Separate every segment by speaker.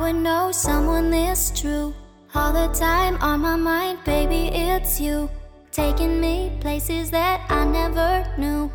Speaker 1: would know someone is true. All the time on my mind, baby, it's you. Taking me places that I never knew.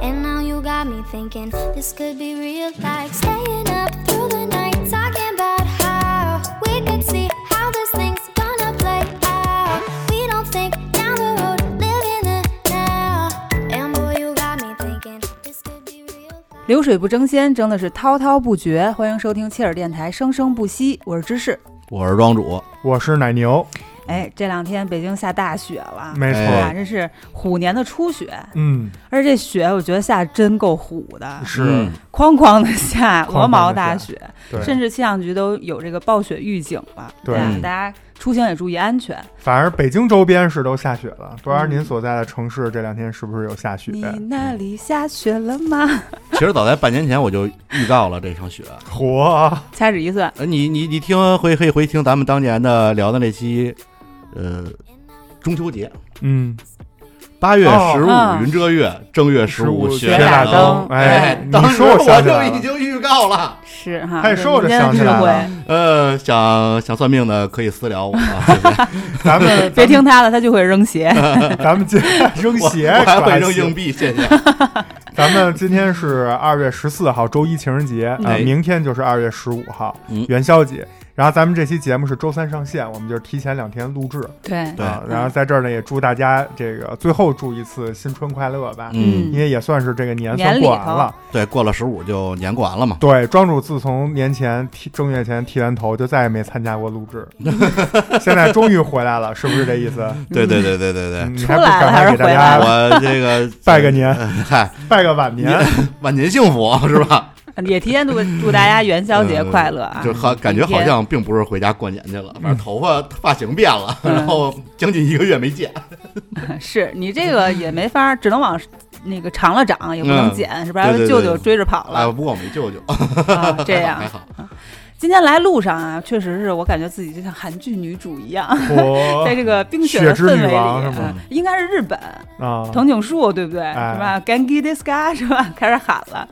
Speaker 1: And now you got me thinking this could be real life. Staying up through the night, talking about how we could see how this thing's gonna play out. We don't think down the road, living it now. And boy, you got me thinking this could be real life.
Speaker 2: 流水不争先，争的是滔滔不绝。欢迎收听切尔电台，生生不息。我是芝士。
Speaker 3: 我是庄主，
Speaker 4: 我是奶牛，
Speaker 2: 哎，这两天北京下大雪了，
Speaker 4: 没错，
Speaker 2: 啊，
Speaker 3: 哎
Speaker 2: 这是虎年的初雪，
Speaker 4: 嗯，
Speaker 2: 而且这雪我觉得下得真够虎的，
Speaker 4: 是，
Speaker 3: 嗯
Speaker 2: 哐哐的下，
Speaker 4: 哐哐地
Speaker 2: 鹅毛大
Speaker 4: 下
Speaker 2: 雪，
Speaker 4: 对，
Speaker 2: 甚至气象局都有这个暴雪预警了。
Speaker 4: 对
Speaker 2: 吧
Speaker 3: 嗯
Speaker 2: 大家出行也注意安全。
Speaker 4: 反正北京周边是都下雪了，不知道
Speaker 2: 嗯
Speaker 4: 您所在的城市这两天是不是有下雪？
Speaker 2: 你那里下雪了吗？
Speaker 3: 其实早在半年前我就预告了这场雪。
Speaker 4: 火，
Speaker 2: 掐指一算，
Speaker 3: 呃，你你你听回可以回听咱们当年的聊的那期，呃，中秋节，
Speaker 4: 嗯，
Speaker 3: 八月
Speaker 4: 哦
Speaker 3: 十
Speaker 2: 嗯
Speaker 3: 五云遮月，正月十五
Speaker 4: 雪
Speaker 2: 雪打
Speaker 3: 打灯。
Speaker 2: 灯
Speaker 4: 哎，
Speaker 2: 哎
Speaker 4: 你
Speaker 3: 当时
Speaker 4: 说我
Speaker 3: 我
Speaker 4: 想起啊来
Speaker 3: 就已
Speaker 4: 了，
Speaker 3: 经预告了，
Speaker 2: 是哈，
Speaker 4: 太瘦了
Speaker 2: 人间
Speaker 4: 想起
Speaker 2: 智
Speaker 4: 来
Speaker 2: 慧。
Speaker 4: 了
Speaker 3: 呃，想想算命的可以私聊我 啊，对不对
Speaker 4: 咱 们
Speaker 2: 别听他的，他就会扔 鞋。
Speaker 4: 咱们今天扔
Speaker 3: 我
Speaker 4: 鞋，
Speaker 3: 我还
Speaker 4: 可
Speaker 3: 会
Speaker 4: 还
Speaker 3: 扔
Speaker 4: 行
Speaker 3: 硬币，谢谢。
Speaker 4: 咱们今天是二月十四号，周一情人节啊、
Speaker 3: 哎
Speaker 4: 明天就是二月十五号、
Speaker 3: 嗯
Speaker 4: 元宵节。然后咱们这期节目是周三上线，我们就是提前两天录制
Speaker 2: 对
Speaker 3: 对
Speaker 4: 啊。然后在这儿呢，也祝大家这个最后祝一次新春快乐吧，
Speaker 3: 嗯，
Speaker 4: 因为也算是这个年
Speaker 2: 年
Speaker 4: 算
Speaker 2: 里
Speaker 4: 过完
Speaker 2: 头
Speaker 4: 了。
Speaker 3: 对，过了十五就年过完了嘛。
Speaker 4: 对，庄主自从年前剃正月前剃完头，就再也没参加过录制， 现在终于回来了，是不是这 意思？嗯
Speaker 3: 对对对对对对，
Speaker 4: 你还不
Speaker 2: 出来了
Speaker 4: 赶
Speaker 2: 还是
Speaker 4: 快给
Speaker 2: 回
Speaker 4: 大
Speaker 2: 来
Speaker 4: 家
Speaker 3: 我这个
Speaker 4: 拜个年，
Speaker 3: 嗨，
Speaker 4: 拜个晚年？
Speaker 3: 晚年幸福是吧？
Speaker 2: 也提前祝祝大家元宵节快乐啊！
Speaker 3: 嗯就好，感觉好像并不是回家过年去了，反正头发发型变了，
Speaker 2: 嗯
Speaker 3: 然后将近一个月 没见，
Speaker 2: 是你这个也没法儿，只能往那个长了长，也不能
Speaker 3: 嗯
Speaker 2: 剪，是吧？
Speaker 3: 对对对
Speaker 2: 舅舅追着跑
Speaker 3: 啊，
Speaker 2: 了，
Speaker 3: 不过我没舅舅，
Speaker 2: 啊这样
Speaker 3: 还。好，
Speaker 2: 今天来路上啊，确实是我感觉自己就像韩剧女主一样，在
Speaker 4: 我
Speaker 2: 这个冰雪的
Speaker 4: 雪
Speaker 2: 氛
Speaker 4: 哦之
Speaker 2: 围
Speaker 4: 女
Speaker 2: 里，
Speaker 4: 王是
Speaker 3: 吗
Speaker 2: 嗯应该是日本
Speaker 4: 啊，
Speaker 2: 藤井树对不对？
Speaker 4: 哎
Speaker 2: 是吧？Gangi d i s c a 是吧？开始喊了。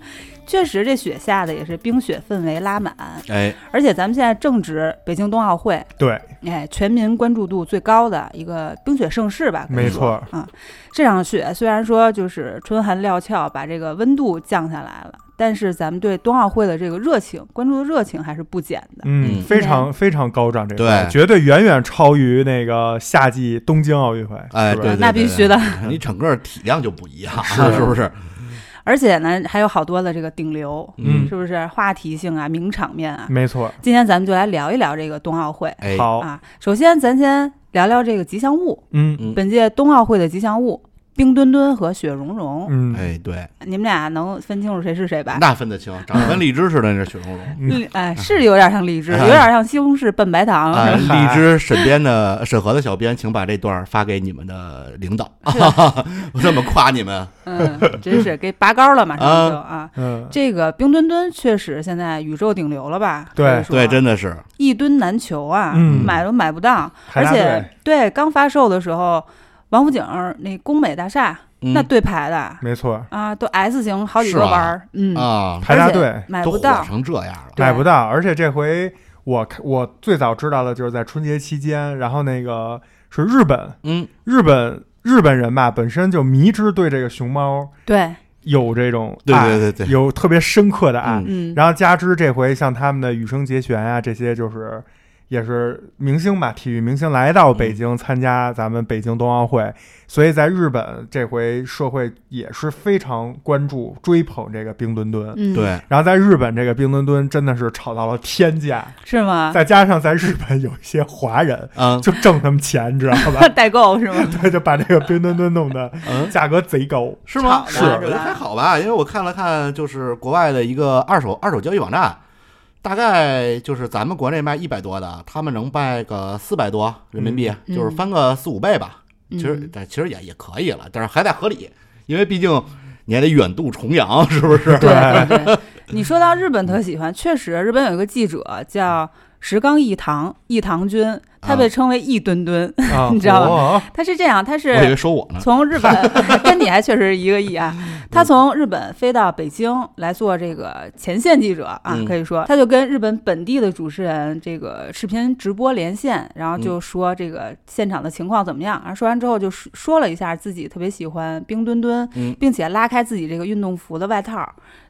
Speaker 2: 确实，这雪下的也是冰雪氛围拉满，
Speaker 3: 哎，
Speaker 2: 而且咱们现在正值北京冬奥会，
Speaker 4: 对，
Speaker 2: 哎，全民关注度最高的一个冰雪盛世吧，可以
Speaker 4: 没
Speaker 2: 说
Speaker 4: 错，
Speaker 2: 这场雪虽然说就是春寒料峭，把这个温度降下来了，但是咱们对冬奥会的这个热情、关注的热情还是不减的。
Speaker 4: 嗯，
Speaker 3: 嗯
Speaker 4: 非常非常高涨，这个
Speaker 3: 对
Speaker 4: 绝对远远超于那个夏季东京奥运会，
Speaker 3: 哎
Speaker 4: 是吧
Speaker 3: 对
Speaker 2: 啊那必须的，
Speaker 3: 你整个体量就不一样，啊
Speaker 4: 是
Speaker 3: 是不是？
Speaker 2: 而且呢，还有好多的这个顶流，
Speaker 4: 嗯
Speaker 2: 是不是话题性啊、名场面啊？
Speaker 4: 没错，
Speaker 2: 今天咱们就来聊一聊这个冬奥会
Speaker 3: 哎，
Speaker 4: 好，
Speaker 2: 啊。首先，咱先聊聊这个吉祥物，
Speaker 4: 嗯
Speaker 3: 嗯
Speaker 2: 本届冬奥会的吉祥物冰墩墩和雪融融，
Speaker 4: 嗯，
Speaker 3: 哎，对，
Speaker 2: 你们俩能分清楚谁是谁吧？
Speaker 3: 那分得清，长得跟荔枝似的那是雪融 融。
Speaker 4: 嗯
Speaker 2: 嗯 哎，是有点像荔枝，
Speaker 3: 哎
Speaker 2: 有点像西红柿拌白糖，
Speaker 3: 啊，
Speaker 2: 是吧
Speaker 3: 荔枝审编的审核的小编，请把这段发给你们的领导， 我这么夸你们，
Speaker 2: 嗯，真是给拔高了，马上就啊。
Speaker 4: 嗯，
Speaker 2: 这个冰墩墩确实现在宇宙顶流了吧？
Speaker 4: 对
Speaker 2: 可以说
Speaker 3: 对，真的是，
Speaker 2: 一吨难求啊，
Speaker 4: 嗯
Speaker 2: 买都买不到。
Speaker 4: 海
Speaker 2: 而
Speaker 4: 拉
Speaker 2: 且
Speaker 4: 队
Speaker 2: 对刚发售的时候，王府井那工美大厦、
Speaker 3: 嗯
Speaker 2: 那队排的
Speaker 4: 没错，
Speaker 2: 啊，都 S 型好几
Speaker 3: 是
Speaker 2: 个
Speaker 3: 吧
Speaker 2: 弯儿，嗯，
Speaker 3: 啊，
Speaker 4: 排
Speaker 2: 而
Speaker 4: 大
Speaker 2: 且
Speaker 4: 队
Speaker 2: 买
Speaker 3: 都
Speaker 2: 不
Speaker 3: 火
Speaker 2: 到。
Speaker 3: 成这样了，
Speaker 2: 对
Speaker 4: 买不到，而且这回我看我最早知道的就是在春节期间，然后那个是日本，
Speaker 3: 嗯，
Speaker 4: 日本日本人吧，本身就迷之对这个熊猫
Speaker 2: 对，
Speaker 4: 有这种
Speaker 3: 对
Speaker 4: 爱
Speaker 3: 对对对
Speaker 4: 有特别深刻的爱。
Speaker 3: 嗯
Speaker 2: 嗯，
Speaker 4: 然后加之这回像他们的羽生结弦啊，这些就是也是明星吧，体育明星来到北京参加咱们北京冬奥会，所以在日本这回社会也是非常关注追捧这个冰墩墩。
Speaker 2: 嗯，，
Speaker 3: 对，
Speaker 4: 然后在日本，这个冰墩墩真的是炒到了天价，
Speaker 2: 是
Speaker 3: 啊
Speaker 2: 吗？
Speaker 4: 再加上在日本有一些华人
Speaker 3: 嗯
Speaker 4: 就挣他们钱，你知道 吧？
Speaker 2: 代购是吗？
Speaker 4: 他就把这个冰墩墩弄得
Speaker 3: 嗯，
Speaker 4: 价格贼高。
Speaker 3: 是吗？
Speaker 2: 是
Speaker 3: 我觉
Speaker 2: 是
Speaker 3: 得
Speaker 2: 吧
Speaker 3: 还好吧，因为我看了看，就是国外的一个二手二手交易网站，大概就是咱们国内卖一百多的，他们能卖个四百多人民币，
Speaker 2: 嗯
Speaker 3: 就是翻个四五倍吧。
Speaker 2: 嗯
Speaker 3: 其实但其实也也可以了，但是还在合理，因为毕竟你还得远渡重洋，是不 是？
Speaker 2: 对对对，你说到日本特喜欢，确实，日本有一个记者叫石冈义堂，义堂君，它
Speaker 3: 啊
Speaker 2: 被称为一吨 吨。
Speaker 4: 啊，
Speaker 2: 你知道
Speaker 4: 吧？
Speaker 2: 它是这样，它
Speaker 3: 我以为
Speaker 2: 是
Speaker 3: 说我呢，
Speaker 2: 从日 本，跟你还确实一个亿啊。
Speaker 3: 嗯
Speaker 2: 他从日本飞到北京来做这个前线记者啊
Speaker 3: 嗯，
Speaker 2: 可以说，他就跟日本本地的主持人这个视频直播连线，然
Speaker 3: 嗯
Speaker 2: 后就说这个现场的情况怎么样。然后说完之后，就说说了一下自己特别喜欢冰墩墩
Speaker 3: 嗯，
Speaker 2: 并且拉开自己这个运动服的外套，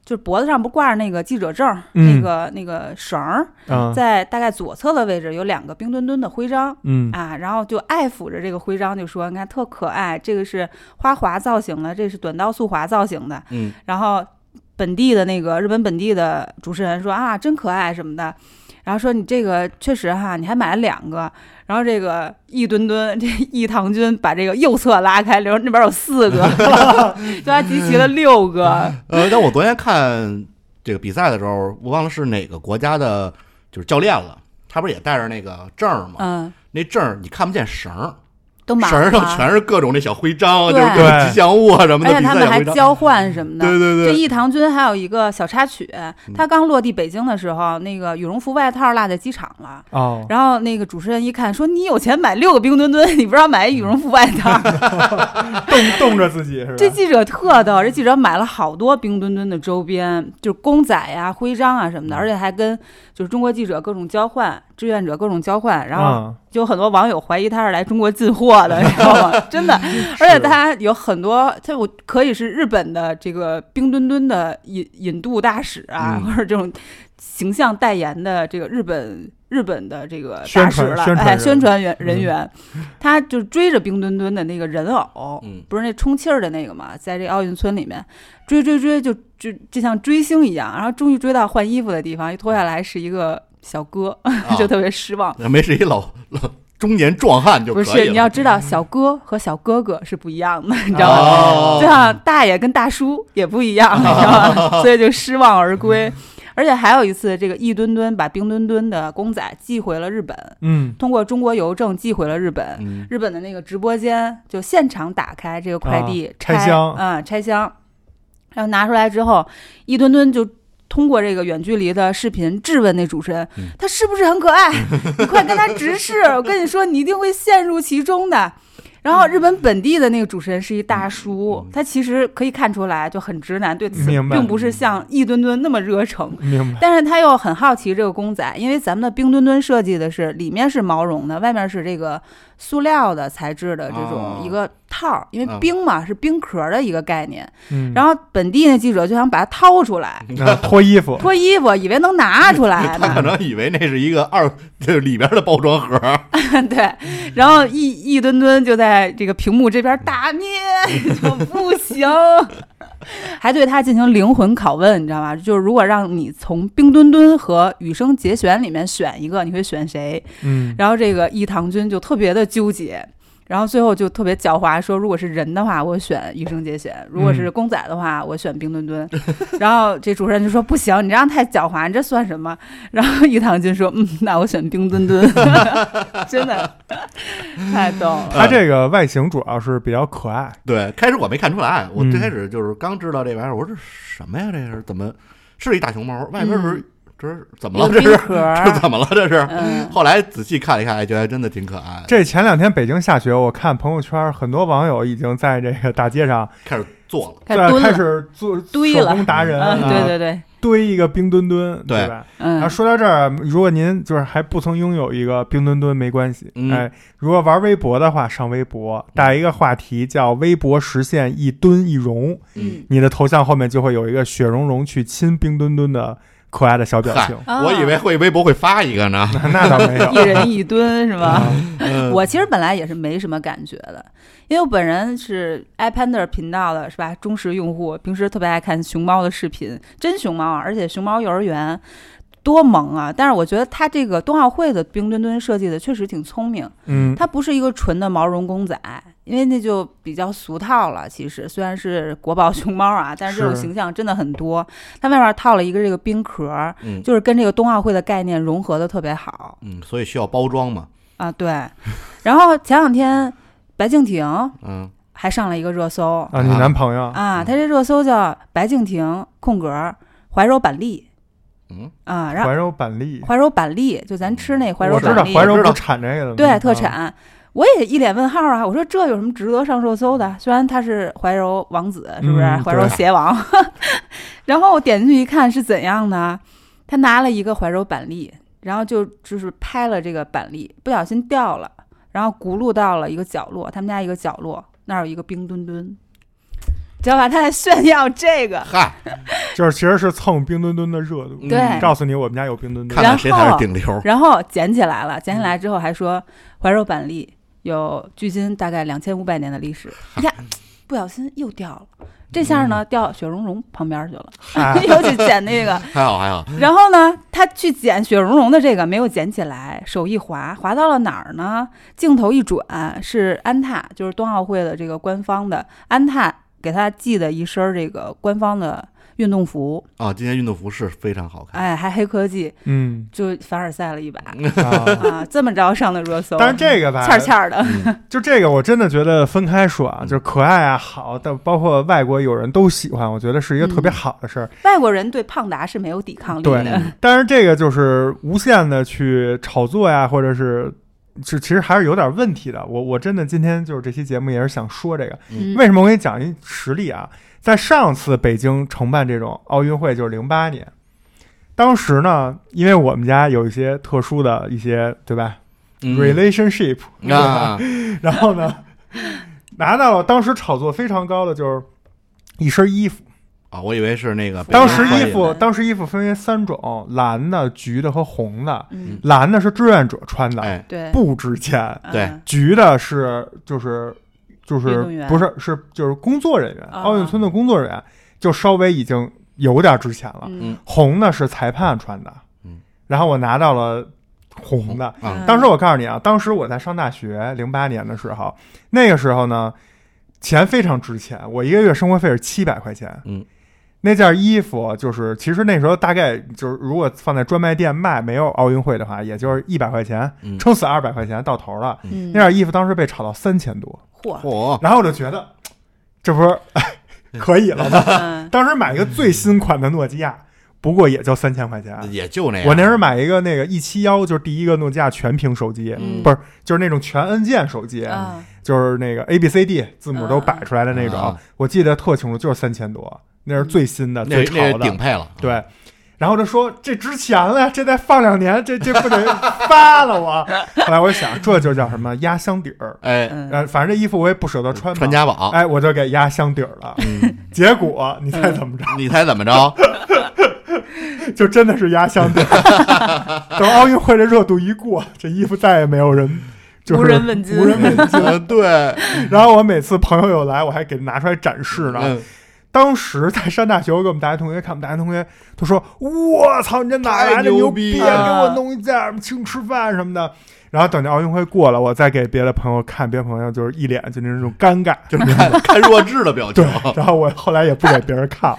Speaker 2: 就是脖子上不挂着那个记者证儿，
Speaker 4: 嗯
Speaker 2: 那个那个绳儿，
Speaker 3: 嗯
Speaker 4: 啊，
Speaker 2: 在大概左侧的位置有两个冰墩墩的徽章。
Speaker 4: 嗯
Speaker 2: 啊，然后就爱抚着这个徽章，就说：“你看特可爱，这个是花滑造型的，这是短道速滑造型的。
Speaker 3: 嗯”
Speaker 2: 然后本地的那个日本本地的主持人说：“啊，真可爱什么的。”然后说：“你这个确实哈，你还买了两个。”然后这个一吨吨这一唐军把这个右侧拉开，留那边有四 个，就他集齐了六个。
Speaker 3: 呃，但我昨天看这个比赛的时候，我忘了是哪个国家的，就是教练了，他不是也带着那个证儿吗？
Speaker 2: 嗯，
Speaker 3: 那证儿你看不见绳儿，
Speaker 2: 都买
Speaker 3: 绳
Speaker 2: 了
Speaker 3: 儿上。全是各种那小徽章，就
Speaker 2: 对
Speaker 3: 是各种吉祥物啊什么
Speaker 2: 而
Speaker 3: 的，
Speaker 2: 且
Speaker 3: 比
Speaker 2: 他
Speaker 3: 赛
Speaker 2: 们
Speaker 3: 小
Speaker 2: 还
Speaker 3: 徽章。
Speaker 2: 交换什么的，
Speaker 3: 对对
Speaker 2: 这
Speaker 3: 对，
Speaker 2: 易堂君还有一个小插曲，
Speaker 4: 嗯
Speaker 2: 他刚落地北京的时候，那个羽绒服外套落在机场了。
Speaker 4: 哦，
Speaker 2: 然后那个主持人一看，说：“你有钱买六个冰墩墩，你不知道买一羽绒服外套。
Speaker 4: 嗯 啊冻冻着自己是吧？”
Speaker 2: 这记者特逗，这记者买了好多冰墩墩的周边，就是公仔呀、徽章啊什
Speaker 4: 嗯
Speaker 2: 么的，而且还跟就是中国记者各种交换，志愿者各种交换，然后
Speaker 4: 啊
Speaker 2: 就有很多网友怀疑他是来中国进货的，你知道吗？真的，而且他有很多，他我可以是日本的这个冰墩墩的引引渡大使啊，
Speaker 3: 嗯
Speaker 2: 或者这种形象代言的这个日本日本的这个
Speaker 4: 宣
Speaker 2: 大
Speaker 4: 传
Speaker 2: 使了，
Speaker 4: 宣传
Speaker 2: 哎，
Speaker 4: 人
Speaker 2: 宣传员人员，他就追着冰墩墩的那个人偶，
Speaker 3: 嗯
Speaker 2: 不是那充气儿的那个嘛，在这奥运村里面追追追就，就就像追星一样，然后终于追到换衣服的地方，一脱下来是一个小哥，
Speaker 3: 啊
Speaker 2: 就特别失望。
Speaker 3: 没是一老老中年壮汉就
Speaker 2: 不
Speaker 3: 可以
Speaker 2: 是，
Speaker 3: 了
Speaker 2: 你要知道，小哥和小哥哥是不一 样的，你知道吗？
Speaker 3: 哦，
Speaker 2: 就像大爷跟大叔也不一样，你知道 吗？所以就失望而归。而且还有一次，这个一墩墩把冰墩墩的公仔寄回了日本，
Speaker 4: 嗯
Speaker 2: 通过中国邮政寄回了日本。
Speaker 3: 嗯
Speaker 2: 日本的那个直播间就现场打开这个快递，
Speaker 4: 啊拆箱
Speaker 2: 嗯，拆箱，然后拿出来之后，一墩墩就。通过这个远距离的视频质问那主持人
Speaker 3: 嗯，
Speaker 2: 他是不是很可 爱？你快跟他直视！我跟你说，你一定会陷入其中 的。然后日本本地的那个主持人是一大叔
Speaker 3: 嗯，
Speaker 2: 他其实可以看出来就很直男，对此
Speaker 4: 明白
Speaker 2: 并不是像一墩墩那么热诚。
Speaker 4: 明 白
Speaker 2: 但是他又很好奇这个公仔，因为咱们的冰墩墩设计的是里面是毛绒的，外面是这个塑料的材质的这
Speaker 3: 哦
Speaker 2: 种一个套儿，因
Speaker 3: 嗯
Speaker 2: 为冰嘛是冰壳的一个概念。
Speaker 4: 嗯，
Speaker 2: 然后本地那记者就想把它掏出来，
Speaker 4: 啊脱衣服
Speaker 2: 脱衣服，以为能拿出来
Speaker 3: 他可
Speaker 2: 呢。
Speaker 3: 能以为那是一个二，就是里边的包装盒，
Speaker 2: 对，然后一一墩墩就在这个屏幕这边大咩，就不 行。还对他进行灵魂拷问，你知道吗？就是如果让你从冰墩墩和羽生结弦里面选一个，你会选谁？
Speaker 4: 嗯
Speaker 2: 然后这个易堂君就特别的纠结，然后最后就特别狡猾，说如果是人的话，我选羽生结弦；如果是公仔的话，我选冰墩墩。然后这主持人就说不行，你这样太狡猾，你这算什么？ 然后易堂君说，嗯，那我选冰墩 墩，真的太逗了。
Speaker 4: 他这个外形主要是比较可爱，
Speaker 3: 对，开始我没看出来，我
Speaker 4: 嗯
Speaker 3: 最开始就是刚知道这玩意儿，我说这什么呀？这是怎么是一大熊猫？外边不是、这是怎么了？
Speaker 2: 有
Speaker 3: 这
Speaker 2: 嗯冰
Speaker 3: 是
Speaker 2: 盒
Speaker 3: 这是怎么了？这是。
Speaker 2: 嗯，
Speaker 3: 后来仔细看了一看，哎，觉得还真的挺可爱的，
Speaker 4: 这前两天北京下雪，我看朋友圈很多网友已经在这个大街上
Speaker 3: 开始做了。
Speaker 2: 开
Speaker 4: 对
Speaker 2: 始蹲
Speaker 4: 开
Speaker 2: 了，
Speaker 4: 始做
Speaker 2: 堆
Speaker 4: 手
Speaker 2: 了
Speaker 4: 工达人，
Speaker 2: 嗯，
Speaker 4: 啊
Speaker 2: 对对对，
Speaker 4: 堆一个冰墩墩，
Speaker 3: 对
Speaker 4: 吧？然后
Speaker 2: 嗯，
Speaker 4: 说到这儿，如果您就是还不曾拥有一个冰墩墩，没关系。
Speaker 3: 嗯
Speaker 4: 哎，如果玩微博的话，上微博打一个话题叫“微博实现一吨一融”，
Speaker 3: 嗯，
Speaker 4: 你的头像后面就会有一个雪融融去亲冰墩墩的可爱的小表
Speaker 3: 嗨
Speaker 4: 情。
Speaker 2: 啊
Speaker 3: 我以为会微博会发一个呢。
Speaker 4: 那倒 没有啊
Speaker 2: 一人啊一吨是吧？
Speaker 3: 嗯
Speaker 2: 我其实本来也是没什么感觉的，因为我本人是 iPander 频道的，是吧？忠实用户，平时特别爱看熊猫的视频，真熊猫啊，而且熊猫幼儿园多萌啊！但是我觉得它这个冬奥会的冰墩墩设计的确实挺聪明，
Speaker 4: 嗯，
Speaker 2: 它不是一个纯的毛绒公仔，因为那就比较俗套了。其实虽然是国宝熊猫啊，但是这种
Speaker 4: 是
Speaker 2: 形象真的很多。它外面套了一个这个冰壳儿，
Speaker 3: 嗯
Speaker 2: 就是跟这个冬奥会的概念融合的特别好。
Speaker 3: 嗯，所以需要包装嘛。
Speaker 2: 啊，对。然后前两天白敬亭
Speaker 3: 嗯
Speaker 2: 还上了一个热搜
Speaker 4: 啊，你男朋友
Speaker 2: 啊，他这热搜叫“白敬亭空格怀柔板栗”，
Speaker 3: 嗯，
Speaker 2: 啊，然后
Speaker 4: 怀柔板栗，
Speaker 2: 怀柔板栗，就咱吃那怀柔
Speaker 4: 我知
Speaker 2: 板
Speaker 4: 道
Speaker 2: 栗，
Speaker 4: 怀柔
Speaker 3: 知
Speaker 4: 不
Speaker 3: 道
Speaker 4: 产这个的吗？
Speaker 2: 对，特
Speaker 4: 啊。
Speaker 2: 产。我也一脸问号啊！我说这有什么值得上热搜的？虽然它是怀柔王子，是不是、
Speaker 4: 嗯
Speaker 2: 怀柔
Speaker 4: 对
Speaker 2: 鞋王？ 然后我点进去一看是怎样呢？他拿了一个怀柔板栗，然后就就是拍了这个板栗，不小心掉了，然后轱辘到了一个角落，他们家一个角落那儿有一个冰墩墩，知道吧？他在炫耀这个，
Speaker 3: 嗨，
Speaker 4: 就是其实是蹭冰墩墩的热度，
Speaker 3: 嗯
Speaker 2: 对
Speaker 4: 告诉你我们家有冰墩
Speaker 3: 看
Speaker 4: 墩，
Speaker 3: 看谁才是顶 流。
Speaker 2: 然后捡起来了，捡起来之后还说怀柔板栗有距今大概两千五百年的历史呀，不小心又掉了。这下呢，掉雪融融旁边去了，
Speaker 4: 嗨，
Speaker 2: 又去捡那个。
Speaker 3: 还好还好，
Speaker 2: 然后呢，他去捡雪融融的这个，没有捡起来，手一滑，滑到了哪儿呢？镜头一转，是安踏，就是冬奥会的这个官方的安踏给他寄的一身儿这个官方的运动服，
Speaker 3: 啊，今天运动服是非常好看。
Speaker 2: 哎，还黑科技，
Speaker 4: 嗯，
Speaker 2: 就凡尔赛了一把
Speaker 4: 啊
Speaker 2: 啊，这么着上的热搜。
Speaker 4: 但是这个吧，
Speaker 2: 欠儿欠儿的，
Speaker 4: 就这个，我真的觉得分开说啊，
Speaker 3: 嗯
Speaker 4: 就是可爱啊，好，但包括外国友人都喜欢，我觉得是一个特别好的事儿。
Speaker 2: 外国人对胖达是没有抵抗力
Speaker 4: 对
Speaker 2: 的。
Speaker 4: 但是这个就是无限的去炒作呀，或者是是其实还是有点问题的。我我真的今天就是这期节目也是想说这个，
Speaker 2: 嗯
Speaker 4: 为什么我给你讲一实例啊？在上次北京承办这种奥运会就是零八年，当时呢，因为我们家有一些特殊的一些对吧、
Speaker 3: 嗯
Speaker 4: r e l a t i o n s h i p
Speaker 3: 啊，
Speaker 4: 然后呢，拿到了当时炒作非常高的就是一身衣服。
Speaker 3: 啊，我以为是那个北京
Speaker 4: 当时
Speaker 3: 欢
Speaker 4: 衣
Speaker 3: 迎
Speaker 4: 服，当时衣服分为三种：蓝的、橘的和红的。
Speaker 2: 嗯，
Speaker 4: 蓝的是志愿者穿的，
Speaker 3: 哎，
Speaker 2: 对，
Speaker 4: 不值钱；
Speaker 2: 嗯
Speaker 3: 对
Speaker 4: 橘的是就是就
Speaker 2: 运
Speaker 4: 是
Speaker 2: 动员
Speaker 4: 不是是就是工作人员，
Speaker 2: 啊
Speaker 4: 奥运村的工作人员就稍微已经有点值钱了。
Speaker 2: 嗯
Speaker 4: 红的是裁判穿的，
Speaker 3: 嗯，
Speaker 4: 然后我拿到了红的，
Speaker 3: 啊，
Speaker 4: 当时我告诉你啊，当时我在上大学，零八年的时候，那个时候呢，钱非常值钱，我一个月生活费是七百块钱。
Speaker 3: 嗯，
Speaker 4: 那件衣服就是，其实那时候大概就是，如果放在专卖店卖，没有奥运会的话，也就是一百块钱，
Speaker 3: 嗯
Speaker 4: 撑死二百块钱到头了。
Speaker 2: 嗯，
Speaker 4: 那件衣服当时被炒到三千多，
Speaker 2: 嚯，
Speaker 3: 嚯，
Speaker 4: 然后我就觉得，这不是、 可以了吗？
Speaker 2: 嗯
Speaker 4: 当时买一个最新款的诺基亚，不过也就三千块钱。啊
Speaker 3: 也就那样。
Speaker 4: 我那时候买一个那个 E 七幺，就是第一个诺基亚全屏手机，
Speaker 2: 嗯
Speaker 4: 不是就是那种全按键手机，
Speaker 2: 啊，
Speaker 4: 就是那个 A B C D 字母都摆出来的那种，
Speaker 3: 啊
Speaker 4: 我记得特清楚，就是三千多，那是最新的、
Speaker 3: 那
Speaker 4: 最
Speaker 3: 是嗯那
Speaker 4: 潮
Speaker 3: 是顶
Speaker 4: 的，
Speaker 3: 配了，
Speaker 4: 对。然后他说：“这值钱了呀，这再放两年，这这不得发了我。” 后来我想，这就叫什么压箱底儿。
Speaker 3: 哎，
Speaker 2: 嗯，
Speaker 4: 呃，反正这衣服我也不舍得穿嘛，
Speaker 3: 传家宝，
Speaker 4: 哎，我就给压箱底儿了。
Speaker 3: 嗯
Speaker 4: 结果你
Speaker 2: 嗯
Speaker 4: 猜怎么着？
Speaker 3: 你猜怎么 着？
Speaker 4: 就真的是压箱底。 等奥运会的热度一过，这衣服再也没有人，就是
Speaker 2: 无人问津
Speaker 4: 无人问津。
Speaker 3: 嗯对，
Speaker 4: 然后我每次朋友有来，我还给拿出来展示呢。
Speaker 3: 嗯
Speaker 4: 当时在上大学，我给我们大学同学看，我们大学同学都说：“我操，你这哪
Speaker 3: 太
Speaker 4: 来的
Speaker 3: 牛
Speaker 4: 牛逼
Speaker 3: 逼
Speaker 4: 啊？给我
Speaker 2: 了
Speaker 4: 弄一件儿，请吃饭什么的。”然后等那奥运会过了，我再给别的朋友看，别的朋友就是一脸就那种尴尬，
Speaker 3: 就是看看弱智的表情
Speaker 4: 对。。然后我后来也不给别人看了，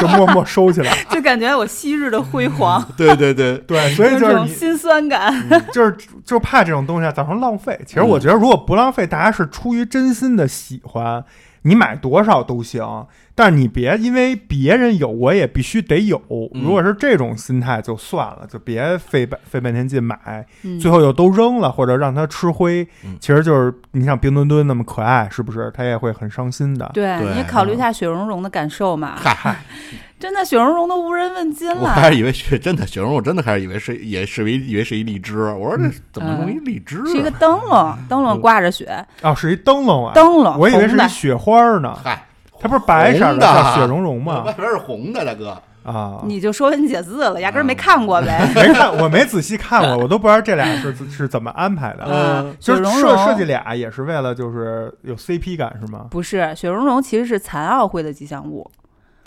Speaker 4: 就默默收起来。
Speaker 2: 就感觉我昔日的辉煌，
Speaker 3: 对对对，
Speaker 4: 对， 所以
Speaker 2: 有
Speaker 4: 就是
Speaker 2: 种
Speaker 4: 你嗯
Speaker 2: 心酸感。
Speaker 4: 就是就怕这种东西啊，造成浪费。其实
Speaker 3: 嗯
Speaker 4: 我觉得，如果不浪费，大家是出于真心的喜欢，你买多少都行，但是你别因为别人有，我也必须得有。
Speaker 3: 嗯
Speaker 4: 如果是这种心态，就算了，就别费半费半天劲买，
Speaker 2: 嗯
Speaker 4: 最后又都扔了，或者让它吃灰
Speaker 3: 嗯。
Speaker 4: 其实就是你像冰墩墩那么可爱，是不是？他也会很伤心的。
Speaker 2: 对
Speaker 3: 对
Speaker 2: 你考虑一下雪融融的感受嘛，
Speaker 3: 嗨，
Speaker 2: 真的雪融融都无人问津
Speaker 3: 我
Speaker 2: 了。
Speaker 3: 开始以为是真的雪融融，我真的开始以为是也是为以为是一荔枝。我说这怎么弄一荔枝啊？
Speaker 2: 嗯是一个灯笼，灯笼挂着雪，
Speaker 4: 哦，是一灯笼啊，
Speaker 2: 灯笼，
Speaker 4: 嗯我以为是
Speaker 2: 红的
Speaker 4: 一雪花呢，
Speaker 3: 嗨，
Speaker 4: 它不是白色
Speaker 3: 红的
Speaker 4: 叫雪融融
Speaker 3: 外
Speaker 4: 吗？
Speaker 3: 边是红的，大哥。
Speaker 4: 啊，嗯
Speaker 2: 你就说文解字了，压根儿没看过呗。
Speaker 4: 没看，我没仔细看过，我都不知道这俩是是怎么安排的。
Speaker 2: 啊
Speaker 3: 嗯，
Speaker 2: 雪
Speaker 4: 呃就是
Speaker 2: 融
Speaker 4: 设
Speaker 2: 融
Speaker 4: 设计俩也是为了就是有 CP 感是吗？
Speaker 2: 不是雪融融，其实是残奥会的吉祥物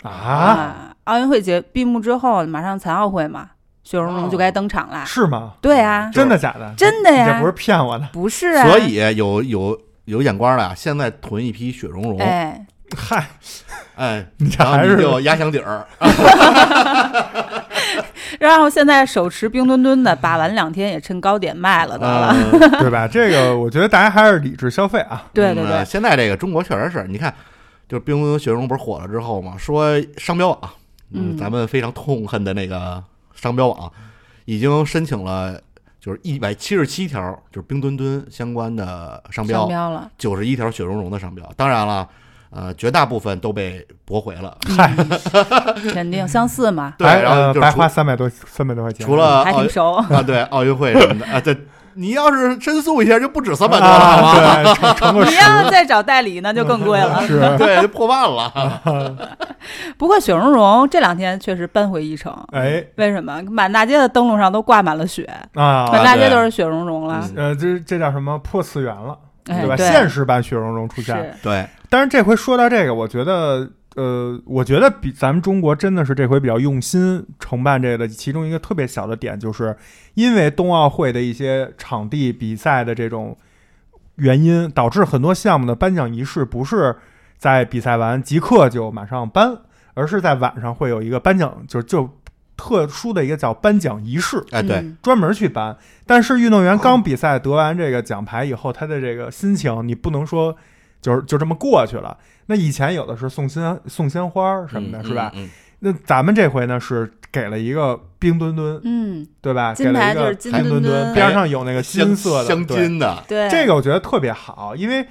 Speaker 4: 啊，
Speaker 2: 啊奥运会结闭幕之后，马上残奥会嘛，雪融融就该登场
Speaker 3: 哦
Speaker 2: 啦。
Speaker 4: 是吗？
Speaker 2: 对啊，
Speaker 4: 真的假的？
Speaker 2: 真的
Speaker 4: 你
Speaker 2: 呀，
Speaker 4: 这不是骗我的。
Speaker 2: 不是啊，
Speaker 3: 所以有有有眼光的啊，现在囤一批雪融融，
Speaker 2: 哎，
Speaker 4: 嗨，
Speaker 3: 哎，
Speaker 4: 你这
Speaker 3: 然后
Speaker 4: 还
Speaker 3: 你
Speaker 4: 是
Speaker 3: 就压箱底儿。
Speaker 2: 然后现在手持冰墩墩的，把玩两天也趁高点卖 了得了。
Speaker 3: 嗯
Speaker 4: 对吧？这个我觉得大家还是理智消费啊。
Speaker 2: 对对
Speaker 3: 嗯
Speaker 2: 对，
Speaker 3: 现在这个中国确实是你看，就是冰墩雪融不是火了之后嘛，说商标啊，
Speaker 2: 嗯
Speaker 3: 咱们非常痛恨的那个商标网已经申请了，就是一百七十七条就是冰墩墩相关的商标
Speaker 2: 商，标了，
Speaker 3: 九十一条雪融融的商标。当然了，呃，绝大部分都被驳回了。
Speaker 2: 嗨，肯定相似嘛，
Speaker 3: 对，
Speaker 4: 白
Speaker 3: 然后
Speaker 4: 呃
Speaker 3: 就是
Speaker 4: 白
Speaker 3: 除
Speaker 4: 花三百多三百多块钱，嗯
Speaker 3: 除了
Speaker 2: 还
Speaker 3: 奥
Speaker 2: 挺熟。
Speaker 3: 啊，对奥运会什么的啊，对，你要是申诉一下就不止三百多了，好吗？
Speaker 4: 啊，对，乘乘 个
Speaker 2: 你
Speaker 4: 十
Speaker 2: 要再找代理，那就更贵 了。
Speaker 4: 是，
Speaker 3: 对，就破万
Speaker 4: 嗯
Speaker 3: 了。
Speaker 2: 不过雪融融这两天确实扳回一城，
Speaker 3: 嗯
Speaker 4: 哎
Speaker 2: 为什么？满大街的灯笼上都挂满了雪，满
Speaker 4: 啊，
Speaker 2: 大街都是雪融融了。
Speaker 3: 嗯
Speaker 4: 呃，这这叫什么破次元了，
Speaker 2: 哎，
Speaker 4: 对吧？
Speaker 2: 对
Speaker 4: 现实版雪融融出现了，
Speaker 2: 是
Speaker 3: 对，
Speaker 4: 但是这回说到这个，我觉得，呃，我觉得比咱们中国真的是这回比较用心承办这个的。其中一个特别小的点，就是因为冬奥会的一些场地比赛的这种原因，导致很多项目的颁奖仪式不是在比赛完即刻就马上颁，而是在晚上会有一个颁奖，就就特殊的一个叫颁奖仪式。
Speaker 3: 哎对，
Speaker 2: 嗯
Speaker 4: 专门去搬。但是运动员刚比赛得完这个奖牌以后，他的这个心情，你不能说就是就这么过去了。那以前有的是送鲜送鲜花儿什么的，
Speaker 3: 嗯
Speaker 4: 是吧？？
Speaker 3: 嗯嗯
Speaker 4: 那咱们这回呢是给了一个冰墩墩，
Speaker 2: 嗯，
Speaker 4: 对吧？给
Speaker 2: 金
Speaker 4: 了
Speaker 2: 牌
Speaker 4: 一
Speaker 2: 就是
Speaker 4: 个
Speaker 2: 金
Speaker 4: 冰
Speaker 2: 墩
Speaker 4: 墩墩，
Speaker 3: 哎
Speaker 2: 墩
Speaker 4: 边上有那个金色的
Speaker 3: 镶
Speaker 4: 对
Speaker 3: 金的，
Speaker 2: 对，
Speaker 4: 这个我觉得特别好，因为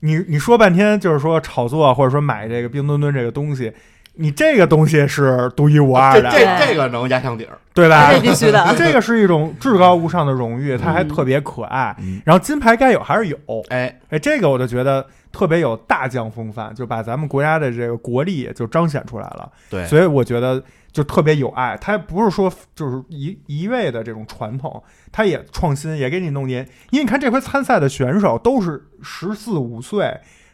Speaker 4: 你你说半天就是说炒作啊或者说买这个冰墩墩这个东西，你这个东西是独一无
Speaker 3: 啊
Speaker 4: 二
Speaker 3: 哦这
Speaker 4: 的，
Speaker 3: 这这个能压箱底儿。
Speaker 4: 对吧？
Speaker 2: 这必须的。 嗯
Speaker 4: 这个是一种至高无上的荣誉，它还特别可爱。
Speaker 3: 嗯，
Speaker 4: 然后金牌该有还是有，
Speaker 3: 哎，
Speaker 4: 哎，这个我就觉得特别有大将风范，就把咱们国家的这个国力就彰显出来了。
Speaker 3: 对，
Speaker 4: 所以我觉得就特别有爱，它不是说就是一一味的这种传统，它也创新，也给你弄年。因为你看这回参赛的选手都是十四五岁。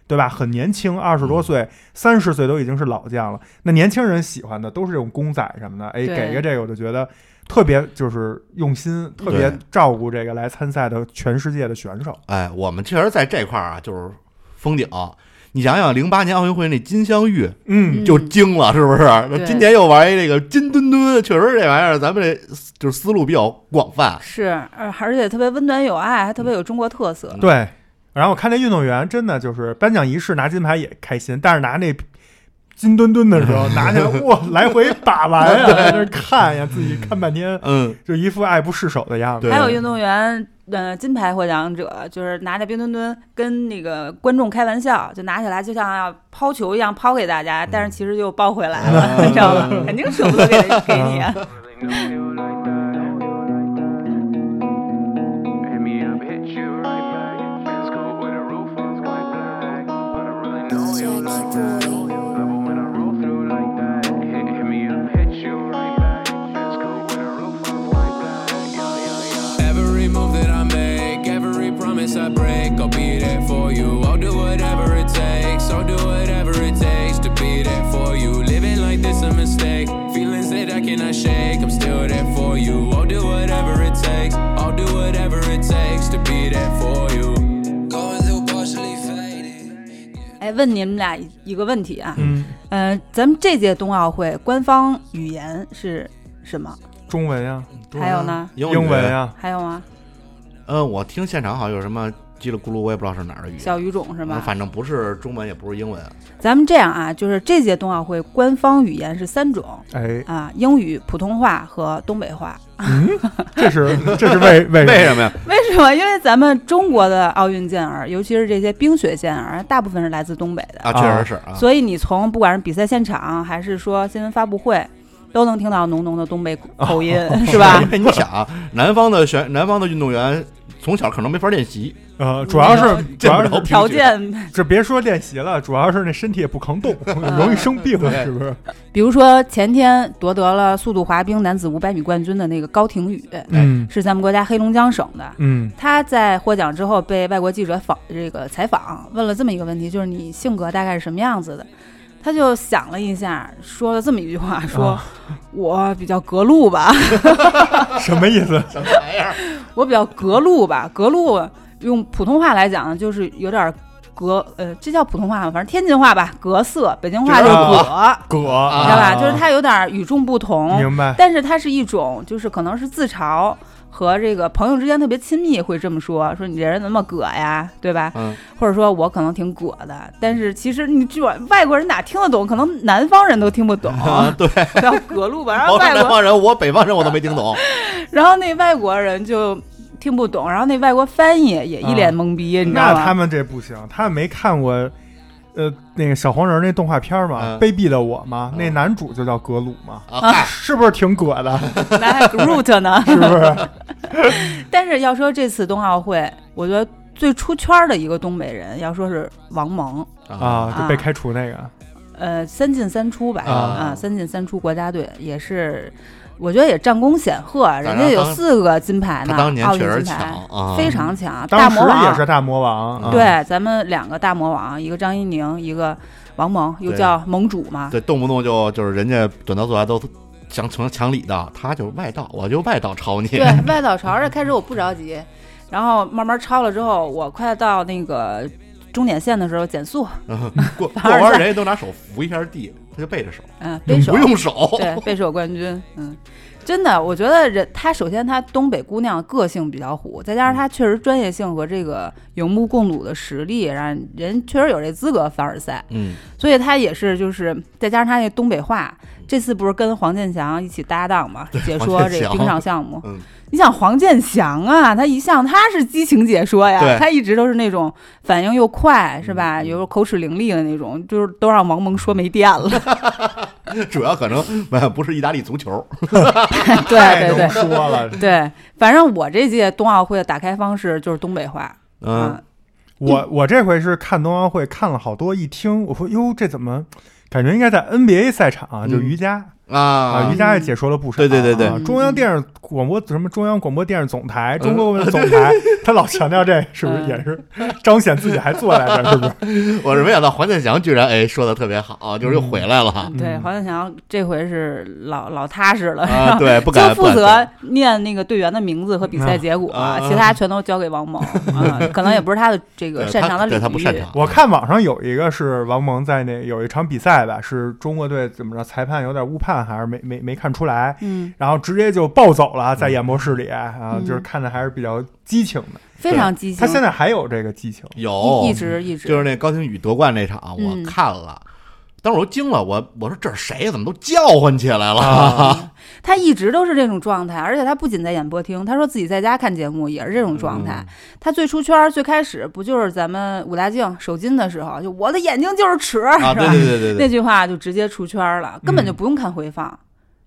Speaker 4: 对吧？很年轻，二
Speaker 3: 嗯
Speaker 4: 十多岁、三十岁都已经是老将了。那年轻人喜欢的都是这种公仔什么的，哎，
Speaker 2: 对
Speaker 4: 给个这个我就觉得特别就是用心，特别
Speaker 3: 对
Speaker 4: 照顾这个来参赛的全世界的选手。
Speaker 3: 哎，我们确实在这块儿啊，就是封顶。你想想，零八年奥运会那金镶玉
Speaker 4: 嗯，
Speaker 3: 就惊了，是不是？那今年又玩一这个金墩墩，确实这玩意儿咱们这就是思路比较广泛。
Speaker 2: 是，而而且特别温暖有爱，还特别有中国特
Speaker 3: 嗯
Speaker 2: 色。
Speaker 4: 对。然后我看那运动员真的就是颁奖仪式拿金牌也开心，但是拿那金墩墩的时候拿起 来哇，来回把玩呀，在那看呀，自己看半天，
Speaker 3: 嗯，
Speaker 4: 就一副爱不释手的样子。
Speaker 3: 对
Speaker 2: 还有运动员，呃，金牌获奖者就是拿着冰墩墩跟那个观众开玩笑，就拿起来就像要抛球一样抛给大家，
Speaker 3: 嗯
Speaker 2: 但是其实就抱回来
Speaker 3: 哦
Speaker 2: 了， 你知道吗？肯定舍不 得给给你啊。
Speaker 5: Don't do it like that. Hit me up, hit you right back. Let's go with a roof on white black. But I really know you like that. Love it when I roll through like that. Hit, hit me up, hit you right back. Let's go with a roof on white black. Yeah, yeah, yeah.
Speaker 6: Every move that I make, every promise I break, I'll be there for you. I'll do whatever it takes, I'll do whatever it takes to be there for you. Living like this a mistake, feelings that I cannot shake, I'm still there for you. I'll do whatever it takes, I'll do whatever it takes to be there for you. Going through partially faded.
Speaker 2: 哎，问你们俩一个问题啊，
Speaker 4: 嗯，
Speaker 2: 呃，咱们这届冬奥会官方语言是什么？
Speaker 4: 中文呀，
Speaker 2: 还有呢？
Speaker 3: 英啊
Speaker 4: 英文，呀，
Speaker 2: 还有吗？
Speaker 3: 嗯，我听现场好像有什么叽里咕噜，我也不知道是哪儿的语言，
Speaker 2: 小语种是吗？
Speaker 3: 啊反正不是中文，也不是英文。
Speaker 2: 咱们这样啊，就是这届冬奥会官方语言是三种
Speaker 3: 嗯
Speaker 4: 哎，
Speaker 2: 啊，英语、普通话和东北话。
Speaker 4: 这是这是为为
Speaker 3: 为什么呀？
Speaker 2: 为什么？因为咱们中国的奥运健儿，尤其是这些冰雪健儿，大部分是来自东北的，
Speaker 3: 啊，确实是啊。
Speaker 2: 所以你从不管是比赛现场还是说新闻发布会，都能听到浓浓的东北口 音，是吧
Speaker 3: 因？为你想啊，南方的选南方的运动员从小可能没法练习，
Speaker 4: 呃，主要是主
Speaker 3: 见
Speaker 4: 要
Speaker 3: 不
Speaker 4: 是
Speaker 3: 着
Speaker 2: 条件，
Speaker 4: 这别说练习了，主要是那身体也不 抗冻，容易生病，
Speaker 3: 对
Speaker 4: 是不是？
Speaker 2: 比如说前天夺得了速度滑冰男子五百米冠军的那个高廷宇，
Speaker 4: 嗯
Speaker 2: 是咱们国家黑龙江省的。
Speaker 4: 嗯
Speaker 2: 他在获奖之后被外国记者访这个采访，问了这么一个问题，就是你性格大概是什么样子的？他就想了一下，说了这么一句话，说、
Speaker 4: 啊
Speaker 2: 我比较格路吧，
Speaker 4: 什么意 思？
Speaker 3: 什么玩意儿？
Speaker 2: 我比较格路吧，格路用普通话来讲呢，就是有点格，呃，这叫普通话吗？反正天津话吧，格色，北京话就是
Speaker 4: 就是
Speaker 2: 葛，
Speaker 4: 葛，知
Speaker 3: 啊
Speaker 2: 知道吧？就是他有点与众不同，
Speaker 4: 啊 明白。
Speaker 2: 但是它是一种，就是可能是自嘲，和这个朋友之间特别亲密，会这么说，说你这人怎么葛呀，对吧？
Speaker 3: 嗯，
Speaker 2: 或者说我可能挺葛的，但是其实你这玩外国人哪听得懂？可能南方人都听不懂，
Speaker 3: 啊，对，
Speaker 2: 叫葛路吧。然后
Speaker 3: 我是
Speaker 2: 外
Speaker 3: 南
Speaker 2: 国，
Speaker 3: 方人，我北方人我都没听懂。
Speaker 2: 然后那外国人就听不懂，然后那外国翻译也一脸懵逼，你知
Speaker 4: 那
Speaker 2: 道
Speaker 4: 他
Speaker 2: 吗？
Speaker 4: 们这不行，他们没看过，呃，那个小黄人那动画片嘛，
Speaker 3: 嗯
Speaker 4: 卑鄙的我》嘛，
Speaker 3: 嗯
Speaker 4: 那男主就叫格鲁嘛，
Speaker 3: 啊，嗨，
Speaker 4: 是不是挺葛的？
Speaker 2: 那还 Groot 呢？
Speaker 4: 是不是？
Speaker 2: 但是要说这次冬奥会，我觉得最出圈的一个东北人，要说是王蒙，
Speaker 3: 嗯
Speaker 4: 啊，就
Speaker 2: 啊
Speaker 4: 被开除那个，
Speaker 2: 呃，三进三出吧，
Speaker 3: 啊
Speaker 2: 啊，三进三出国家队也是，我觉得也战功显赫，人家有
Speaker 3: 当
Speaker 2: 四个金牌呢
Speaker 3: 他，当年
Speaker 2: 奥运
Speaker 3: 确实
Speaker 2: 金
Speaker 3: 强
Speaker 2: 牌，
Speaker 3: 啊，
Speaker 2: 非常强，大
Speaker 4: 当
Speaker 2: 魔
Speaker 4: 时也
Speaker 2: 王
Speaker 4: 是。大魔王，啊，
Speaker 2: 对，咱们两个大魔王，一个张怡宁，一个王蒙，又
Speaker 3: 对
Speaker 2: 叫盟主嘛。
Speaker 3: 对，动不动就就是人家短道速来都想成抢礼的，他就外道，我就外道抄你。
Speaker 2: 对，外早朝这开始我不着急，然后慢慢超了之后，我快到那个终点线的时候减速，
Speaker 3: 嗯 过过弯儿人家都拿手扶一下地，他就背着手，
Speaker 2: 嗯，背手
Speaker 3: 不，用手。
Speaker 2: 对，备受冠军，嗯，真的，我觉得人她首先她东北姑娘个性比较虎，再加上
Speaker 3: 嗯
Speaker 2: 她确实专业性和这个有目共睹的实力，让人确实有这资格凡尔赛，
Speaker 3: 嗯，
Speaker 2: 所以她也是就是再加上她那东北话，这次不是跟黄健翔一起搭档嘛，解说
Speaker 3: 黄
Speaker 2: 这
Speaker 3: 健
Speaker 2: 个
Speaker 3: 翔
Speaker 2: 冰上项目，
Speaker 3: 嗯
Speaker 2: 你想黄健翔啊，他一向他是激情解说呀
Speaker 3: 对，
Speaker 2: 他一直都是那种反应又快是吧，
Speaker 3: 嗯
Speaker 2: 有时候口齿伶俐的那种，就是都让王蒙说没电了，
Speaker 3: 主要可能呃不是意大利足球，
Speaker 2: 对
Speaker 4: 太
Speaker 2: 对对
Speaker 4: 能。哎说 了，
Speaker 2: 对，反正我这届冬奥会的打开方式就是东北话，啊
Speaker 3: 嗯，，
Speaker 4: 我我这回是看冬奥会看了好多，一听我说哟，这怎么感觉应该在 NBA 赛场啊，
Speaker 3: 嗯
Speaker 4: 就瑜伽啊，
Speaker 3: 啊
Speaker 4: 瑜，伽也解说了不少啊。
Speaker 3: 对对对对嗯
Speaker 4: 啊中央电视广播什么中央广播电视总台、中国总台，他老强调这是不是
Speaker 2: 嗯
Speaker 4: 也是彰显自己还坐在这儿，是不是？
Speaker 3: 我是没想到黄健翔居然哎说的特别好，就是又回来了
Speaker 2: 对，黄健翔这回是老老踏实了，
Speaker 3: 嗯 啊，对，不
Speaker 2: 嗯就
Speaker 3: 敢
Speaker 2: 负
Speaker 3: 不
Speaker 2: 责
Speaker 3: 敢
Speaker 2: 念那个队员的名字和比赛结果，
Speaker 3: 啊啊
Speaker 2: 其他全都交给 王蒙，啊，可能也不是他的这
Speaker 3: 对
Speaker 2: 个擅长的
Speaker 3: 他
Speaker 2: 领域。
Speaker 3: 对他不擅长。嗯
Speaker 4: 我看网上有一个是王蒙在那有一场比赛吧，是中国队怎么着裁判有点误判，还是没没没看出来，
Speaker 2: 嗯，
Speaker 4: 然后直接就暴走了，
Speaker 3: 嗯
Speaker 4: 在演播室里啊，
Speaker 2: 嗯
Speaker 4: 就是看着还是比较激情的。
Speaker 2: 非常激情。
Speaker 4: 他现在还有这个激情，
Speaker 3: 有
Speaker 2: 一一直一直
Speaker 3: 哦就是那高廷宇夺冠那场，我
Speaker 2: 嗯
Speaker 3: 看了，当时我惊了，我我说这是谁？怎么都叫唤起来
Speaker 2: 啊
Speaker 3: 了？
Speaker 4: 啊
Speaker 2: 他一直都是这种状态，而且他不仅在演播厅，他说自己在家看节目也是这种状
Speaker 3: 嗯
Speaker 2: 态。他最出圈儿最开始不就是咱们武大靖首金的时候，就我的眼睛就是尺，
Speaker 3: 啊，
Speaker 2: 是
Speaker 3: 对
Speaker 2: 吧？
Speaker 3: 对对对对
Speaker 2: 那句话就直接出圈儿了，根本就
Speaker 4: 嗯
Speaker 2: 不用看回放，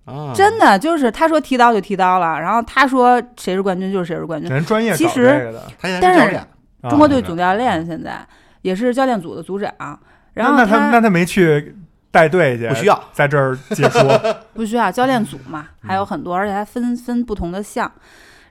Speaker 3: 啊，
Speaker 2: 真的就是他说剃刀就剃刀了，然后他说谁是冠军就是谁是冠军。
Speaker 4: 人专业搞
Speaker 2: 其实
Speaker 4: 这个的。
Speaker 3: 他现在
Speaker 2: 但
Speaker 3: 是
Speaker 2: 是
Speaker 3: 教练，
Speaker 4: 啊
Speaker 2: 中国队总教练现在也是教练组的组长，然后
Speaker 4: 那那他那他没去带队去，
Speaker 3: 不需要
Speaker 4: 在这儿 解说。
Speaker 2: 不需要教练组嘛，
Speaker 4: 嗯
Speaker 2: 还有很多，而且还分分不同的项，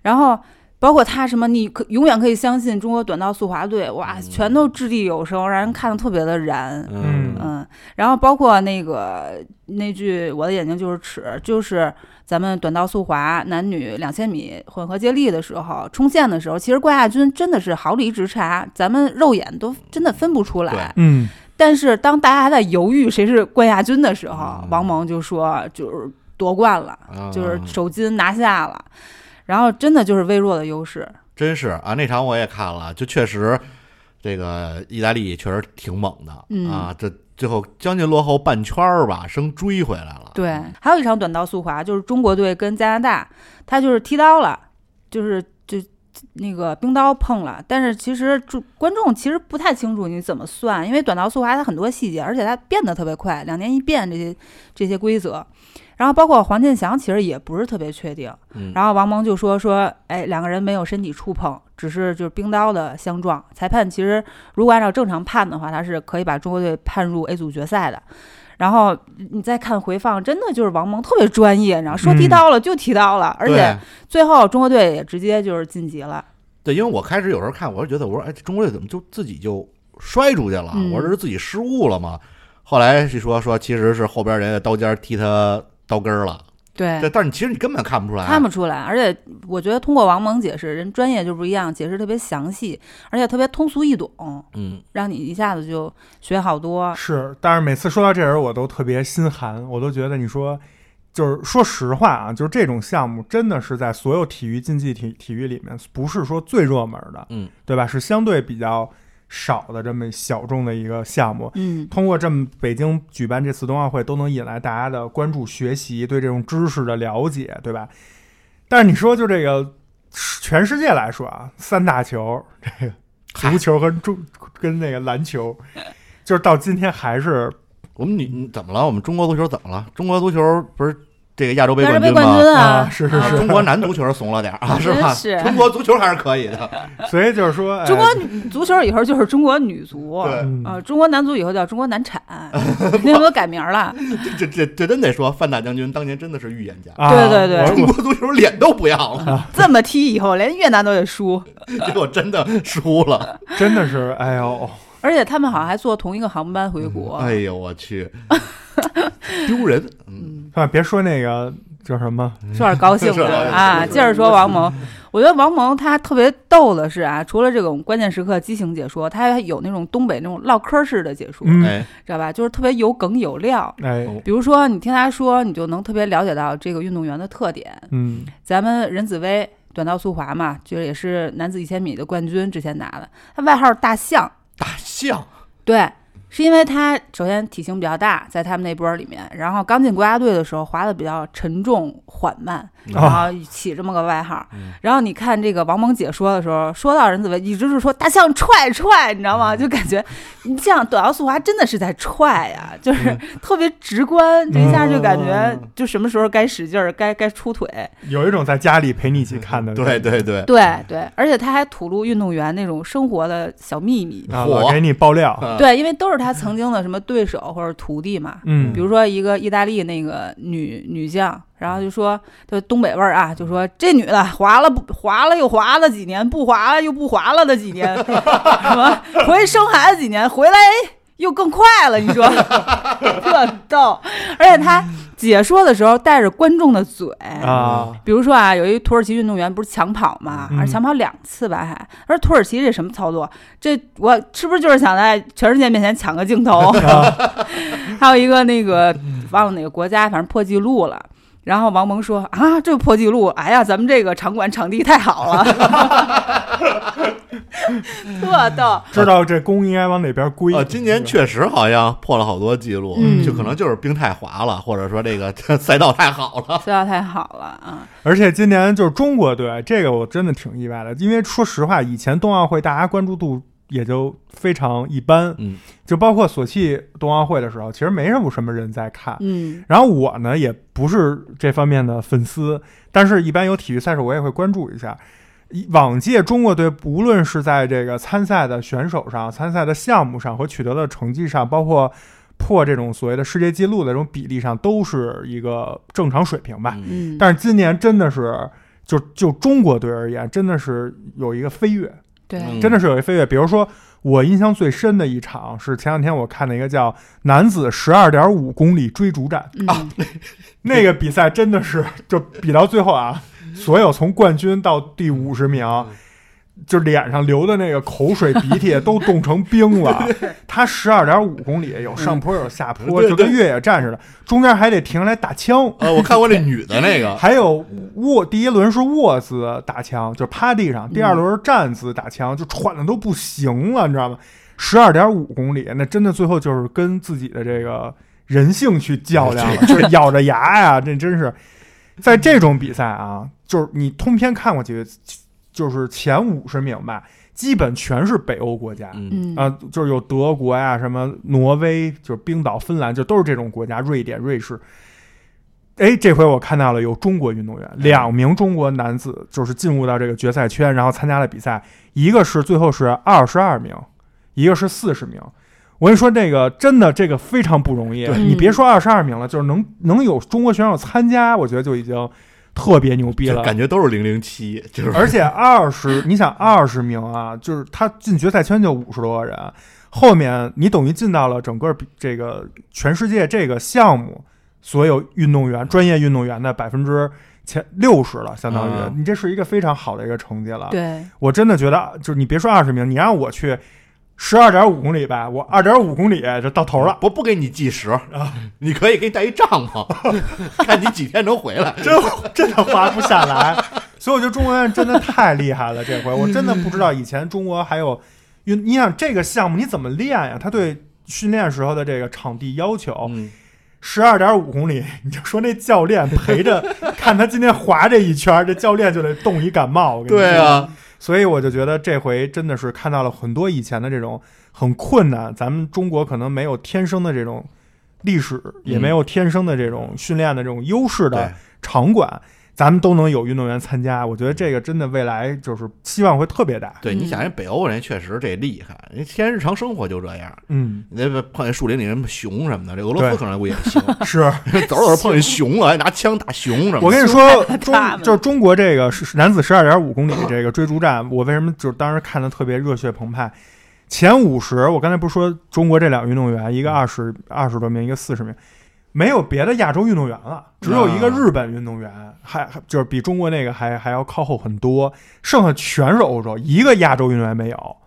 Speaker 2: 然后。包括他什么，你可永远可以相信中国短道速滑队，哇，全都掷地有声，让人看的特别的燃。
Speaker 4: 嗯
Speaker 2: 嗯，然后包括那个那句“我的眼睛就是尺”，就是咱们短道速滑男女两千米混合接力的时候，冲线的时候，其实冠亚军真的是毫厘之差，咱们肉眼都真的分不出来。
Speaker 4: 嗯，
Speaker 2: 但是当大家还在犹豫谁是冠亚军的时候
Speaker 3: 嗯，
Speaker 2: 王蒙就说就是夺冠了，
Speaker 3: 啊
Speaker 2: 嗯就是首金拿下了，然后真的就是微弱的优势。
Speaker 3: 真是啊，那场我也看了，就确实这个意大利确实挺猛的、
Speaker 2: 嗯
Speaker 3: 啊，这最后将近落后半圈儿吧，生追回来了。嗯
Speaker 2: 对，还有一场短道速滑，就是中国队跟加拿大，他就是踢刀了，就是就那个冰刀碰了，但是其实主观众其实不太清楚你怎么算，因为短道速滑它很多细节，而且它变得特别快，两年一变这些这些规则。然后包括黄健翔其实也不是特别确定，
Speaker 3: 嗯
Speaker 2: 然后王蒙就说说，哎，两个人没有身体触碰，只是就是冰刀的相撞。裁判其实如果按照正常判的话，他是可以把中国队判入 A 组决赛的。然后你再看回放，真的就是王蒙特别专业，你知道，说
Speaker 4: 嗯
Speaker 2: 踢刀了就踢刀了，而且
Speaker 3: 对
Speaker 2: 最后中国队也直接就是晋级了。
Speaker 3: 对，因为我开始有时候看，我是觉得我说哎，这中国队怎么就自己就摔出去了？
Speaker 2: 嗯
Speaker 3: 我说是自己失误了吗？后来是说说其实是后边人家刀尖儿踢他刀根儿了，
Speaker 2: 对
Speaker 3: 对，但是你其实你根本看不出来，
Speaker 2: 看不出来，而且我觉得通过王蒙解释，人专业就不一样，解释特别详细，而且特别通俗易懂，
Speaker 3: 嗯，
Speaker 2: 让你一下子就学好多。
Speaker 4: 是，但是每次说到这人，我都特别心寒，我都觉得你说就是说实话啊，就是这种项目真的是在所有体育竞技体体育里面，不是说最热门的，
Speaker 3: 嗯，
Speaker 4: 对吧？是相对比较少的这么小众的一个项目。
Speaker 2: 嗯
Speaker 4: 通过这么北京举办这次冬奥会，都能引来大家的关注、学习，对这种知识的了解，对吧？但是你说就这个全世界来说啊，三大球，这个足球和中跟那个篮球，就是到今天还是
Speaker 3: 我们女你怎么了？我们中国足球怎么了？中国足球不是这个亚洲杯
Speaker 2: 但是
Speaker 3: 冠
Speaker 2: 被
Speaker 3: 军
Speaker 2: 冠
Speaker 3: 吗？
Speaker 2: 军
Speaker 4: 啊，
Speaker 2: 啊，
Speaker 4: 是是
Speaker 2: 啊
Speaker 4: 是，
Speaker 3: 中国男足球怂了点儿啊，是吧？
Speaker 2: 真是
Speaker 3: 中国足球还是可以的。
Speaker 4: 所以就是说，哎
Speaker 2: 中国女足球以后就是中国女足，
Speaker 3: 对
Speaker 4: 嗯
Speaker 2: 啊，中国男足以后叫中国男产，那都改名了。
Speaker 3: 这这这真得说，范大将军当年真的是预言家。
Speaker 4: 啊
Speaker 2: 对对对
Speaker 4: 我啊
Speaker 3: 中国足球脸都不要了，
Speaker 2: 这么踢以后，连越南都得输，
Speaker 3: 结果真的输了。
Speaker 4: 我真的是，哎呦，
Speaker 2: 而且他们好像还坐同一个航班回国。
Speaker 3: 哎呦我去，丢人！嗯，
Speaker 4: 啊，别说那个叫什么，
Speaker 2: 说点高兴
Speaker 3: 是是
Speaker 2: 的啊！
Speaker 3: 是
Speaker 2: 接着说王蒙，我觉得王蒙他特别逗的是啊，除了这种关键时刻激情解说，他还有那种东北那种唠嗑式的解说，
Speaker 4: 嗯，
Speaker 3: 哎，
Speaker 2: 知道吧？就是特别有梗有料。
Speaker 4: 哎，
Speaker 2: 比如说，你听他说，你就能特别了解到这个运动员的特点。
Speaker 4: 嗯，
Speaker 2: 咱们任子威短道速滑嘛，就是也是男子一千米的冠军，之前拿的，他外号是大象，
Speaker 3: 大象
Speaker 2: 对，是因为他首先体型比较大，在他们那波儿里面，然后刚进国家队的时候滑的比较沉重缓慢，
Speaker 3: 嗯
Speaker 2: 然后起这么个外号。然后你看这个王蒙姐说的时候，说到任子维，一直是说大象踹踹，你知道吗？就感觉你这样短道速滑真的是在踹呀、就是特别直观，这一下就感觉
Speaker 3: 嗯
Speaker 2: 就什么时候该使劲儿，该该出腿。
Speaker 4: 有一种在家里陪你一起看的，
Speaker 3: 对对对，
Speaker 2: 对对，而且他还吐露运动员那种生活的小秘密。
Speaker 4: 啊，
Speaker 3: 火
Speaker 4: 老给你爆料，
Speaker 3: 啊
Speaker 2: 对，因为都是他曾经的什么对手或者徒弟嘛，
Speaker 4: 嗯，
Speaker 2: 比如说一个意大利那个女女将，然后就说，就东北味儿啊，就说这女的滑了不滑了又滑了几年，不滑了又不滑了的几年， 什么回去生孩子几年，回来哎又更快了，你说 特逗，而且他解说的时候带着观众的嘴
Speaker 4: 啊，
Speaker 2: 比如说啊，有一土耳其运动员不是抢跑嘛，
Speaker 4: 嗯
Speaker 2: 而且抢跑两次吧，还而土耳其这什么操作？这我是不是就是想在全世界面前抢个镜头？ 还有一个那个忘了哪个国家，反正破纪录了。然后王蒙说啊，这破纪录，哎呀，咱们这个场馆场地太好了，特逗。
Speaker 4: 知道这弓应该往哪边归
Speaker 3: 啊，今年确实好像破了好多记录，
Speaker 4: 嗯
Speaker 3: 就可能就是冰太滑了，或者说这个赛道太好了。
Speaker 2: 塑料太好了啊！
Speaker 4: 而且今年就是中国队，这个我真的挺意外的，因为说实话，以前冬奥会大家关注度也就非常一般，
Speaker 3: 嗯，
Speaker 4: 就包括索契冬奥会的时候，其实没什么什么人在看。
Speaker 2: 嗯
Speaker 4: 然后我呢也不是这方面的粉丝，但是一般有体育赛事我也会关注一下。以往届中国队无论是在这个参赛的选手上、参赛的项目上和取得的成绩上，包括破这种所谓的世界纪录的这种比例上，都是一个正常水平吧。
Speaker 3: 嗯
Speaker 2: 嗯，
Speaker 4: 但是今年真的是，就就中国队而言，真的是有一个飞跃，
Speaker 2: 对，
Speaker 3: 嗯
Speaker 4: 真的是有一个飞跃。比如说，我印象最深的一场是前两天我看的一个叫男子十二点五公里追逐战，
Speaker 2: 嗯、
Speaker 3: 啊
Speaker 4: 那个比赛真的是就比到最后啊，所有从冠军到第五十名。就脸上流的那个口水、鼻涕都冻成冰了。他十二点五公里，有上坡有下坡，
Speaker 3: 对
Speaker 4: 就跟
Speaker 3: 对
Speaker 4: 越野战似的，中间还得停下来打枪。
Speaker 3: 呃，我看过那女的那 个，
Speaker 4: 还有卧，第一轮是卧姿打枪，就是趴地上；第二轮是站姿打枪，就喘的都不行了，你知道吗？十二点五公里，那真的最后就是跟自己的这个人性去较量了，就是咬着牙呀，这真是在这种比赛啊，就是你通篇看过去，就是前五十名吧，基本全是北欧国家。
Speaker 3: 嗯，
Speaker 2: 嗯
Speaker 4: 啊、就是有德国呀、什么挪威，就是冰岛、芬兰，就都是这种国家，瑞典、瑞士。哎，这回我看到了有中国运动员，
Speaker 3: 嗯
Speaker 4: 两名中国男子就是进入到这个决赛圈，然后参加了比赛，一个是最后是二十二名，一个是四十名。我跟你说，这个真的这个非常不容易，
Speaker 3: 对嗯
Speaker 4: 你别说二十二名了，就是能能有中国选手参加，我觉得就已经特别牛逼
Speaker 3: 就
Speaker 4: 了。
Speaker 3: 感觉都是零零七，就是
Speaker 4: 而且二十，你想二十名啊，就是他进决赛圈就五十多个人，后面你等于进到了整个比这个全世界这个项目所有运动员、专业运动员的百分之前六十了，相当于、
Speaker 3: 嗯
Speaker 4: 你这是一个非常好的一个成绩了。
Speaker 2: 对，
Speaker 4: 我真的觉得，就是你别说二十名，你让我去十二点五公里吧，我二点五公里就到头了，
Speaker 3: 不不给你计时啊，你可以给你带一帐篷， 看你几天能回来。
Speaker 4: 真 真的滑不下来。 所以我觉得中国院真的太厉害了，这回我真的不知道以前中国还有，因为你想这个项目你怎么练呀？他对训练时候的这个场地要求，
Speaker 3: 嗯，
Speaker 4: 十二点五公里， 你就说那教练陪着 看他今天滑这一圈儿，这教练就得冻一感冒。我跟你
Speaker 3: 对
Speaker 4: 说
Speaker 3: 啊，
Speaker 4: 所以我就觉得这回真的是看到了很多以前的这种很困难，咱们中国可能没有天生的这种历史，也没有天生的这种训练的这种优势的
Speaker 3: 对
Speaker 4: 场馆，咱们都能有运动员参加。我觉得这个真的未来就是希望会特别大。
Speaker 3: 对，你想
Speaker 2: 嗯
Speaker 3: 人北欧人确实这厉害，人天日常生活就这样。
Speaker 4: 嗯，
Speaker 3: 你那碰见树林里人熊什么的，这俄罗斯
Speaker 4: 对
Speaker 3: 可能不也行？
Speaker 4: 是
Speaker 3: 走着走着碰见熊了，还拿枪打熊什么的。
Speaker 4: 我跟你说，
Speaker 2: 熊孩子大
Speaker 4: 中就是中国这个是男子十二点五公里这个追逐战，我为什么就当时看的特别热血澎湃？前五十，我刚才不是说中国这俩运动员，一
Speaker 3: 嗯
Speaker 4: 个二十二十多名，一个四十名，没有别的亚洲运动员了，只
Speaker 3: 啊
Speaker 4: 有一个日本运动员，还还就是比中国那个还还要靠后很多，剩下全是欧洲，一个亚洲运动员没有。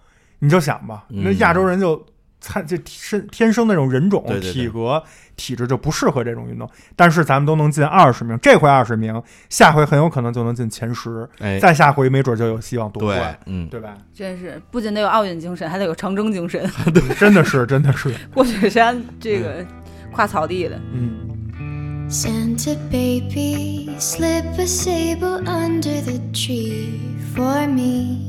Speaker 4: 你就想吧，那
Speaker 3: 嗯
Speaker 4: 亚洲人就参这身天生那种人种、
Speaker 3: 对对对
Speaker 4: 体格、体质就不适合这种运动。但是咱们都能进二十名，这回二十名，下回很有可能就能进前十，
Speaker 3: 哎，
Speaker 4: 再下回没准就有希望夺
Speaker 3: 对
Speaker 4: 冠，，
Speaker 3: 嗯，
Speaker 4: 对吧？
Speaker 2: 真是不仅得有奥运精神，还得有长征精神。
Speaker 4: 真的是，真的是，
Speaker 2: 过雪山这个跨草地的，
Speaker 4: 嗯，
Speaker 1: Santa baby, slip a sable under the tree for me.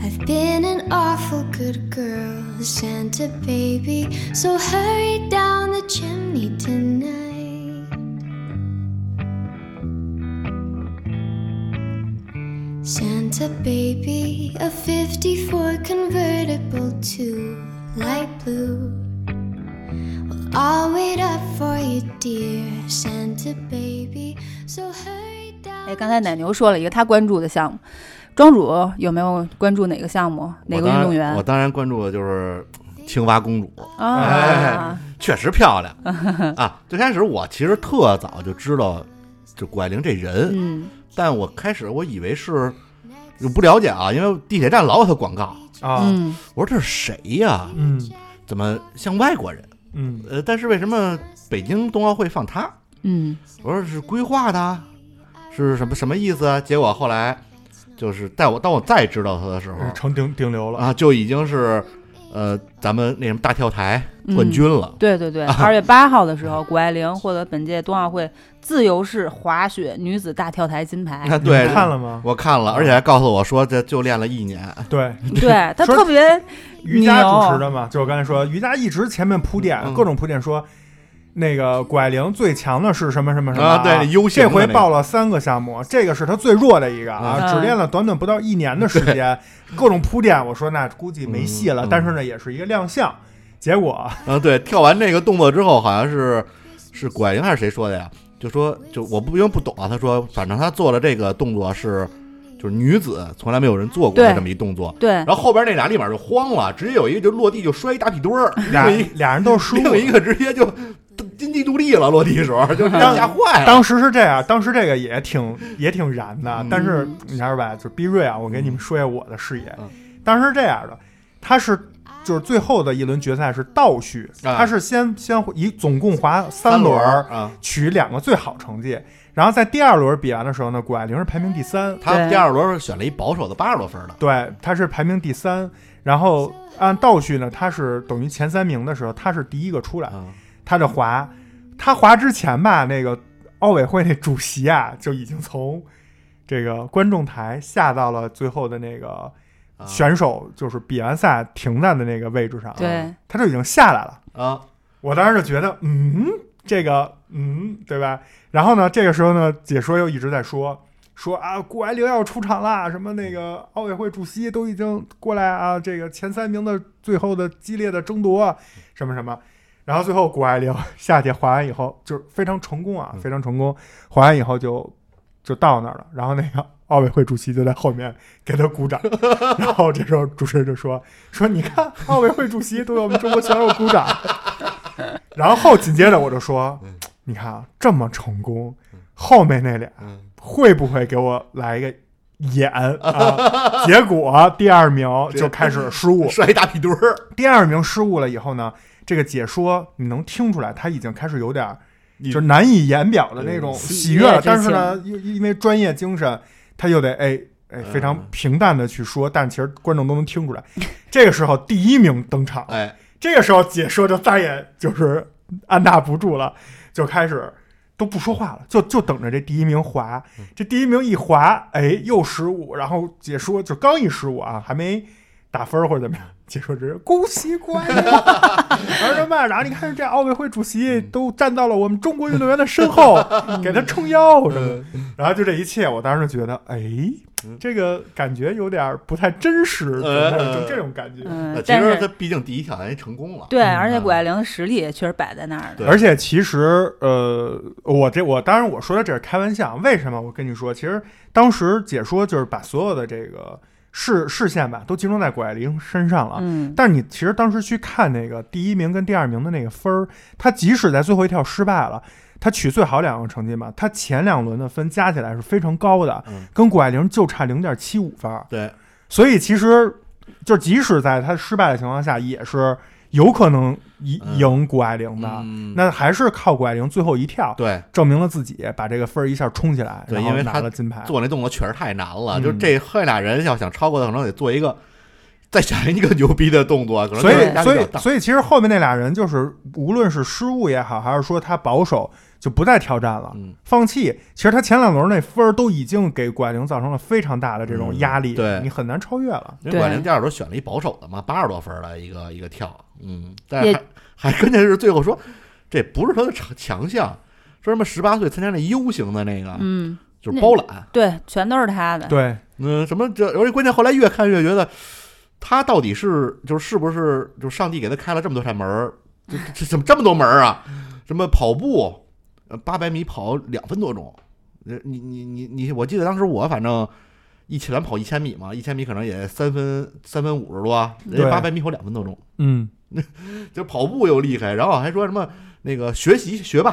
Speaker 1: I've been an awful good girl, Santa baby, so hurry down the chimney tonight. Santa baby, a 54 convertible to light blue. I'll wait up for you, dear Santa baby. So hurry
Speaker 2: 哎，
Speaker 1: down.
Speaker 2: 刚才奶牛说了一个他关注的项目，庄主有没有关注哪个项目？哪
Speaker 3: 我
Speaker 2: 个
Speaker 3: 当
Speaker 2: 运
Speaker 3: 然
Speaker 2: 动员
Speaker 3: 我当然关注的就是青蛙公主，
Speaker 2: 啊？
Speaker 3: 确实漂亮 啊！最开始我其实特早就知道就谷爱凌这人，
Speaker 2: 嗯，
Speaker 3: 但我开始我以为是就不了解啊，因为地铁站老有她广告，
Speaker 4: 啊，
Speaker 2: 嗯，
Speaker 3: 我说这是谁呀？
Speaker 4: 嗯
Speaker 3: 怎么像外国人？
Speaker 4: 嗯
Speaker 3: 呃，但是为什么北京冬奥会放她？
Speaker 2: 嗯，
Speaker 3: 我说是规划的啊，是什么什么意思啊？结果后来就是在我当我再知道他的时候
Speaker 4: 嗯，成顶顶流了，
Speaker 3: 啊，就已经是呃咱们那什么大跳台
Speaker 4: 嗯
Speaker 3: 冠军了。
Speaker 2: 对对对，二月八号的时候，谷爱凌获得本届冬奥会自由式滑雪女子大跳台金牌。
Speaker 3: 啊，
Speaker 4: 哎你
Speaker 3: 对，
Speaker 4: 们看了吗？
Speaker 3: 我看
Speaker 2: 啊
Speaker 3: 了，而且还告诉我说这就练了一年。
Speaker 4: 对，
Speaker 2: 对她
Speaker 4: 说
Speaker 2: 特别
Speaker 4: 瑜伽主持
Speaker 2: 牛，
Speaker 4: 的嘛，就我刚才说，瑜伽一直前面铺垫，
Speaker 3: 嗯
Speaker 4: 各种铺垫说，那个谷爱凌最强的是什么什么什么
Speaker 3: 啊对优型
Speaker 4: 这
Speaker 3: 的
Speaker 4: 回
Speaker 3: 那个
Speaker 4: 报了三个项目，这个是她最弱的一个啊，
Speaker 2: 嗯
Speaker 4: 只练了短短不到一年的时间，各种铺垫，我说那估计没戏了
Speaker 3: 嗯，
Speaker 4: 但是呢，也是一个亮相。结果
Speaker 3: 啊，对，跳完这个动作之后，好像是是谷爱凌还是谁说的呀？就说就我不因为不懂啊，他说反正他做了这个动作是就是女子从来没有人做过的
Speaker 2: 对
Speaker 3: 这么一动作。
Speaker 2: 对
Speaker 3: 然后后边那俩立马就慌了，直接有一个就落地就摔一大屁墩儿，
Speaker 4: 俩
Speaker 3: 另一
Speaker 4: 俩人都输了
Speaker 3: 另一。个直接就 金鸡独立了，落地时候 就
Speaker 4: 当
Speaker 3: 吓坏了。
Speaker 4: 当时是这样，当时这个也挺也挺燃的，
Speaker 3: 嗯
Speaker 4: 但是你知道吧，就是毕瑞啊，我给你们说一下我的视野
Speaker 3: 嗯，
Speaker 4: 当时是这样的，他是就是最后的一轮决赛是倒序，
Speaker 3: 啊
Speaker 4: 他是先先以总共滑三
Speaker 3: 轮
Speaker 4: 轮
Speaker 3: 儿
Speaker 4: 儿
Speaker 3: 啊，
Speaker 4: 取两个最好成绩，然后在第二轮比完的时候呢，谷爱凌是排名第三，
Speaker 3: 他
Speaker 2: 对
Speaker 3: 第二轮选了一保守的八十多分的，
Speaker 4: 对，他是排名第三，然后按倒序呢，他是等于前三名的时候，他是第一个出来，
Speaker 3: 啊
Speaker 4: 他这滑，他滑之前吧，那个奥委会那主席啊，就已经从这个观众台下到了最后的那个
Speaker 3: 啊
Speaker 4: 选手，就是比完赛停在的那个位置上，
Speaker 2: 对，
Speaker 4: 他就已经下来了。
Speaker 3: 啊，
Speaker 4: 我当时就觉得，嗯，这个，嗯，对吧？然后呢，这个时候呢，解说又一直在说。说啊，谷爱凌要出场啦！什么那个奥委会主席都已经过来啊，这个前三名的最后的激烈的争夺，啊什么什么，然后最后谷爱凌 下去滑完以后，就是非常成功啊，
Speaker 3: 嗯
Speaker 4: 非常成功，滑完以后就就到那儿了，然后那个奥委会主席就在后面给 他鼓掌，然后这时候主持人就说说你看奥委会主席都为我们中国选手鼓掌， 然后紧接着我就说，
Speaker 3: 嗯
Speaker 4: 你看啊这么成功，后面那俩
Speaker 3: 嗯
Speaker 4: 会不会给我来一个 演啊，结果第二名就 开始失误，
Speaker 3: 摔一大屁墩儿，
Speaker 4: 第二名失误了以后呢，这个解说你能听出来，他已经开始有点儿就是难以言表的那种喜悦了
Speaker 2: 呃喜悦之情
Speaker 4: 但是呢，因因为专业精神，他又得哎哎非
Speaker 2: 嗯
Speaker 4: 常平淡的去说，但其实观众都能听出来。这个时候第一名登场，
Speaker 3: 哎，
Speaker 4: 这个时候解说就再也就是按捺不住了，就开始。都不说话了，就就等着这第一名滑。这第一名一滑，哎，又失误，然后解说就刚一失误啊，还没打分儿或者怎么样，解说只是恭喜国安，玩什么？然后你看这奥委会主席都站到了我们中国运动员的身后，给他撑腰什么的。然后就这一切，我当时觉得，哎，这个感觉有点儿不太真实，
Speaker 3: 呃
Speaker 4: 就就这种感觉。
Speaker 2: 嗯
Speaker 3: 呃，其
Speaker 2: 但
Speaker 3: 实他
Speaker 2: 是
Speaker 3: 毕竟第一挑战也成功了，
Speaker 2: 对，而且谷爱凌的实力也确实摆在那儿的。
Speaker 3: 对
Speaker 4: 而且其实，呃，我这我当然我说的这是开玩笑。为什么？我跟你说，其实当时解说就是把所有的这个视视线吧都集中在谷爱凌身上了。
Speaker 2: 嗯，
Speaker 4: 但是你其实当时去看那个第一名跟第二名的那个分儿，他即使在最后一跳失败了，他取最好两个成绩嘛，他前两轮的分加起来是非常高的，
Speaker 3: 嗯
Speaker 4: 跟谷爱凌就差零点七五分儿。
Speaker 3: 对，
Speaker 4: 所以其实就即使在他失败的情况下，也是有可能赢
Speaker 3: 嗯
Speaker 4: 赢谷爱凌的。
Speaker 3: 嗯
Speaker 4: 那还是靠谷爱凌最后一跳，
Speaker 3: 对
Speaker 4: 证明了自己，把这个分儿一下冲起来，
Speaker 3: 对
Speaker 4: 然后
Speaker 3: 因为
Speaker 4: 拿
Speaker 3: 他
Speaker 4: 了金牌。
Speaker 3: 做那动作确实太难了，
Speaker 4: 嗯
Speaker 3: 就是这这俩人要想超过他，可能得做一个再展一个牛逼的动作，可能
Speaker 4: 所
Speaker 3: 就是
Speaker 4: 以，
Speaker 3: 压力
Speaker 4: 所
Speaker 3: 比较
Speaker 4: 以，
Speaker 3: 大
Speaker 4: 所以，其实后面那俩人就是，无论是失误也好，还是说他保守，就不再挑战了，
Speaker 3: 嗯
Speaker 4: 放弃。其实他前两轮那分儿都已经给谷爱凌造成了非常大的这种压力，
Speaker 3: 嗯对
Speaker 4: 你很难超越了。
Speaker 3: 因为
Speaker 2: 对
Speaker 3: 管凌第二轮选了一保守的嘛，八十多分儿的一个一个跳，嗯，但
Speaker 2: 也
Speaker 3: 是还还关键是最后说这不是他的强强项，说什么十八岁参加那 U 型的那个，
Speaker 2: 嗯，
Speaker 3: 就是包揽，
Speaker 2: 对，全都是他的。
Speaker 4: 对，
Speaker 3: 嗯，什么这，而且关键后来越看越觉得他到底是就是是不是就是上帝给他开了这么多扇门儿，这这这怎么这么多门儿啊？什么跑步，呃，八百米跑两分多钟，呃你你你你，我记得当时我反正。一起咱跑一千米嘛，一千米可能也三分三分五十多，人家
Speaker 4: 对
Speaker 3: 八百米跑两分多钟，
Speaker 4: 嗯，
Speaker 3: 就跑步又厉害，然后还说什么那个学习学霸，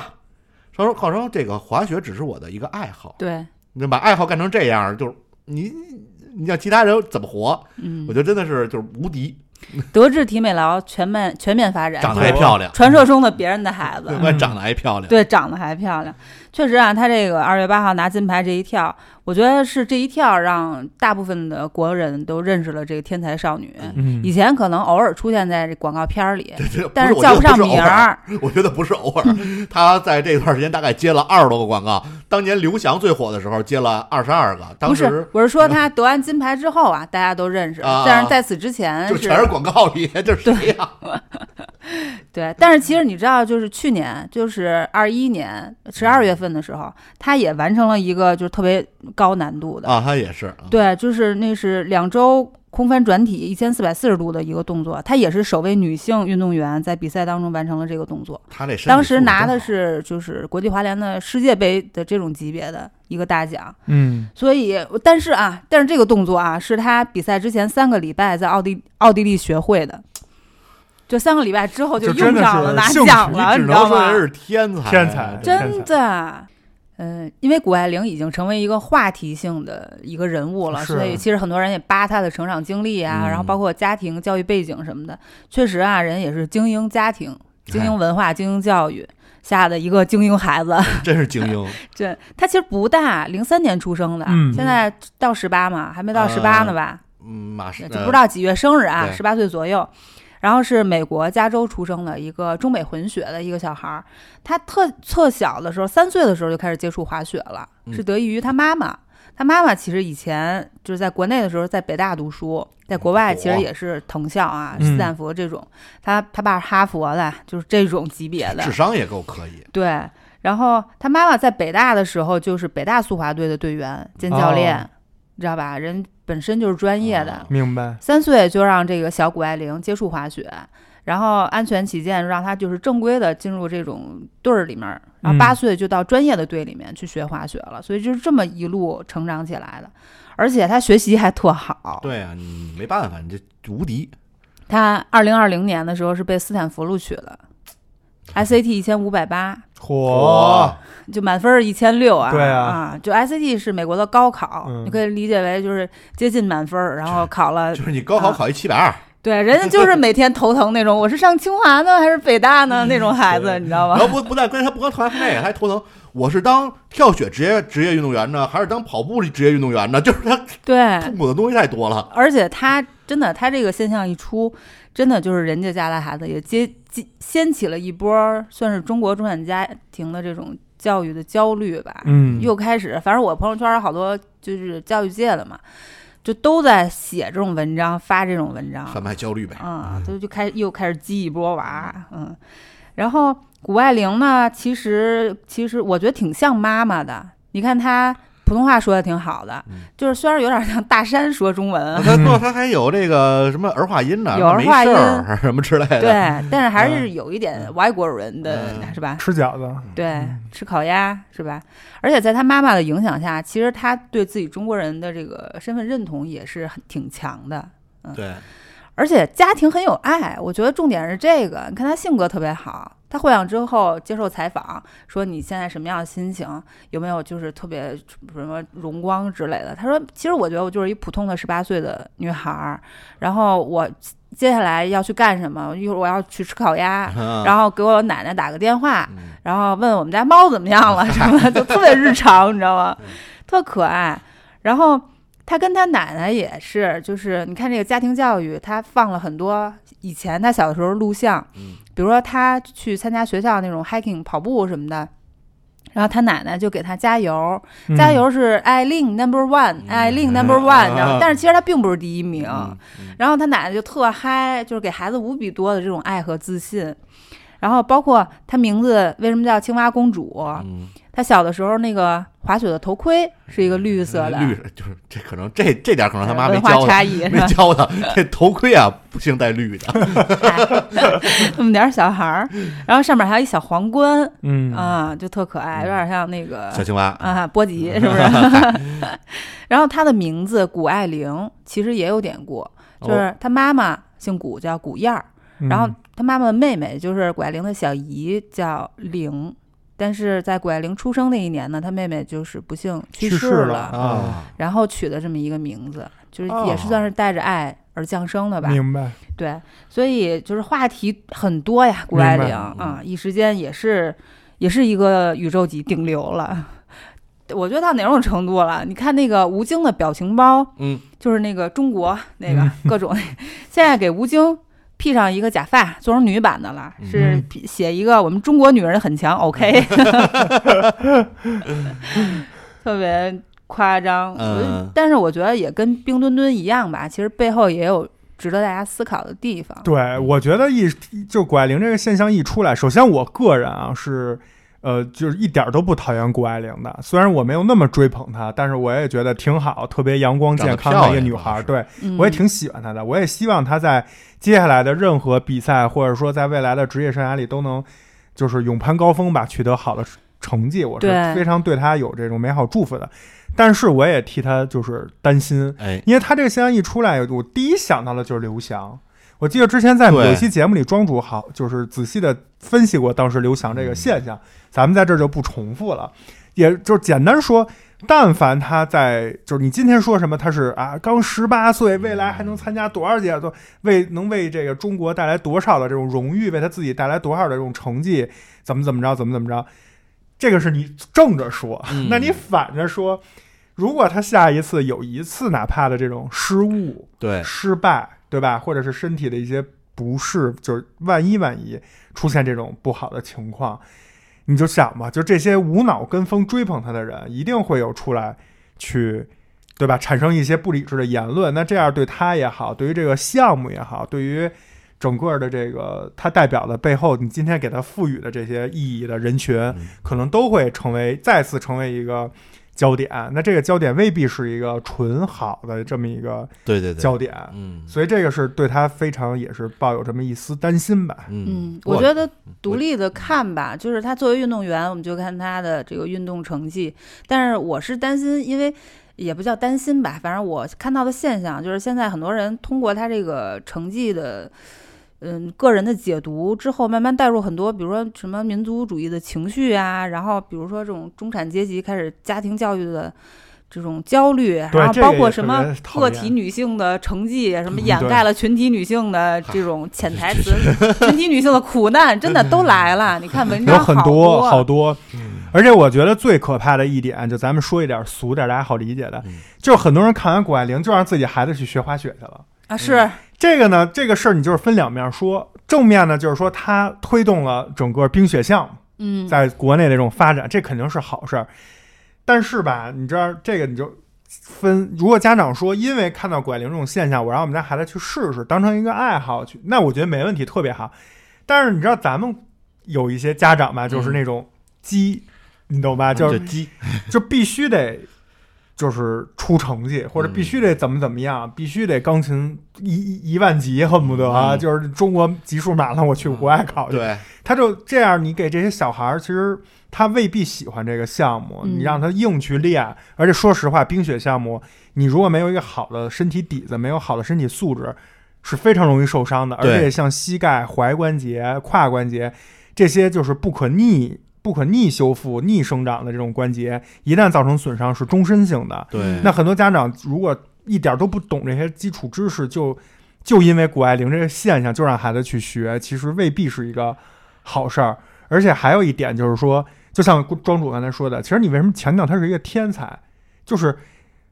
Speaker 3: 他说好像这个滑雪只是我的一个爱好，
Speaker 2: 对，
Speaker 3: 你把爱好干成这样，就是你你让其他人怎么活？
Speaker 2: 嗯
Speaker 3: 我觉，得真的是就是无敌，
Speaker 2: 德智体美劳全面全面发展，
Speaker 3: 长得还漂亮，
Speaker 2: 传说中的别人的孩子
Speaker 3: 对。吧？长得还漂亮，
Speaker 2: 嗯对，长得还漂亮，确实啊，她这个二月八号拿金牌这一跳，我觉得是这一跳让大部分的国人都认识了这个天才少女。
Speaker 4: 嗯
Speaker 2: 以前可能偶尔出现在这广告片儿里，
Speaker 3: 这
Speaker 2: 但
Speaker 3: 是
Speaker 2: 是
Speaker 3: 我
Speaker 2: 叫
Speaker 3: 觉
Speaker 2: 不上
Speaker 3: 得不是偶
Speaker 2: 名
Speaker 3: 尔，
Speaker 2: 儿。
Speaker 3: 我觉得不是偶尔。 他在这段时间大概接了二十多个广告，当年刘翔最火的时候接了二十二个，当
Speaker 2: 不是
Speaker 3: 时，
Speaker 2: 我是说她得完金牌之后啊，大家都认识，
Speaker 3: 啊
Speaker 2: 但是在此之前
Speaker 3: 就是全是广告里，这是谁呀？
Speaker 2: 对，但是其实你知道，就是去年，就是二一年十二月份的时候，她也完成了一个就是特别高难度的，
Speaker 3: 啊，他也是，啊
Speaker 2: 对，就是那是两周空翻转体一千四百四十度的一个动作，她也是首位女性运动员在比赛当中完成了这个动作。
Speaker 3: 他那身体
Speaker 2: 当时
Speaker 3: 素质
Speaker 2: 拿的
Speaker 3: 真好
Speaker 2: 是就是国际滑联的世界杯的这种级别的一个大奖，
Speaker 4: 嗯，
Speaker 2: 所以，但是啊，但是这个动作啊，是他比赛之前三个礼拜在奥地奥地利学会的，就三个礼拜之后
Speaker 4: 就
Speaker 2: 用
Speaker 4: 真的
Speaker 2: 上
Speaker 4: 是
Speaker 2: 了，拿
Speaker 4: 兴
Speaker 2: 奖
Speaker 4: 趣
Speaker 2: 了，
Speaker 3: 只
Speaker 2: 你知
Speaker 3: 能
Speaker 2: 道
Speaker 3: 说
Speaker 2: 吗
Speaker 3: 人？是天才，
Speaker 4: 天才
Speaker 3: 真的
Speaker 2: 真的，嗯、因为谷爱凌已经成为一个话题性的一个人物了，
Speaker 4: 是
Speaker 2: 所以其实很多人也扒她的成长经历啊，
Speaker 3: 嗯
Speaker 2: 然后包括家庭教育背景什么的，确实啊，人也是精英家庭、精英文化、精英教育下的一个精英孩子。
Speaker 3: 真是精英。
Speaker 2: 对，他其实不大，零三年出生的，
Speaker 4: 嗯
Speaker 2: 现在到十八嘛，还没到十八呢吧？
Speaker 3: 嗯，马上
Speaker 2: 就不知道几月生日啊，
Speaker 3: 对
Speaker 2: 十八岁左右。然后是美国加州出生的一个中美混血的一个小孩儿，他特特小的时候，三岁的时候就开始接触滑雪了，
Speaker 3: 嗯
Speaker 2: 是得益于他妈妈。他妈妈其实以前就是在国内的时候在北大读书，在国外其实也是藤校啊，
Speaker 4: 嗯
Speaker 2: 斯坦福这种。他他爸是哈佛的，就是这种级别的
Speaker 3: 呃智。商也够可以，
Speaker 2: 对，然后他妈妈在北大的时候就是北大速滑队的队员兼教练，
Speaker 4: 哦
Speaker 2: 你知道吧？人本身就是专业的，
Speaker 3: 哦
Speaker 4: 明白。
Speaker 2: 三岁就让这个小谷爱凌接触滑雪，然后安全起见，让她就是正规的进入这种队儿里面儿，然后
Speaker 4: 嗯
Speaker 2: 八岁就到专业的队里面去学滑雪了，所以就是这么一路成长起来的。而且她学习还特好，
Speaker 3: 对啊，你没办法，你这无敌。
Speaker 2: 她二零二零年的时候是被斯坦福录取了，SAT 一千五百八，
Speaker 4: 火，
Speaker 2: 就满分一千六啊，
Speaker 4: 对啊
Speaker 2: 就 SAT 是美国的高考，
Speaker 4: 嗯
Speaker 2: 你可以理解为就是接近满分儿，然后考了
Speaker 3: 就是你高考
Speaker 2: 啊
Speaker 3: 考一七百二，
Speaker 2: 对，人家就是每天头疼那种，我是上清华呢还是北大呢那种孩子，你知道
Speaker 3: 然
Speaker 2: 吗？
Speaker 3: 后不不但关键他不光头疼那个，还头疼。我是当跳雪职业职业运动员呢，还是当跑步职业运动员呢？ 就是他
Speaker 2: 对，
Speaker 3: 痛苦的东西太多了。
Speaker 2: 而且他真的，他这个现象一出，真的就是人家家的孩子也接接掀起了一波儿算是中国中产家庭的这种教育的焦虑吧。
Speaker 4: 嗯
Speaker 2: 又开始，反正我朋友圈儿好多就是教育界的嘛，就都在写这种文章，发这种文章。
Speaker 3: 贩卖焦虑呗，
Speaker 2: 啊，都就开又开始激一波娃，嗯，然后谷爱凌呢，其实其实我觉得挺像妈妈的，你看她普通话说的挺好的，
Speaker 3: 嗯
Speaker 2: 就是虽然有点像大山说中文
Speaker 3: 那
Speaker 2: 啊，
Speaker 3: 他那他还有这个什么儿化音呢，
Speaker 2: 有儿
Speaker 3: 没
Speaker 2: 化
Speaker 3: 事
Speaker 2: 音
Speaker 3: 儿啊什么之类的。
Speaker 2: 对，但是还是有一点外国人的、
Speaker 3: 嗯
Speaker 2: 是吧？
Speaker 4: 吃饺子，
Speaker 2: 对，吃烤鸭是吧？而且在她妈妈的影响下，其实她对自己中国人的这个身份认同也是很挺强的，
Speaker 3: 对，
Speaker 2: 啊而且家庭很有爱，我觉得重点是这个。你看他性格特别好，他获奖之后接受采访，说你现在什么样的心情，有没有就是特别什么荣光之类的。他说，其实我觉得我就是一普通的十八岁的女孩儿，然后我接下来要去干什么？一会儿我要去吃烤鸭，
Speaker 3: 然
Speaker 2: 然后给我奶奶打个电话，
Speaker 3: 啊嗯
Speaker 2: 然后问我们家猫怎么样了什么的，就特别日常，你知道吗？特可爱。然后他跟他奶奶也是，就是你看这个家庭教育，他放了很多以前他小的时候录像，
Speaker 3: 嗯
Speaker 2: 比如说他去参加学校那种 hiking 跑步什么的。然后他奶奶就给他加油，
Speaker 4: 嗯
Speaker 2: 加油是艾琳 number one，艾琳 number one，你知道吗
Speaker 3: 嗯啊？
Speaker 2: 但是其实他并不是第一名，
Speaker 3: 嗯嗯
Speaker 2: 然后他奶奶就特嗨，就是给孩子无比多的这种爱和自信。然后包括她名字为什么叫青蛙公主？
Speaker 3: 嗯
Speaker 2: 她小的时候那个滑雪的头盔是一个绿色的，
Speaker 3: 绿就是这可能这这点可能他妈没
Speaker 2: 文化
Speaker 3: 教他，
Speaker 2: 差异是
Speaker 3: 没
Speaker 2: 吧？
Speaker 3: 教他这头盔啊，不幸带绿的，
Speaker 2: 那么点儿小孩儿，然后上面还有一小皇冠
Speaker 4: 嗯
Speaker 2: 啊，就特可爱，有
Speaker 3: 嗯
Speaker 2: 点像那个
Speaker 3: 小青蛙
Speaker 2: 啊，波吉是 不是？然后她的名字谷爱凌其实也有典故，就是她妈妈姓谷，叫谷燕儿。
Speaker 4: 嗯
Speaker 2: 然后他妈妈的妹妹就是谷爱凌的小姨叫玲，但是在谷爱凌出生那一年呢，她妹妹就是不幸去
Speaker 4: 去世
Speaker 2: 世
Speaker 4: 了
Speaker 2: 了，
Speaker 3: 啊，
Speaker 2: 然后取的这么一个名字，就是也是
Speaker 3: 哦
Speaker 2: 算是带着爱而降生的吧。
Speaker 4: 嗯明白，
Speaker 2: 对，所以就是话题很多呀，谷爱
Speaker 4: 明白嗯
Speaker 2: 凌啊，一时间也是也是一个宇宙级顶流了。 我觉得到哪种程度了？你看那个吴京的表情包，
Speaker 3: 嗯，
Speaker 2: 就是那个中国那
Speaker 4: 嗯
Speaker 2: 个各 种，现在给吴京披上一个假发，做成女版的了，是
Speaker 4: 嗯
Speaker 2: 披写一个我们中国女人很强，OK，特别夸张。
Speaker 3: 嗯
Speaker 2: 我就但是我觉得也跟冰墩墩一样吧，其实背后也有值得大家思考的地方。
Speaker 4: 对，我觉得一就谷爱凌这个现象一出来，首先我个人啊是，呃，就是一点儿都不讨厌谷爱凌的。虽然我没有那么追捧她，但是我也觉得挺好，特别阳光
Speaker 3: 长得
Speaker 4: 健康
Speaker 3: 漂
Speaker 4: 的一个
Speaker 3: 亮
Speaker 4: 女
Speaker 3: 主要
Speaker 4: 孩儿。
Speaker 3: 是
Speaker 4: 对，
Speaker 2: 嗯
Speaker 4: 我也挺喜欢她的。我也希望她在接下来的任何比赛，或者说在未来的职业生涯里，都能就是勇攀高峰吧，取得好的成绩。我是
Speaker 2: 对
Speaker 4: 非常对她有这种美好祝福的。但是我也替她就是担心，
Speaker 3: 哎，
Speaker 4: 因为他这个现象一出来，我第一想到的就是刘翔。我记得之前在
Speaker 3: 对
Speaker 4: 有一期节目里，庄主好就是仔细的分析过当时刘翔这个现
Speaker 3: 嗯
Speaker 4: 象，咱们在这儿就不重复了。也就是简单说，但凡他在就是你今天说什么，他是啊刚十八岁，未来还能参加多少届，都为能为这个中国带来多少的这种荣誉，为他自己带来多少的这种成绩，怎么怎么着，怎么怎么着，这个是你正着说，
Speaker 3: 嗯
Speaker 4: 那你反着说，如果他下一次有一次哪怕的这种失误、
Speaker 3: 对，
Speaker 4: 失败，对吧？或者是身体的一些不适，就是万一万一出现这种不好的情况，你就想吧，就这些无脑跟风追捧他的人，一定会有出来去。对吧？产生一些不理智的言论，那这样对他也好，对于这个项目也好，对于整个的这个他代表的背后，你今天给他赋予的这些意义的人群，可能都会成为再次成为一个焦点。那这个焦点未必是一个纯好的这么一个
Speaker 3: 对对对，
Speaker 4: 焦点，
Speaker 3: 嗯
Speaker 4: 所以这个是对他非常也是抱有这么一丝担心吧。
Speaker 2: 嗯，
Speaker 3: 不过
Speaker 2: 我觉得独立
Speaker 4: 嗯
Speaker 2: 的看吧，就是他作为运动员，我们就看他的这个运动成绩。但是我是担心，因为也不叫担心吧，反正我看到的现象就是，现在很多人通过他这个成绩的嗯个人的解读之后，慢慢带入很多，比如说什么民族主义的情绪啊，然后比如说这种中产阶级开始家庭教育的。这种焦虑，
Speaker 4: 对
Speaker 2: 然后
Speaker 4: 这
Speaker 2: 包
Speaker 4: 个
Speaker 2: 括
Speaker 4: 也
Speaker 2: 什
Speaker 4: 特
Speaker 2: 么
Speaker 4: 别讨
Speaker 2: 个
Speaker 4: 厌
Speaker 2: 体女性的成绩，什么
Speaker 4: 嗯
Speaker 2: 掩
Speaker 4: 对
Speaker 2: 盖了群体女性的这种潜台 词，群体女性的苦难，真的都来了。你看文
Speaker 4: 有
Speaker 2: 章
Speaker 4: 很
Speaker 2: 多，
Speaker 4: 好多
Speaker 3: 嗯，
Speaker 4: 而且我觉得最可怕的一点，就咱们说一点俗点，大家好理解的
Speaker 3: 嗯，
Speaker 4: 就是很多人看完谷爱凌就让自己孩子去学滑雪去了。
Speaker 2: 啊，是
Speaker 4: 这个呢，这个事儿你就是分两面说，正面呢就是说它推动了整个冰雪项目
Speaker 2: 嗯，
Speaker 4: 在国内的这种发展，这肯定是好事儿。但是吧，你知道这个你就分，如果家长说因为看到拐铃这种现象，我让我们家孩子去试试，当成一个爱好去，那我觉得没问题，特别好。但是你知道咱们有一些家长吧，就是那种鸡，你懂吧？就是
Speaker 3: 这鸡，
Speaker 4: 就必须得就是出成绩，或者必须得怎么怎么样，必须得钢琴一一一万级，恨不得啊，
Speaker 3: 嗯
Speaker 4: 就是中国级数满了，我去国外考去。
Speaker 3: 对，
Speaker 4: 他就这样，你给这些小孩儿，其实他未必喜欢这个项目，
Speaker 2: 嗯
Speaker 4: 你让他硬去练。而且说实话，冰雪项目，你如果没有一个好的身体底子，没有好的身体素质，是非常容易受伤的。而
Speaker 3: 对
Speaker 4: 且像膝盖、踝关节、胯关节这些，就是不可逆、不可逆修复、逆生长的这种关节，一旦造成损伤，是终身性的。
Speaker 3: 对，
Speaker 4: 那很多家长如果一点都不懂这些基础知识，就就因为谷爱凌这个现象就让孩子去学，其实未必是一个好事儿。而且还有一点就是说，就像庄主刚才说的，其实你为什么强调他是一个天才，就是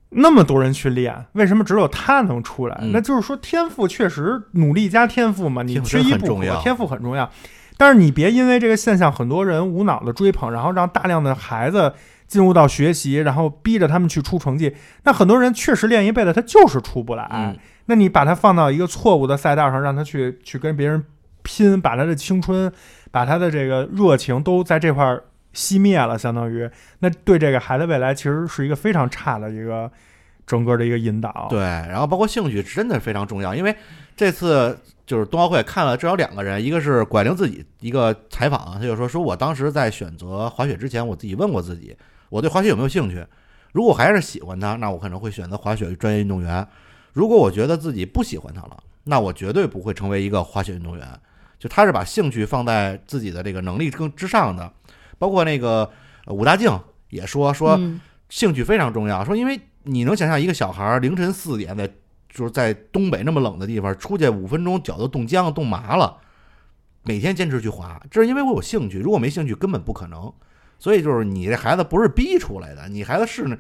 Speaker 4: 那么多人去练，为什么只有他能出来？
Speaker 3: 嗯
Speaker 4: 那就是说天赋确实努力加天赋嘛，你
Speaker 3: 天赋
Speaker 4: 缺
Speaker 3: 真
Speaker 4: 一
Speaker 3: 很
Speaker 4: 不
Speaker 3: 重
Speaker 4: 可
Speaker 3: 要，
Speaker 4: 天赋很重要。但是你别因为这个现象，很多人无脑的追捧，然后让大量的孩子进入到学习，然后逼着他们去出成绩。那很多人确实练一辈子，他就是出不来。
Speaker 3: 嗯
Speaker 4: 那你把他放到一个错误的赛道上，让他去去跟别人拼，把他的青春，把他的这个热情都在这块儿熄灭了，相当于那对这个孩子未来其实是一个非常差的一个整个的一个引导。
Speaker 3: 对，然后包括兴趣真的非常重要，因为这次就是冬奥会看了至少两个人，一个是拐玲自己一个采访，他就说说我当时在选择滑雪之前，我自己问过自己，我对滑雪有没有兴趣？如果我还是喜欢它，那我可能会选择滑雪专业运动员；如果我觉得自己不喜欢它了，那我绝对不会成为一个滑雪运动员。就他是把兴趣放在自己的这个能力更之上的，包括那个呃武大靖也说说。
Speaker 2: 嗯
Speaker 3: 兴趣非常重要。说，因为你能想象一个小孩儿凌晨四点在就是在东北那么冷的地方出去五分钟，脚都冻僵了、冻麻了，每天坚持去滑，这是因为我有兴趣。如果没兴趣，根本不可能。所以就是你这孩子不是逼出来的，你孩子是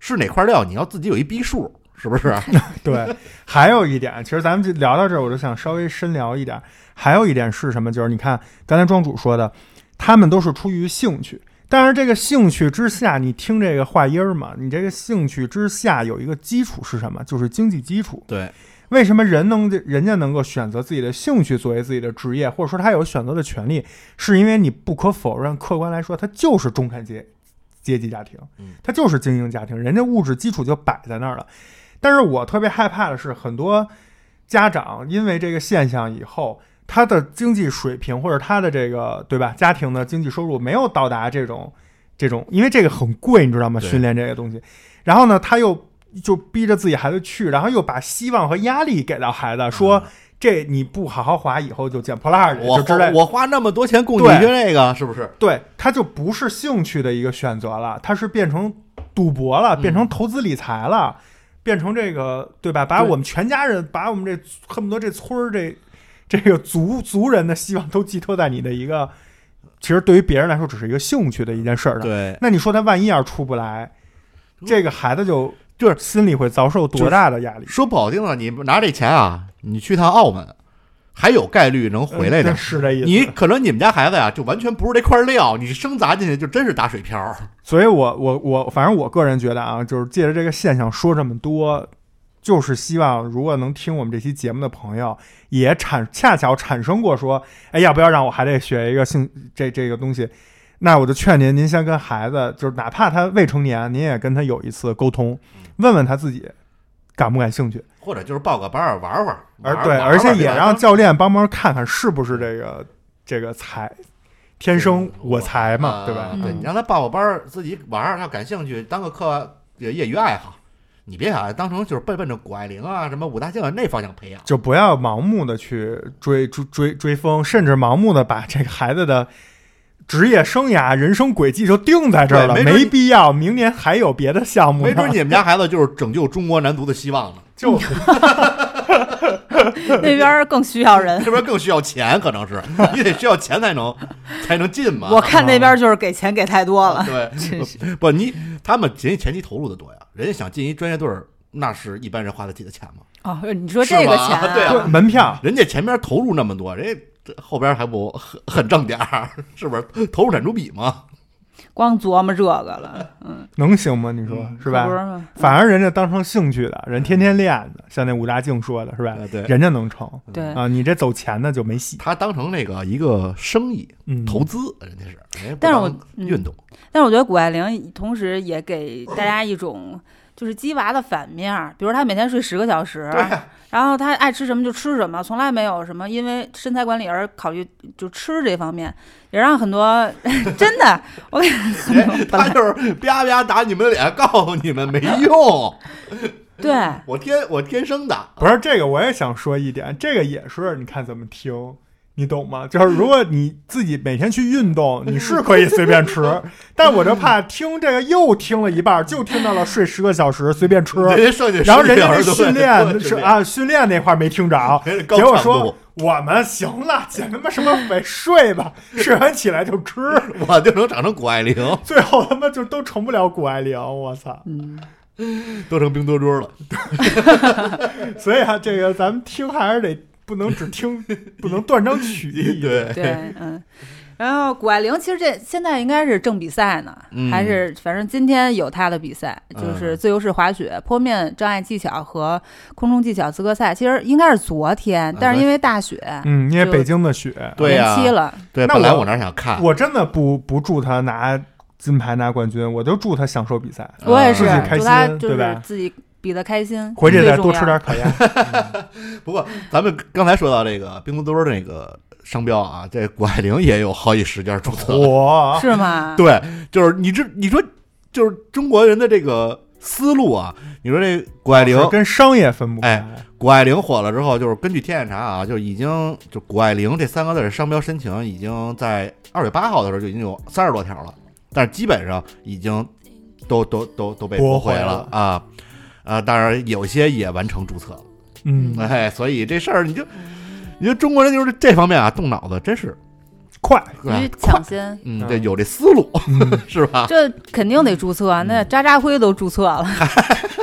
Speaker 3: 是哪块料，你要自己有一逼数，是不是？
Speaker 4: 对，还有一点，其实咱们就聊到这儿，我就想稍微深聊一点。还有一点是什么？就是你看刚才庄主说的，他们都是出于兴趣，但是这个兴趣之下，你听这个话音儿嘛，你这个兴趣之下有一个基础是什么？就是经济基础。
Speaker 3: 对，
Speaker 4: 为什么人能人家能够选择自己的兴趣作为自己的职业，或者说他有选择的权利，是因为你不可否认，客观来说，他就是中产阶阶级家庭
Speaker 3: 嗯，
Speaker 4: 他就是精英家庭，人家物质基础就摆在那儿了。但是我特别害怕的是，很多家长因为这个现象以后，他的经济水平或者他的这个对吧，家庭的经济收入没有到达这种这种，因为这个很贵，你知道吗？
Speaker 3: 对
Speaker 4: 训练这个东西，然后呢，他又就逼着自己孩子去，然后又把希望和压力给到孩子，说
Speaker 3: 嗯
Speaker 4: 这你不好好滑，以后就捡破烂儿去，
Speaker 3: 我
Speaker 4: 就之类
Speaker 3: 花
Speaker 4: 的。
Speaker 3: 我花那么多钱供你
Speaker 4: 对
Speaker 3: 学这个，是不是？
Speaker 4: 对，它就不是兴趣的一个选择了，它是变成赌博
Speaker 3: 嗯
Speaker 4: 了，变成投资理财了，变成这个对吧？把
Speaker 3: 对
Speaker 4: 我们全家人，把我们这恨不得这村儿这这个族族人的希望都寄托在你的一个，其实对于别人来说只是一个兴趣的一件事儿上。
Speaker 3: 对，
Speaker 4: 那你说他万一要是出不来，这个孩子就
Speaker 3: 就是
Speaker 4: 心里会遭受多大的压力？
Speaker 3: 说不好听了，你拿这钱啊，你去趟澳门，还有概率能回来的。
Speaker 4: 嗯是这意思。
Speaker 3: 你可能你们家孩子呀、就完全不是这块料，你生砸进去就真是打水漂儿。
Speaker 4: 所以我我我，反正我个人觉得啊，就是借着这个现象说这么多，就是希望如果能听我们这期节目的朋友，也产恰巧产生过说，哎，要不要让我还得学一个性这这个东西？那我就劝您，您先跟孩子，就是哪怕他未成年，您也跟他有一次沟通，
Speaker 3: 嗯
Speaker 4: 问问他自己感不感兴趣，
Speaker 3: 或者就是报个班儿玩玩儿，
Speaker 4: 而
Speaker 3: 玩
Speaker 4: 对，
Speaker 3: 玩
Speaker 4: 而且
Speaker 3: 玩
Speaker 4: 也
Speaker 3: 玩
Speaker 4: 让
Speaker 3: 玩
Speaker 4: 教练帮忙看看是不是这个这个才天生我才嘛，对吧？
Speaker 3: 啊
Speaker 2: 嗯
Speaker 3: 对你让他报个班儿，自己玩儿，他感兴趣，当个课业余爱好。你别想当成就是奔奔着谷爱凌啊、什么武大靖啊那方向培养。
Speaker 4: 就不要盲目的去追追追追风，甚至盲目的把这个孩子的职业生涯、人生轨迹就定在这儿了，
Speaker 3: 对没
Speaker 4: 没
Speaker 3: 准你
Speaker 4: 必要。明年还有别的项目呢，
Speaker 3: 没 准你们家孩子就是拯救中国男足的希望呢，
Speaker 4: 就
Speaker 2: 那边儿更需要人
Speaker 3: 这。边更需要钱，可能是你得需要钱才能才能进嘛。
Speaker 2: 我看那边儿就是给钱给太多了，真是
Speaker 3: 对，不你他们前前期投入的多呀，人家想进一专业队儿，那是一般人花得起的钱吗？
Speaker 2: 哦，你说
Speaker 3: 是
Speaker 2: 这个
Speaker 3: 吧
Speaker 2: 钱、
Speaker 3: 对
Speaker 4: 就
Speaker 3: 啊
Speaker 4: 门票。
Speaker 3: 人家前边投入那么多，人家后边还不 很很挣点儿， 是不是？投入产出比嘛，
Speaker 2: 光琢磨这个了，嗯，
Speaker 4: 能行吗？你说、
Speaker 3: 嗯
Speaker 4: 是
Speaker 2: 可不
Speaker 4: 吧？
Speaker 2: 是吗？
Speaker 4: 反而人家当成兴趣的，人天天练的，像那武大靖说的是吧
Speaker 3: 啊？对
Speaker 4: 人家能成
Speaker 2: 对，
Speaker 4: 啊，你这走钱的就没戏。
Speaker 3: 他当成那个一个生意
Speaker 4: 嗯，
Speaker 3: 投资，人家是，人 家不
Speaker 2: 但是
Speaker 3: 当
Speaker 2: 我嗯
Speaker 3: 运动，
Speaker 2: 但是我觉得谷爱凌同时也给大家一种就是鸡娃的反面儿，比如她每天睡十个小
Speaker 4: 嗯
Speaker 2: 时， 然后她爱吃什么就吃什么，从来没有什么因为身材管理而考虑就吃这方面，也让很多 真的，我感觉很
Speaker 3: 人
Speaker 2: 多
Speaker 3: 他
Speaker 2: 本来
Speaker 3: 就是啪啪打你们的脸，告诉你们没用，
Speaker 2: 对。
Speaker 3: 我天我天生的，
Speaker 4: 不是这个，我也想说一点，这个也是你看怎么听，你懂吗？就是如果你自己每天去运动，你是可以随 便吃，但我就怕听这个又听了一半儿，就听到了睡十个小时 随便吃，
Speaker 3: 人家剩下
Speaker 4: 然后
Speaker 3: 10
Speaker 4: 人家
Speaker 3: 小
Speaker 4: 那
Speaker 3: 时都
Speaker 4: 训
Speaker 3: 在
Speaker 4: 练
Speaker 3: 做
Speaker 4: 是
Speaker 3: 训练，
Speaker 4: 啊，训练那块儿没听着，
Speaker 3: 人 家高
Speaker 4: 结果
Speaker 3: 强
Speaker 4: 说
Speaker 3: 度
Speaker 4: 我们行了，姐他妈什么肥睡吧，睡完起来就吃，
Speaker 3: 我就能长成谷爱凌，
Speaker 4: 最后他妈就都成不了谷爱凌，我操！
Speaker 3: 嗯都成冰多多 了。
Speaker 4: 所以啊，这个咱们听还是得不能只听，不能断章取 义。
Speaker 3: 对，
Speaker 2: 对，嗯。然后谷爱凌其实这现在应该是正比赛呢，
Speaker 3: 嗯
Speaker 2: 还是反正今天有她的比赛，就是
Speaker 3: 嗯
Speaker 2: 自由式滑雪、坡面障碍技巧和空中技巧资格赛，其实应该是昨
Speaker 3: 啊
Speaker 2: 天，但是因为大雪
Speaker 4: 嗯，因为
Speaker 2: 就
Speaker 4: 北京的雪，
Speaker 3: 对啊呀
Speaker 2: 延期了，
Speaker 3: 对，
Speaker 4: 那
Speaker 3: 本来
Speaker 4: 我
Speaker 3: 我哪想看，
Speaker 4: 我真的不不祝他拿金牌拿冠军，我就祝他享受比赛，
Speaker 3: 嗯
Speaker 2: 我也是
Speaker 3: 自己
Speaker 4: 开，
Speaker 2: 祝她
Speaker 4: 心
Speaker 2: 就
Speaker 4: 对
Speaker 2: 是
Speaker 4: 吧
Speaker 2: 自己比的开心，
Speaker 4: 回去
Speaker 2: 最
Speaker 4: 再
Speaker 2: 重
Speaker 4: 多
Speaker 2: 要
Speaker 4: 吃点烤鸭。
Speaker 3: 不过咱们刚才说到这个冰多多那个商标啊，这谷爱凌也有好几十家注 册了。
Speaker 4: 我
Speaker 2: 是吗？
Speaker 3: 对，就是你这你说就是中国人的这个思路啊，你说这谷爱凌，
Speaker 4: 跟商业分不开，
Speaker 3: 谷爱凌火了之后，就是根据天眼查啊，就已经就谷爱凌这三个字的商标申请已经在二月八号的时候就已经有三十多条了，但是基本上已经都都都都被驳
Speaker 4: 驳
Speaker 3: 回
Speaker 4: 回
Speaker 3: 了啊。啊，当然有些也完成注册了，
Speaker 4: 嗯，
Speaker 3: 哎，所以这事儿你就，你就中国人就是这方面啊，动脑子真是，
Speaker 4: 快，
Speaker 2: 于抢先，
Speaker 3: 嗯
Speaker 4: 嗯，
Speaker 3: 这有这思路
Speaker 4: 嗯
Speaker 3: 是吧？
Speaker 2: 这肯定得注册，那
Speaker 3: 嗯
Speaker 2: 渣渣辉都注册了，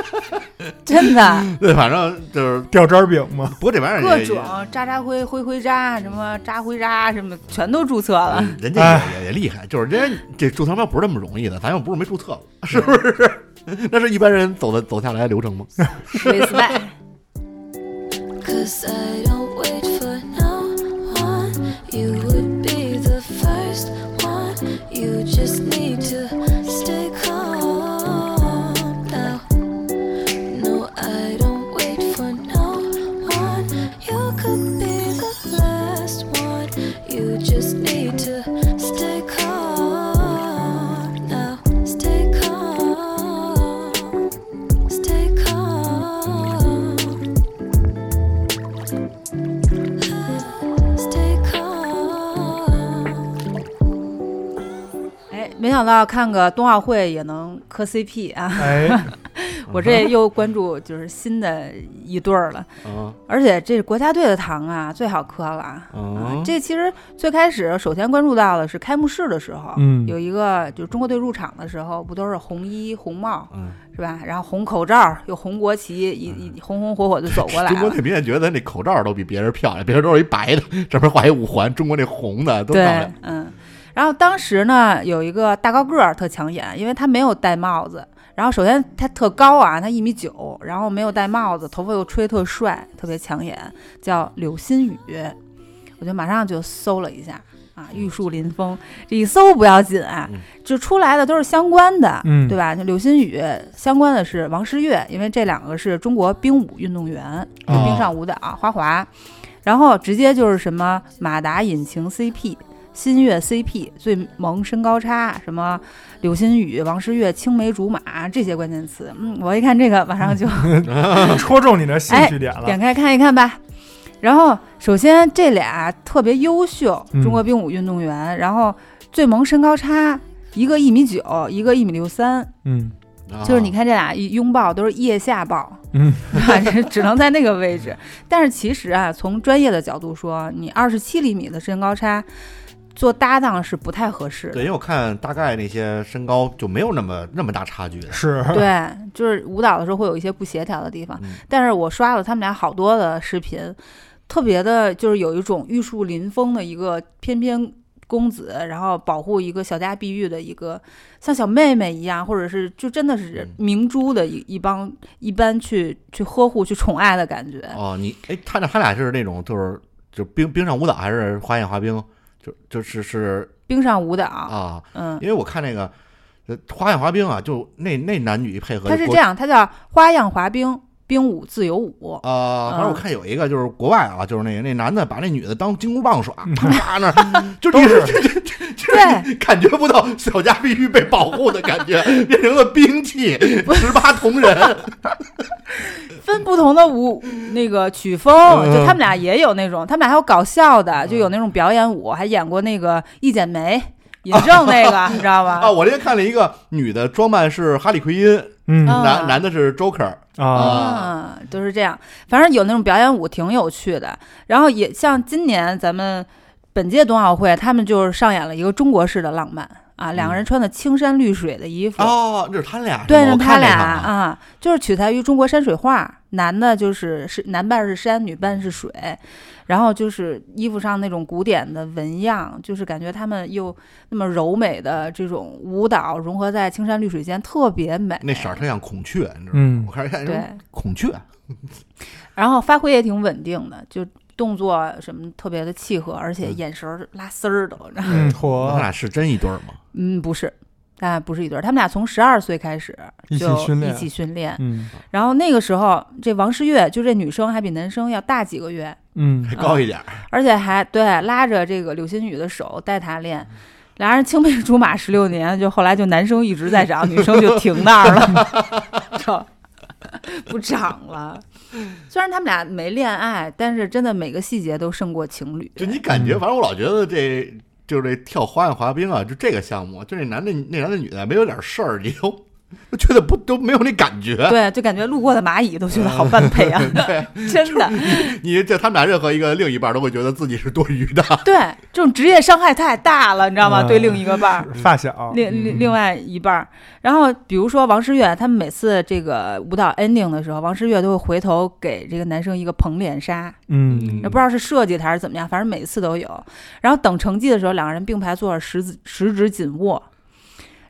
Speaker 2: 真的。
Speaker 3: 对，反正就是，
Speaker 4: 掉渣儿饼 嘛，
Speaker 3: 不过这玩意儿也
Speaker 2: 各种啊渣渣灰、灰灰渣，什么渣灰渣，什么全都注册了。
Speaker 3: 嗯人家也也也厉害，就是人家这注册商标不是那么容易的，咱又不是没 注册过，是不是？ 那是一般人走的走下来的流 程吗？
Speaker 2: respect。
Speaker 7: Cause I don't wait for no one. You would be the first one. You just need to stay calm now. No, I don't wait for no one. You could be the last one. You just need to stay calm now. Stay calm. Stay calm. Stay calm.
Speaker 2: 哎，没想到看个冬奥会也能磕 CP 啊！
Speaker 4: 哎，
Speaker 2: 我
Speaker 3: 嗯
Speaker 2: 这又关注就是新的一对儿了，
Speaker 3: 啊
Speaker 2: 而且这国家队的糖啊最好磕了啊。
Speaker 3: 啊
Speaker 2: 这其实最开始首先关注到的是开幕式的时候，
Speaker 4: 嗯
Speaker 2: 有一个就是中国队入场的时候，不都是红衣红帽
Speaker 3: 嗯，
Speaker 2: 是吧？然后红口罩，有红国旗，一一红红火火就走 过来
Speaker 3: 中国
Speaker 2: 了
Speaker 3: 那。明显觉得那口罩都比别人漂亮，别人都是一白的，这边画一五环，中国那红的都
Speaker 2: 对
Speaker 3: 漂亮。，
Speaker 2: 嗯。然后当时呢，有一个大高个儿特抢眼，因为他没有戴帽子。然后首先他特高啊，他一米九，然后没有戴帽子，头发又吹特帅，特别抢眼，叫柳新宇。我就马上就搜了一下啊，玉树临风，这一搜不要紧啊
Speaker 3: 嗯，
Speaker 2: 就出来的都是相关的，
Speaker 4: 嗯
Speaker 2: 对吧？就柳新宇相关的是王诗玥，因为这两个是中国冰舞运动员，就
Speaker 3: 哦
Speaker 2: 冰上舞蹈花滑，然后直接就是什么马达引擎 CP。新月 CP、最萌身高差，什么柳新宇、王诗玥、青梅竹马这些关键词。嗯，我一看这个，马上就
Speaker 4: 戳中你的兴趣点 了。
Speaker 2: 点开看一看吧。然后，首先这俩特别优秀，
Speaker 4: 嗯
Speaker 2: 中国冰舞运动员，然后最萌身高差，一个一米九，一个一米六三，
Speaker 4: 嗯
Speaker 3: 啊
Speaker 2: 就是你看这俩一拥抱都是腋下抱，
Speaker 4: 嗯，
Speaker 2: 反正只能在那个位置。但是其实啊，从专业的角度说，你二十七厘米的身高差做搭档是不太合适的
Speaker 3: 对，。因为我看大概那些身高就没有那么那么大差距的。
Speaker 4: 是，
Speaker 2: 对，就是舞蹈的时候会有一些不协调的地方，
Speaker 3: 嗯
Speaker 2: 但是我刷了他们俩好多的视频，特别的就是有一种玉树临风的一个翩翩公子，然后保护一个小家碧玉的一个像小妹妹一样，或者是就真的是
Speaker 3: 嗯
Speaker 2: 明珠的一一帮一般去去呵护去宠爱的感觉。
Speaker 3: 哦，你哎，他俩他俩是那种就是就冰冰上舞蹈还是花样滑冰？就就是是
Speaker 2: 冰上舞蹈，
Speaker 3: 啊，
Speaker 2: 嗯，
Speaker 3: 因为我看那个呃花样滑冰啊，就那那男女配合
Speaker 2: 它是
Speaker 3: 国
Speaker 2: 这样，它叫花样滑冰冰舞自由舞。
Speaker 3: 啊，反正我
Speaker 2: 嗯
Speaker 3: 看有一个就是国外啊，就是那个那男的把那女的当金箍棒耍，啪那儿就这是这这这
Speaker 2: 对
Speaker 3: 感觉不到小家碧玉被保护的感觉，变成了兵器，十八铜人。
Speaker 2: 分不同的舞那个曲风，就他们俩也有那种，他们俩还有搞笑的，就有那种表演舞，还演过那个一剪梅尹正那个，你知道
Speaker 3: 啊，
Speaker 2: 吗？
Speaker 3: 我那天看了一个女的装扮是哈利奎因，
Speaker 4: 嗯
Speaker 2: 啊
Speaker 3: 男男的是 Joker
Speaker 4: 啊，
Speaker 3: 啊
Speaker 2: 嗯，都是这样，反正有那种表演舞挺有趣的。然后也像今年咱们本届冬奥会，他们就是上演了一个中国式的浪漫啊，两个人穿的青山绿水的衣服，
Speaker 3: 哦，那是他俩是吗，
Speaker 2: 对，
Speaker 3: 我
Speaker 2: 让他
Speaker 3: 看那
Speaker 2: 俩
Speaker 3: 场啊，
Speaker 2: 啊、就是取材于中国山水画，男的就是是男扮是山，女扮是水，然后就是衣服上那种古典的纹样，就是感觉他们又那么柔美的这种舞蹈融合在青山绿水间，特别美。
Speaker 3: 那色儿特像孔雀，你知道吗？
Speaker 4: 嗯
Speaker 3: 我开始看哎
Speaker 2: 对，
Speaker 3: 孔雀，
Speaker 2: 然后发挥也挺稳定的，就动作什么特别的契合，而且
Speaker 3: 嗯
Speaker 2: 眼神儿拉丝儿都，然后
Speaker 4: 嗯，
Speaker 3: 他
Speaker 4: 嚯，
Speaker 3: 俩是真一对儿 吗？
Speaker 2: 嗯，不是。但不是一对儿，他们俩从十二岁开始
Speaker 4: 一起
Speaker 2: 就
Speaker 4: 训练
Speaker 2: 一起训练，
Speaker 4: 嗯
Speaker 2: 然后那个时候，这王诗玥就这女生还比男生要大几个月，
Speaker 4: 嗯
Speaker 3: 还高一点儿，
Speaker 2: 而且还对拉着这个柳新宇的手带她练，俩人青梅竹马十六年，就后来就男生一直在 长，女生就停那儿了，就不长了。虽然他们俩没恋爱，但是真的每个细节都胜过情侣。
Speaker 3: 就你感
Speaker 4: 嗯
Speaker 3: 觉，反正我老觉得这就是这跳花样滑冰啊，就这个项目，就那男的那男的女的没有点事儿，你都都觉得不都没有那感觉。
Speaker 2: 对，就感觉路过的蚂蚁都觉得好般 配啊，真的。
Speaker 3: 你这他们俩任何一个另一半都会觉得自己是多余的。
Speaker 2: 对，这种职业伤害太大了，你知道吗？
Speaker 4: 嗯
Speaker 2: 对另一个伴儿。
Speaker 4: 发小，
Speaker 2: 另另另外一半儿，然后比如说王诗玥，他们每次这个舞蹈 ending 的时候，王诗玥都会回头给这个男生一个捧脸杀，
Speaker 4: 嗯
Speaker 2: 也不知道是设计的还是怎么样，反正每次都有。然后等成绩的时候，两个人并排坐着，十指十指紧握。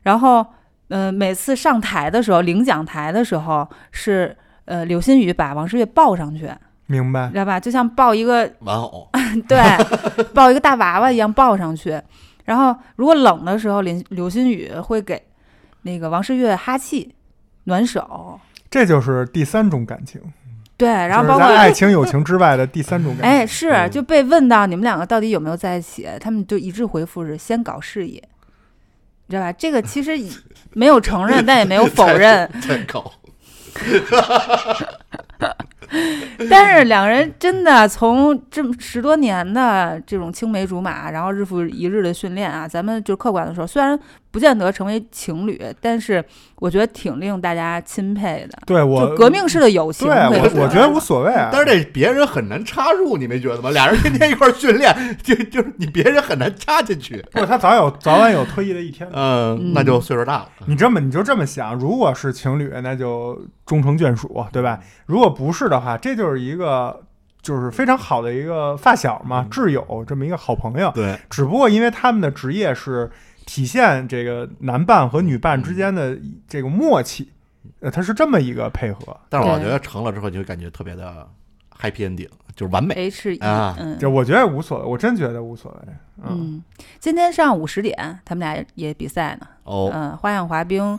Speaker 2: 然后，嗯、每次上台的时候，领奖台的时候是呃柳新宇把王诗玥抱上去，
Speaker 4: 明白
Speaker 2: 知，道吧？就像抱一个
Speaker 3: 玩偶，
Speaker 2: 对，抱一个大娃娃一样抱上去。然后如果冷的时候，林刘新宇会给那个王诗玥哈气，暖手。
Speaker 4: 这就是第三种感情，
Speaker 2: 对，然后
Speaker 4: 就
Speaker 2: 包
Speaker 4: 是在爱
Speaker 2: 括。
Speaker 4: 情、嗯友情之外的第三种感情。
Speaker 2: 哎，是就被问到你们两个到底有没有在一起，他们就一致回复是先搞事业，你知道吧？这个其实没有承认，但也没有否认，
Speaker 3: 太高。
Speaker 2: 但是两人真的从这么十多年的这种青梅竹马，然后日复一日的训练啊，咱们就客观的说，虽然不见得成为情侣，但是我觉得挺令大家钦佩的，
Speaker 4: 对
Speaker 2: 就
Speaker 4: 我
Speaker 2: 革，命式的友情。
Speaker 4: 对
Speaker 2: 可以
Speaker 4: 我
Speaker 2: 说
Speaker 4: 我觉得无所谓啊。
Speaker 3: 但是这别人很难插入，你没觉得吗？俩人天天一块儿训练，就就是你别人很难插进去。
Speaker 4: 不，他早有早晚有退役的一天的。
Speaker 3: 嗯，那就岁数大了。
Speaker 4: 你这么你就这么想，如果是情侣，那就终成眷属，对吧？如果不是的话，这就是一个就是非常好的一个发小嘛，挚友这么一个好朋友。
Speaker 3: 对，
Speaker 4: 只不过因为他们的职业是体现这个男伴和女伴之间的这个默契，呃，它是这么一个配合。
Speaker 3: 但是我
Speaker 2: 对
Speaker 3: 觉得成了之后，你会感觉特别的 happy ending，就是完美。
Speaker 2: H E，
Speaker 3: 啊
Speaker 2: 嗯
Speaker 4: 就我觉得无所谓，我真觉得无所谓。嗯，
Speaker 2: 嗯，今天上午十点，他们俩也也比赛呢，
Speaker 3: 哦，
Speaker 2: 嗯，花样滑冰，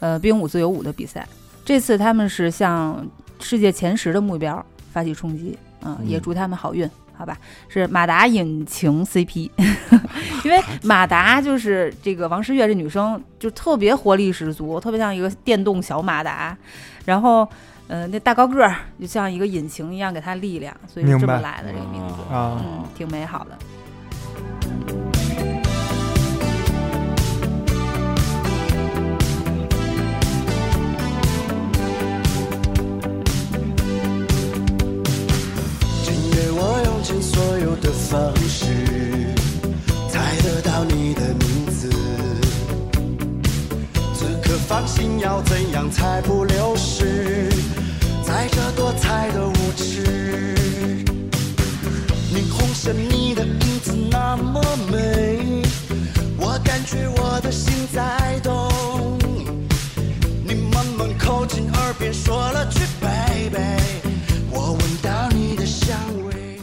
Speaker 2: 呃，冰舞自由舞的比赛，这次他们是向世界前十的目标。发起冲击，嗯，
Speaker 3: 嗯
Speaker 2: 也祝他们好运，好吧？是马达引擎 CP，因为马达就是这个王诗玥这女生就特别活力十足，特别像一个电动小马达，然后。呃，那大高个儿就像一个引擎一样给她力量，所以是
Speaker 4: 明
Speaker 2: 这么
Speaker 4: 白
Speaker 2: 来的这个名字，
Speaker 4: 啊
Speaker 2: 嗯，挺美好的。
Speaker 8: 请给我用尽所有的方式，才得到你的名字。此刻放心，要怎样才不流失，在这多彩的舞池？霓虹下你的影子那么美，我感觉我的心在动。你慢慢靠近耳边说了句 baby，我闻到你的香味。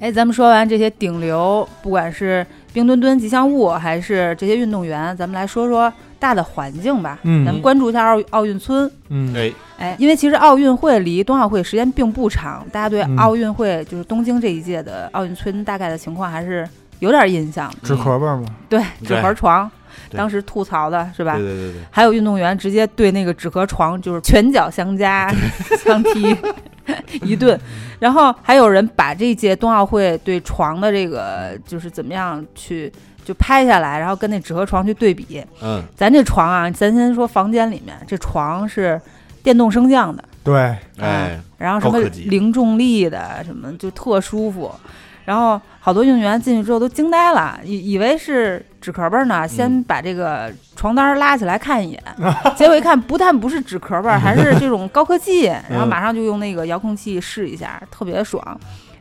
Speaker 2: 哎，咱们说完这些顶流，不管是冰墩墩吉祥物，还是这些运动员，咱们来说说大的环境吧。
Speaker 4: 嗯
Speaker 2: 咱们关注一下奥奥运村。
Speaker 4: 嗯
Speaker 3: 哎，
Speaker 2: 哎，因为其实奥运会离冬奥会时间并不长，大家对
Speaker 4: 嗯
Speaker 2: 奥运会、就是东京这一届的奥运村大概的情况还是有点印象。
Speaker 4: 纸壳儿嘛，
Speaker 2: 对，
Speaker 3: 对
Speaker 2: 纸壳床，
Speaker 3: 对
Speaker 2: 当时吐槽的是吧？
Speaker 3: 对对对对，
Speaker 2: 还有运动员直接对那个纸壳床就是拳脚相加，相踢一顿，然后还有人把这一届冬奥会对床的这个就是怎么样去就拍下来，然后跟那纸壳床去对比。
Speaker 3: 嗯，
Speaker 2: 咱这床啊，咱先说房间里面，这床是电动升降的，
Speaker 4: 对，
Speaker 2: 嗯
Speaker 3: 哎，
Speaker 2: 然后什么
Speaker 3: 高科技
Speaker 2: 零重力的，什么就特舒服。然后好多运动员进去之后都惊呆了，以以为是纸壳儿儿
Speaker 3: 嗯
Speaker 2: 呢，先把这个床单儿拉起来看一 眼，结果一看不但不是纸壳儿，还是这种高科技，
Speaker 3: 嗯
Speaker 2: 然后马上就用那个遥控器试一下，特别爽。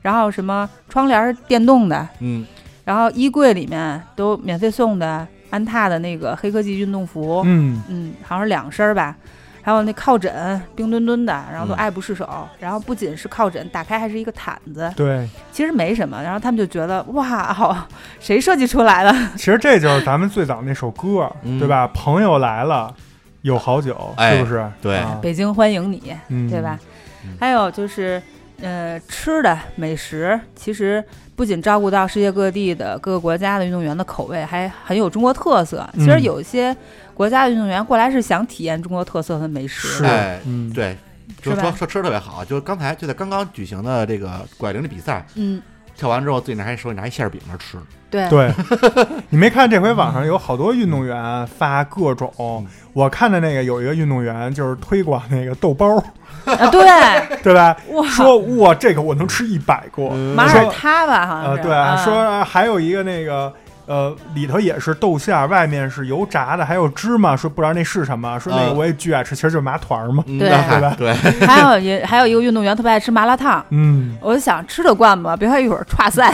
Speaker 2: 然后什么窗帘儿是电动的，
Speaker 3: 嗯
Speaker 2: 然后衣柜里面都免费送的安踏的那个黑科技运动服，
Speaker 4: 嗯，
Speaker 2: 嗯，好像是两身儿吧。还有那靠枕，冰墩墩的，然后都
Speaker 3: 嗯
Speaker 2: 爱不释手。然后不仅是靠枕，打开还是一个毯子，
Speaker 4: 对，
Speaker 2: 其实没什么。然后他们就觉得哇， 好，谁设计出来的？
Speaker 4: 其实这就是咱们最早那首歌，
Speaker 3: 嗯
Speaker 4: 对吧？朋友来了，有好酒，
Speaker 3: 哎
Speaker 4: 是不是？
Speaker 3: 对
Speaker 4: 啊
Speaker 2: 北京欢迎你，
Speaker 4: 嗯，
Speaker 2: 对吧？
Speaker 3: 嗯
Speaker 2: 还有就是，呃，吃的美食，其实不仅照顾到世界各地的各个国家的运动员的口味，还很有中国特色。其实
Speaker 4: 嗯
Speaker 2: 有些国家的运动员过来是想体验中国特色的美食
Speaker 4: 是，
Speaker 2: 的，
Speaker 3: 哎
Speaker 4: 嗯，
Speaker 3: 对，就是
Speaker 2: 吧
Speaker 3: 说说吃得特别好，啊就刚才就在刚刚举行的这个拐铃的比赛，
Speaker 2: 嗯，
Speaker 3: 跳完之后自己拿一手里拿一馅儿饼那儿吃，
Speaker 2: 对，
Speaker 4: 对，你没看这回网上有好多运动员发各
Speaker 3: 嗯
Speaker 4: 种，我看的那个有一个运动员就是推广那个豆包，
Speaker 2: 啊， 对，
Speaker 4: 对吧？
Speaker 2: 哇，
Speaker 4: 说哇，这个我能吃一百个。
Speaker 3: 嗯
Speaker 2: 马
Speaker 4: 说
Speaker 2: 耳他吧，好像
Speaker 4: 呃，
Speaker 2: 是。
Speaker 4: 对，
Speaker 2: 啊
Speaker 4: 说啊还有一个那个。呃，里头也是豆馅儿，外面是油炸的，还有芝麻。说不知道那是什么，说那个
Speaker 3: 嗯
Speaker 4: 我也巨爱吃，其实就是麻团儿嘛。
Speaker 3: 嗯
Speaker 2: 对
Speaker 3: 那
Speaker 4: 对吧
Speaker 3: 对，
Speaker 2: 还有也还有一个运动员特别爱吃麻辣烫，
Speaker 4: 嗯，
Speaker 2: 我就想吃得惯吗？别看一会儿歘赛。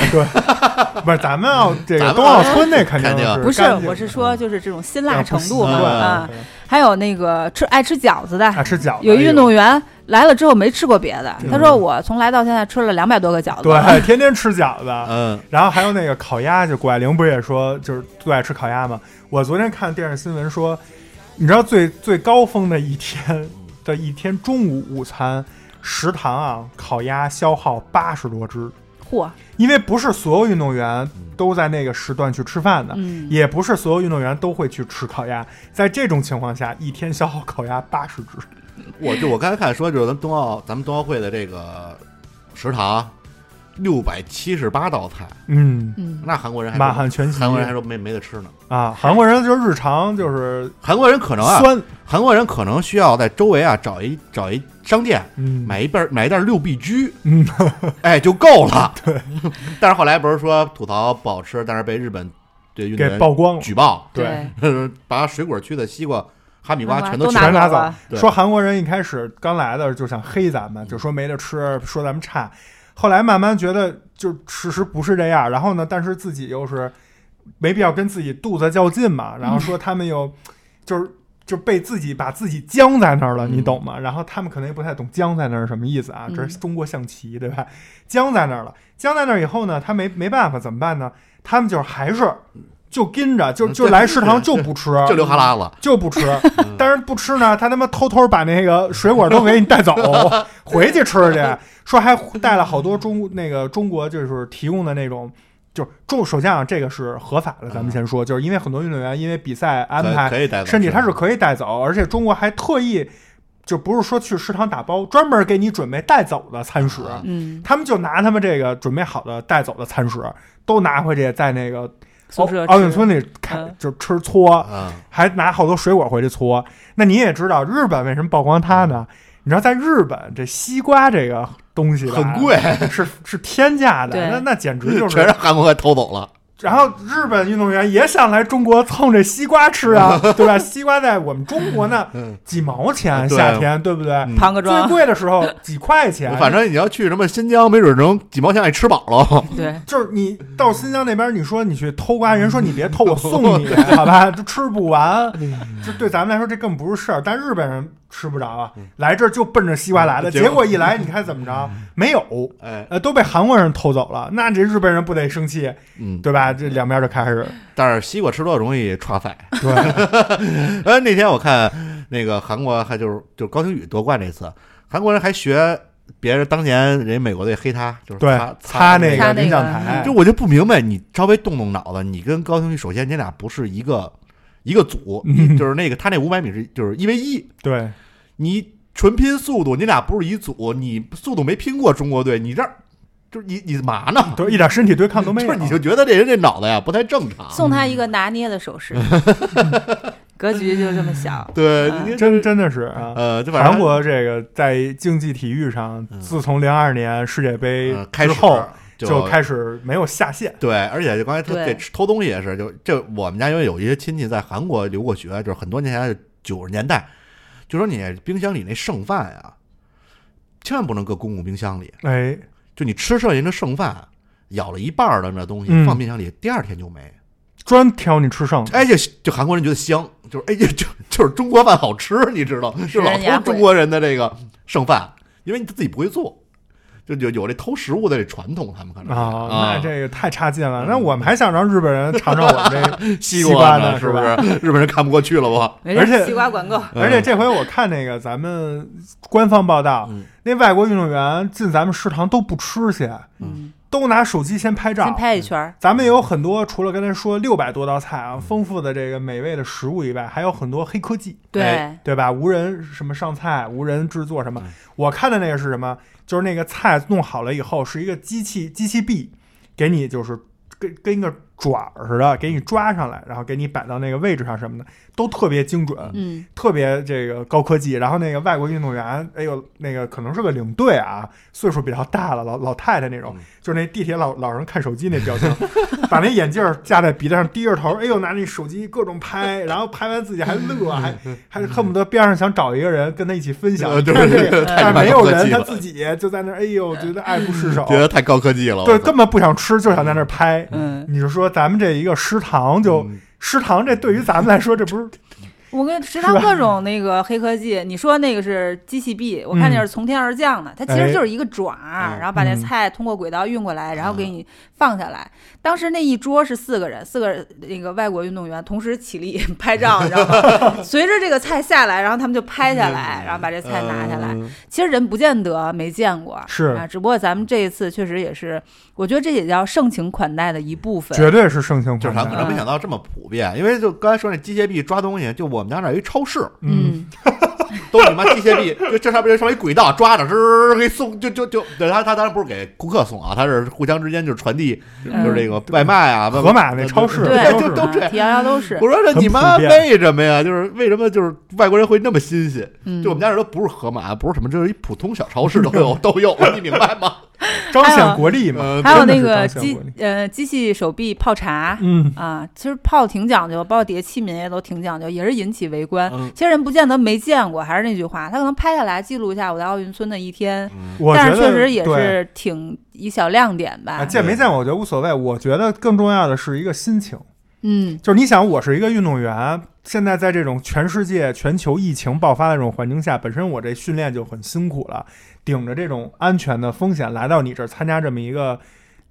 Speaker 4: 不是，咱们要这
Speaker 3: 咱
Speaker 4: 个
Speaker 3: 们
Speaker 4: 冬奥村那肯
Speaker 3: 肯定
Speaker 4: 是
Speaker 2: 不是
Speaker 4: 干，净
Speaker 2: 我是说就是这种辛辣
Speaker 4: 呃
Speaker 2: 程
Speaker 4: 不
Speaker 2: 度嘛，
Speaker 4: 习惯
Speaker 2: 啊，
Speaker 4: 对
Speaker 2: 还有那个吃爱吃饺子的，
Speaker 4: 爱吃饺子。
Speaker 2: 有一运
Speaker 4: 哎
Speaker 2: 动员来了之后没吃过别的，他说我从来到现在吃了两百多个饺
Speaker 4: 呦
Speaker 2: 子，
Speaker 4: 对，天天吃饺子。
Speaker 3: 嗯
Speaker 4: 然后还有那个烤鸭，就谷爱凌不是也说就是最爱吃烤鸭吗？我昨天看电视新闻说，你知道最最高峰的一天的一天中午午餐食堂啊，烤鸭消耗八十多只，
Speaker 2: 嚯，
Speaker 4: 因为不是所有运动员都在那个时段去吃饭的，
Speaker 2: 嗯
Speaker 4: 也不是所有运动员都会去吃烤鸭。在这种情况下，一天消耗烤鸭八十只，
Speaker 3: 我就我刚才看说就是咱们冬奥咱们冬奥会的这个食堂。六百七十八道菜，
Speaker 4: 嗯
Speaker 2: 嗯，
Speaker 3: 那韩国人还
Speaker 4: 满
Speaker 3: 说
Speaker 4: 汉全席
Speaker 3: 韩国人还说没没得吃呢。
Speaker 4: 啊，韩国人就是日常就是
Speaker 3: 韩国人可能啊，
Speaker 4: 酸，
Speaker 3: 韩国人可能需要在周围啊找一找一商店
Speaker 4: 嗯，
Speaker 3: 买一袋买一袋六必居，
Speaker 4: 嗯，
Speaker 3: 哎就够 了。对，但是后来不是说吐槽不好吃，但是被日本对运动
Speaker 4: 给
Speaker 3: 员
Speaker 4: 曝光了。
Speaker 3: 举报，
Speaker 2: 对，
Speaker 3: 把水果区的西瓜、哈密瓜全
Speaker 2: 都
Speaker 3: 都
Speaker 2: 拿
Speaker 3: 吃
Speaker 4: 全
Speaker 2: 走
Speaker 4: 拿走
Speaker 2: 了。
Speaker 3: 对嗯
Speaker 4: 说韩国人一开始刚来的就想黑咱们，就说没得吃，说咱们差。后来慢慢觉得就事实不是这样，然后呢，但是自己又是没必要跟自己肚子较劲
Speaker 3: 嗯
Speaker 4: 嘛，然后说他们又 就是。就被自己把自己僵在那儿了，
Speaker 3: 嗯
Speaker 4: 你懂吗？然后他们可能也不太懂“僵在那儿”是什么意思啊？
Speaker 2: 嗯
Speaker 4: 这是中国象棋，对吧？僵在那儿了，僵在那儿以后呢，他没没办法，怎么办呢？他们就是还是就跟着，
Speaker 3: 嗯
Speaker 4: 就就来食堂就不吃，
Speaker 3: 就流哈喇子。
Speaker 4: 就不吃，
Speaker 3: 嗯
Speaker 4: 但是不吃呢，他他妈偷偷把那个水果都给你带走，回去吃去，说还带了好多中那个中国就是提供的那种。就是中，首先啊，这个是合法的，咱们先说，就是因为很多运动员因为比赛安
Speaker 3: 嗯
Speaker 4: 排
Speaker 3: 可以可以带走
Speaker 4: 身体
Speaker 3: 是
Speaker 4: 他是可以带走，而且中国还特意就不是说去食堂打包，专门给你准备带走的餐食，
Speaker 3: 啊
Speaker 2: 嗯，
Speaker 4: 他们就拿他们这个准备好的带走的餐食都拿回去，在那个
Speaker 2: 宿舍
Speaker 4: 奥奥运
Speaker 2: 吃
Speaker 4: 村里看
Speaker 2: 嗯
Speaker 4: 就吃搓，
Speaker 3: 嗯，
Speaker 4: 还拿好多水果回去搓。那你也知道日本为什么曝光它呢？你知道在日本这西瓜这个东西吧
Speaker 3: 很贵，
Speaker 4: 是是天价的，
Speaker 2: 对
Speaker 4: 那那简 直就
Speaker 3: 全
Speaker 4: 是
Speaker 3: 让。韩国给偷走了。
Speaker 4: 然后日本运动员也想来中国蹭这西瓜吃 啊，对吧？西瓜在我们中国呢
Speaker 3: 嗯，
Speaker 4: 几毛钱，
Speaker 3: 对
Speaker 4: 夏天对不对？
Speaker 3: 嗯
Speaker 2: 庞各
Speaker 4: 最
Speaker 2: 庄，
Speaker 4: 贵的时候几块钱，
Speaker 3: 反正你要去什么新疆，没准能几毛钱给吃饱 了。
Speaker 2: 对，
Speaker 4: 就是你到新疆那边，你说你去偷瓜，人说你别偷，我 送你，好吧？都吃不完，
Speaker 3: 嗯
Speaker 4: 就对咱们来说这更不是事儿。但日本人吃不着啊，来这儿就奔着西瓜来的，
Speaker 3: 嗯结
Speaker 4: 结
Speaker 3: 果嗯
Speaker 4: 果一来，你看怎么着？没有，
Speaker 3: 哎，
Speaker 4: 呃，都被韩国人偷走了。那这日本人不得生气，
Speaker 3: 嗯，
Speaker 4: 对吧？这两边就开始，
Speaker 3: 但是西瓜吃多了容易串塞。
Speaker 4: 对，
Speaker 3: 呃，那天我看那个韩国还就是就是高廷宇夺冠这次，韩国人还学别人当年人家美国队黑他，就是
Speaker 4: 对
Speaker 3: 擦，
Speaker 4: 擦那
Speaker 2: 擦那个
Speaker 4: 个领奖台
Speaker 3: 就，我就不明白，你稍微动动脑子，你跟高廷宇首先你俩不是一个一个组，
Speaker 4: 嗯
Speaker 3: 就是那个他那五百米是就是一 v 一，
Speaker 4: 对，
Speaker 3: 你纯拼速度，你俩不是一组，你速度没拼过中国队，你这儿就是你你嘛呢？
Speaker 4: 都一点身体对抗都没
Speaker 3: 就
Speaker 4: 有
Speaker 3: 是。你就觉得这人这脑袋呀不太正常，
Speaker 2: 送他一个拿捏的手 势，格局就这么小。
Speaker 3: 对，
Speaker 2: 嗯
Speaker 3: 你
Speaker 4: 真真的是啊，
Speaker 3: 呃，这反正
Speaker 4: 韩国这个在竞技体育上，
Speaker 3: 嗯
Speaker 4: 自从零二年世界杯
Speaker 3: 呃开
Speaker 4: 之
Speaker 3: 始
Speaker 4: 后，
Speaker 3: 就
Speaker 4: 就开始没有下限。
Speaker 3: 对，而且就刚才他
Speaker 2: 对
Speaker 3: 这偷东西也是，就这我们家因为有一些亲戚在韩国留过学，就是很多年前九十年代，就说你冰箱里那剩饭呀，千万不能搁公共冰箱里，
Speaker 4: 哎，
Speaker 3: 就你吃剩下的剩饭，咬了一半儿的那东西
Speaker 4: 嗯
Speaker 3: 放冰箱里，第二天就没。
Speaker 4: 专挑你吃剩的。
Speaker 3: 哎，就就韩国人觉得香，就是哎就就就是中国饭好吃，你知道，就老
Speaker 2: 人家
Speaker 3: 偷中
Speaker 2: 会
Speaker 3: 国人的这个剩饭，因为你自己不会做，就有有这偷食物的这传统，他们可能是
Speaker 4: 啊，
Speaker 3: 啊
Speaker 4: 那这个太差劲了。那我们还想让日本人尝尝我们这个
Speaker 3: 西
Speaker 4: 瓜
Speaker 3: 呢，
Speaker 4: 呢，
Speaker 3: 是
Speaker 4: 吧
Speaker 3: 不？是？日本人看不过去了不？
Speaker 2: 没事
Speaker 4: 而且
Speaker 2: 西瓜管够，
Speaker 4: 而且这回我看那个咱们官方报道，
Speaker 3: 嗯
Speaker 4: 那外国运动员进咱们食堂都不吃去，
Speaker 2: 嗯，
Speaker 4: 都拿手机先拍照。
Speaker 2: 先拍一圈儿，
Speaker 4: 咱们也有很多，除了刚才说六百多道菜啊，丰富的这个美味的食物以外，还有很多黑科技，
Speaker 2: 对
Speaker 3: 哎，
Speaker 4: 对吧？无人什么上菜，无人制作什么
Speaker 3: 嗯。
Speaker 4: 我看的那个是什么？就是那个菜弄好了以后，是一个机器机器臂，给你就是跟跟一个爪儿似的，给你抓上来，然后给你摆到那个位置上什么的，都特别精准，
Speaker 2: 嗯，
Speaker 4: 特别这个高科技。然后那个外国运动员，哎呦，那个可能是个领队啊，岁数比较大了，老老太太那种，
Speaker 3: 嗯
Speaker 4: 就是那地铁老老人看手机那表情， 把那眼镜儿架在鼻子上，低着头，哎呦，拿那手机各种 拍，然后拍完自己还乐，还还恨不得边上想找一个人跟他一起分享
Speaker 3: 呃，对
Speaker 4: 但是这
Speaker 3: 对
Speaker 4: 个
Speaker 3: 对
Speaker 4: 但是
Speaker 3: 太
Speaker 4: 没有
Speaker 3: 高科
Speaker 4: 人，
Speaker 3: 技
Speaker 4: 他
Speaker 3: 了
Speaker 4: 自己就在那儿，哎 呦，觉得爱不释手，
Speaker 3: 觉得太高科技了。
Speaker 4: 哦对，
Speaker 3: 我操
Speaker 4: 根本不想吃，就想在那儿拍。
Speaker 2: 嗯
Speaker 4: 你就说咱们这一个食堂就，
Speaker 3: 嗯
Speaker 4: 食堂这对于咱们来说，这不是
Speaker 2: 我跟食堂各种那个黑科技，你说那个是机器臂，我看那是从天而降的，它其
Speaker 4: 哎
Speaker 2: 实就是一个爪
Speaker 3: 嗯
Speaker 2: 儿，然后把那菜通过轨道运过来，然后
Speaker 3: 嗯
Speaker 2: 给你放下来。当时那一桌是四个人，四个那个外国运动员同时起立 拍照，你知道吗？ 随着这个菜下来，然后他们就拍下来，然后把这菜拿下来。
Speaker 3: 嗯
Speaker 2: 其实人不见得没见过，
Speaker 4: 是
Speaker 2: 啊，只不过咱们这一次确实也是，我觉得这也叫盛情款待的一部分。
Speaker 4: 绝对是盛情
Speaker 3: 就是
Speaker 4: 款
Speaker 3: 咱可
Speaker 4: 待。
Speaker 3: 能没想到这么普遍，因为就刚才说那机械臂抓东西，就我们家那儿有一超市，
Speaker 4: 嗯，
Speaker 2: 嗯，
Speaker 3: 都是你妈机械臂，就这上边就上一轨道抓着，吱给送，就就就，对他他当然不是给顾客送啊，他是互相之间就传递，
Speaker 2: 嗯
Speaker 3: 就是这个外卖啊，外卖
Speaker 4: 盒马那超市
Speaker 3: 对，
Speaker 4: 都
Speaker 3: 就是都这
Speaker 2: 啊。体摇摇都是
Speaker 3: 我，说这你妈
Speaker 4: 很普遍
Speaker 3: 为什么呀？就是为什么就是外国人会那么新鲜？
Speaker 2: 嗯
Speaker 3: 就我们家这都不是盒马，不是什么，就是一普通小超市都 有都有，你明白吗？
Speaker 4: 彰显国力嘛。
Speaker 3: 嗯，
Speaker 2: 还有
Speaker 4: 真的
Speaker 2: 那
Speaker 4: 是
Speaker 2: 个
Speaker 4: 彰显
Speaker 2: 机
Speaker 4: 国力
Speaker 2: 呃机器手臂泡茶。
Speaker 4: 嗯，
Speaker 2: 啊，其实泡挺讲究，包括叠器皿也都挺讲究，也是引起围观。
Speaker 3: 嗯
Speaker 2: 其实人不见得没见过，还是那句话，他可能拍下来记录一下我在奥运村的一天，
Speaker 4: 嗯我觉
Speaker 2: 但
Speaker 4: 得
Speaker 2: 是确实也
Speaker 4: 对
Speaker 2: 是挺一小亮点吧。
Speaker 4: 啊，
Speaker 3: 嗯
Speaker 4: 见没见我觉得无所谓。我觉得更重要的是一个心情，
Speaker 2: 嗯，
Speaker 4: 就是你想，我是一个运动员，现在在这种全世界全球疫情爆发的这种环境下，本身我这训练就很辛苦了，顶着这种安全的风险来到你这儿参加这么一个。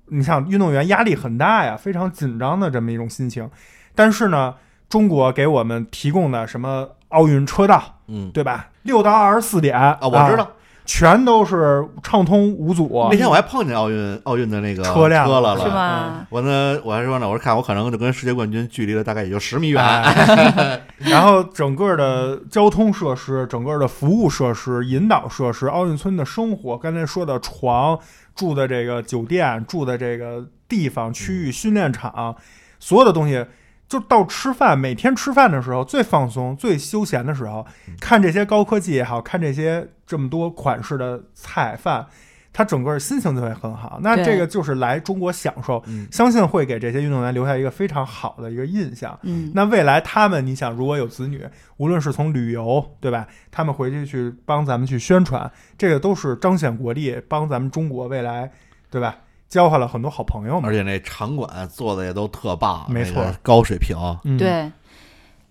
Speaker 4: 你像运动员压力很大呀，非常紧张的这么一种心情。但是呢，中国给我们提供的什么奥运车道，
Speaker 3: 嗯
Speaker 4: 对吧？六到二十四点啊
Speaker 3: 啊，我知道，
Speaker 4: 全都是畅通 无阻
Speaker 3: 那。天我还碰见奥运奥运的那个
Speaker 4: 车辆
Speaker 3: 车了
Speaker 2: 是
Speaker 3: 了。
Speaker 2: 吗？
Speaker 3: 我呢，我还说呢，我说看我可能就跟世界冠军距离了大概也就十米 远，
Speaker 4: 哎然后整个的交通设施、整个的服务设施、引导设施、奥运村的生活，刚才说的床、住的这个酒店、住的这个地方、区域、训练场，所有的东西，就到吃饭，每天吃饭的时候最放松、最休闲的时候，看这些高科技也好看这些这么多款式的菜饭。他整个心情就会很好，那
Speaker 2: 对
Speaker 4: 这个就是来中国享受，
Speaker 3: 嗯
Speaker 4: 相信会给这些运动员留下一个非常好的一个印象。
Speaker 2: 嗯，
Speaker 4: 那未来他们，你想，如果有子女，无论是从旅游，对吧？他们回去去帮咱们去宣传，这个都是彰显国力，帮咱们中国未来，对吧？交换了很多好朋友嘛
Speaker 3: 而。且那场馆做的也都特棒，
Speaker 4: 没错
Speaker 3: 那个高水 平。
Speaker 4: 嗯，
Speaker 2: 对。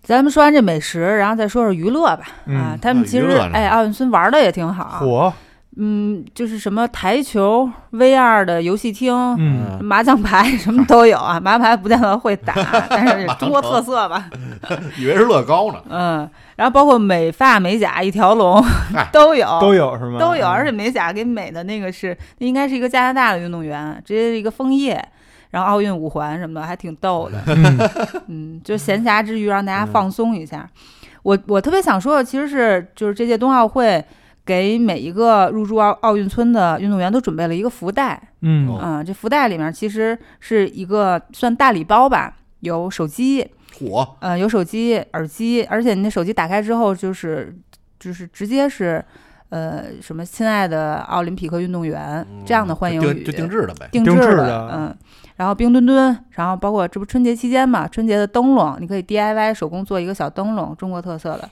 Speaker 2: 咱们说完这美食，然后再说说娱乐吧。啊
Speaker 4: 嗯，
Speaker 2: 他们其
Speaker 3: 娱
Speaker 2: 实
Speaker 3: 乐呢
Speaker 2: 哎，奥运村玩的也挺好。
Speaker 4: 火，
Speaker 2: 嗯，就是什么台球、VR 的游戏厅、
Speaker 4: 嗯，
Speaker 2: 麻将牌什么都有啊。麻将牌不见得会打，但是中国特色吧。
Speaker 3: 以为是乐高呢，
Speaker 2: 嗯，然后包括美发、美甲一条龙
Speaker 3: 哎
Speaker 2: 都有，
Speaker 4: 都有是吗？嗯
Speaker 2: 都有，而且
Speaker 4: 且
Speaker 2: 美甲给美的那个是，那应该是一个加拿大的运动员，直接一个枫叶，然后奥运五环什么的，还挺逗 的。嗯，就闲暇之余让大家放松一下。我我特别想说的其实是，就是这届冬奥会给每一个入驻奥奥运村的运动员都准备了一个福袋，
Speaker 4: 嗯
Speaker 3: 哦
Speaker 2: 啊、这福袋里面其实是一个算大礼包吧，有手机，
Speaker 3: 火
Speaker 2: 呃，有手机、耳机，而且你那手机打开之后，就是就是直接是，呃，什么“亲爱的奥林匹克运动员”这样的欢迎
Speaker 3: 嗯就
Speaker 2: 语，
Speaker 3: 定就定制的呗。
Speaker 2: 定
Speaker 4: 定制
Speaker 2: 的
Speaker 4: 的，
Speaker 2: 嗯。然后冰墩墩，然后包括这不春节期间嘛，春节的灯笼，你可以 DIY 手工做一个小灯笼，中国特色的。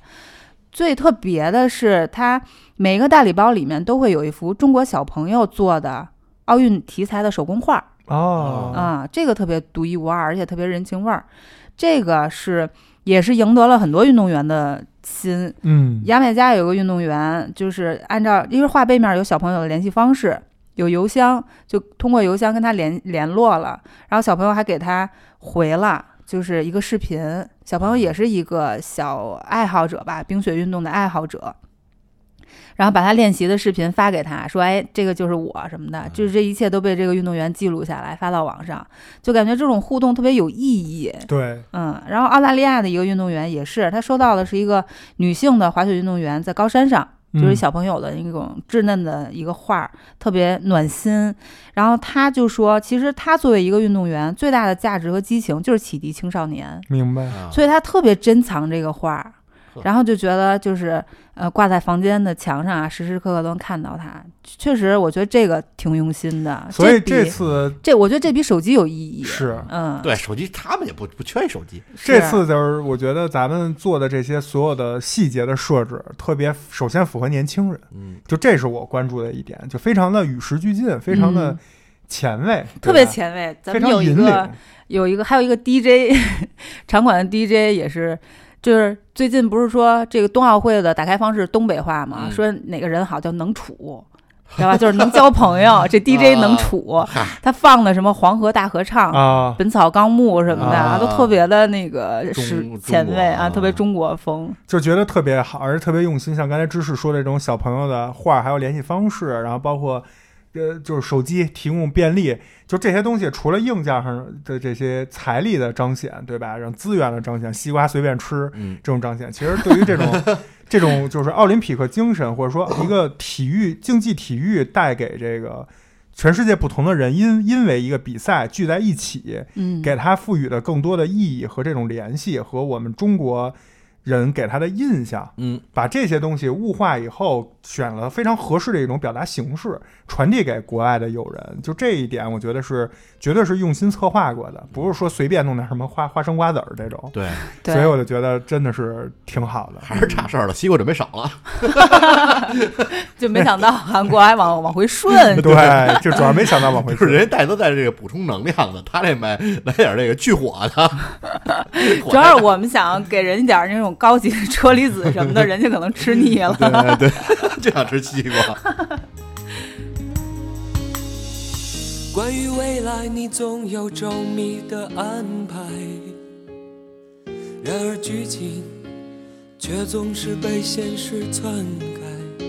Speaker 2: 最特别的是，它每一个大礼包里面都会有一幅中国小朋友做的奥运题材的手工画儿。
Speaker 4: 哦，
Speaker 2: 啊，这个特别独一无二，而且特别人情味儿。这个是也是赢得了很多运动员的心。
Speaker 4: 嗯，
Speaker 2: 牙买加有个运动员，就是按照因为画背面有小朋友的联系方式，有邮箱，就通过邮箱跟他联联络了，然后小朋友还给他回了。就是一个视频，小朋友也是一个小爱好者吧，冰雪运动的爱好者，然后把他练习的视频发给他，说：“哎，这个就是我什么的。”就是这一切都被这个运动员记录下来，发到网上，就感觉这种互动特别有意义。
Speaker 4: 对，
Speaker 2: 嗯，然后澳大利亚的一个运动员也是，他收到的是一个女性的滑雪运动员在高山上，就是
Speaker 4: 嗯
Speaker 2: 小朋友的那种稚嫩的一个画儿，特别暖心。然后他就说，其实他作为一个运动员，最大的价值和激情就是启迪青少年，
Speaker 4: 明白，
Speaker 3: 啊
Speaker 2: 所以他特别珍藏这个画儿
Speaker 3: 呵。
Speaker 2: 然后就觉得就是呃挂在房间的墙上啊，时时刻刻都能看到它。确实，我觉得这个挺用心的。
Speaker 4: 所
Speaker 2: 这
Speaker 4: 以这
Speaker 2: 比
Speaker 4: 次
Speaker 2: 这，我觉得这比手机有意义。
Speaker 4: 是
Speaker 2: 嗯，
Speaker 3: 对手机，他们也不不缺手机，
Speaker 2: 是，
Speaker 4: 这次就是我觉得咱们做的这些所有的细节的设置，特别首先符合年轻人，
Speaker 3: 嗯，
Speaker 4: 就这是我关注的一点，就非常的与时俱进，非常的
Speaker 2: 嗯
Speaker 4: 前卫，
Speaker 2: 特
Speaker 4: 对
Speaker 2: 别
Speaker 4: 吧，
Speaker 2: 前卫。咱
Speaker 4: 非
Speaker 2: 们
Speaker 4: 常
Speaker 2: 有一
Speaker 4: 引
Speaker 2: 个啊
Speaker 4: 领。
Speaker 2: 有一个，还有一个 DJ，场 馆的 DJ 也是，就是最近不是说这个冬奥会的打开方式东北话嘛，
Speaker 3: 嗯
Speaker 2: 说哪个人好叫能处，知道吧？就是能交朋 友，这 DJ 能处，
Speaker 3: 嗨
Speaker 2: 他放的什么黄河大合唱。
Speaker 4: 啊，
Speaker 2: 本草纲目什么的
Speaker 3: 啊
Speaker 2: 都特别的那个
Speaker 3: 中
Speaker 2: 是
Speaker 3: 中
Speaker 2: 前
Speaker 3: 国
Speaker 2: 卫啊，
Speaker 3: 啊
Speaker 2: 特别中国风。
Speaker 4: 就觉得特别好，而且特别用心。像刚才芝士说的这种小朋友的画，还有联系方式，然后包括呃，就是手机提供便利，就这些东西，除了硬件上的这些财力的彰显，对吧？让资源的彰显，西瓜随便吃，
Speaker 3: 嗯
Speaker 4: 这种彰显，其实对于这种这种就是奥林匹克精神，或者说一个体育竞技体育带给这个全世界不同的人，因因为一个比赛聚在一起，
Speaker 2: 嗯，
Speaker 4: 给它赋予了更多的意义和这种联系和我们中国人给它的印象，
Speaker 3: 嗯，
Speaker 4: 把这些东西物化以后，选了非常合适的一种表达形式，传递给国外的友人。就这一点，我觉得是绝对是用心策划过的，不是说随便弄点什么花花生瓜子儿这种。
Speaker 3: 对，
Speaker 2: 对
Speaker 4: 所以我就觉得真的是挺好的。，
Speaker 3: 还是差事儿了，西瓜准备少了，
Speaker 2: 就没想到韩国还往往回顺
Speaker 4: 对，就主要没想到往回
Speaker 3: 就是
Speaker 4: 说。
Speaker 3: 人家带都带这个补充能量的，他这买 来点这个去火 的，
Speaker 2: 主要是我们想给人一点儿那种高级的 车厘子什么的，人家可能吃腻了。
Speaker 3: 对 对，就想吃西瓜。
Speaker 6: 关于未来，你总有周密的安排。然而剧情却总是被现实篡改。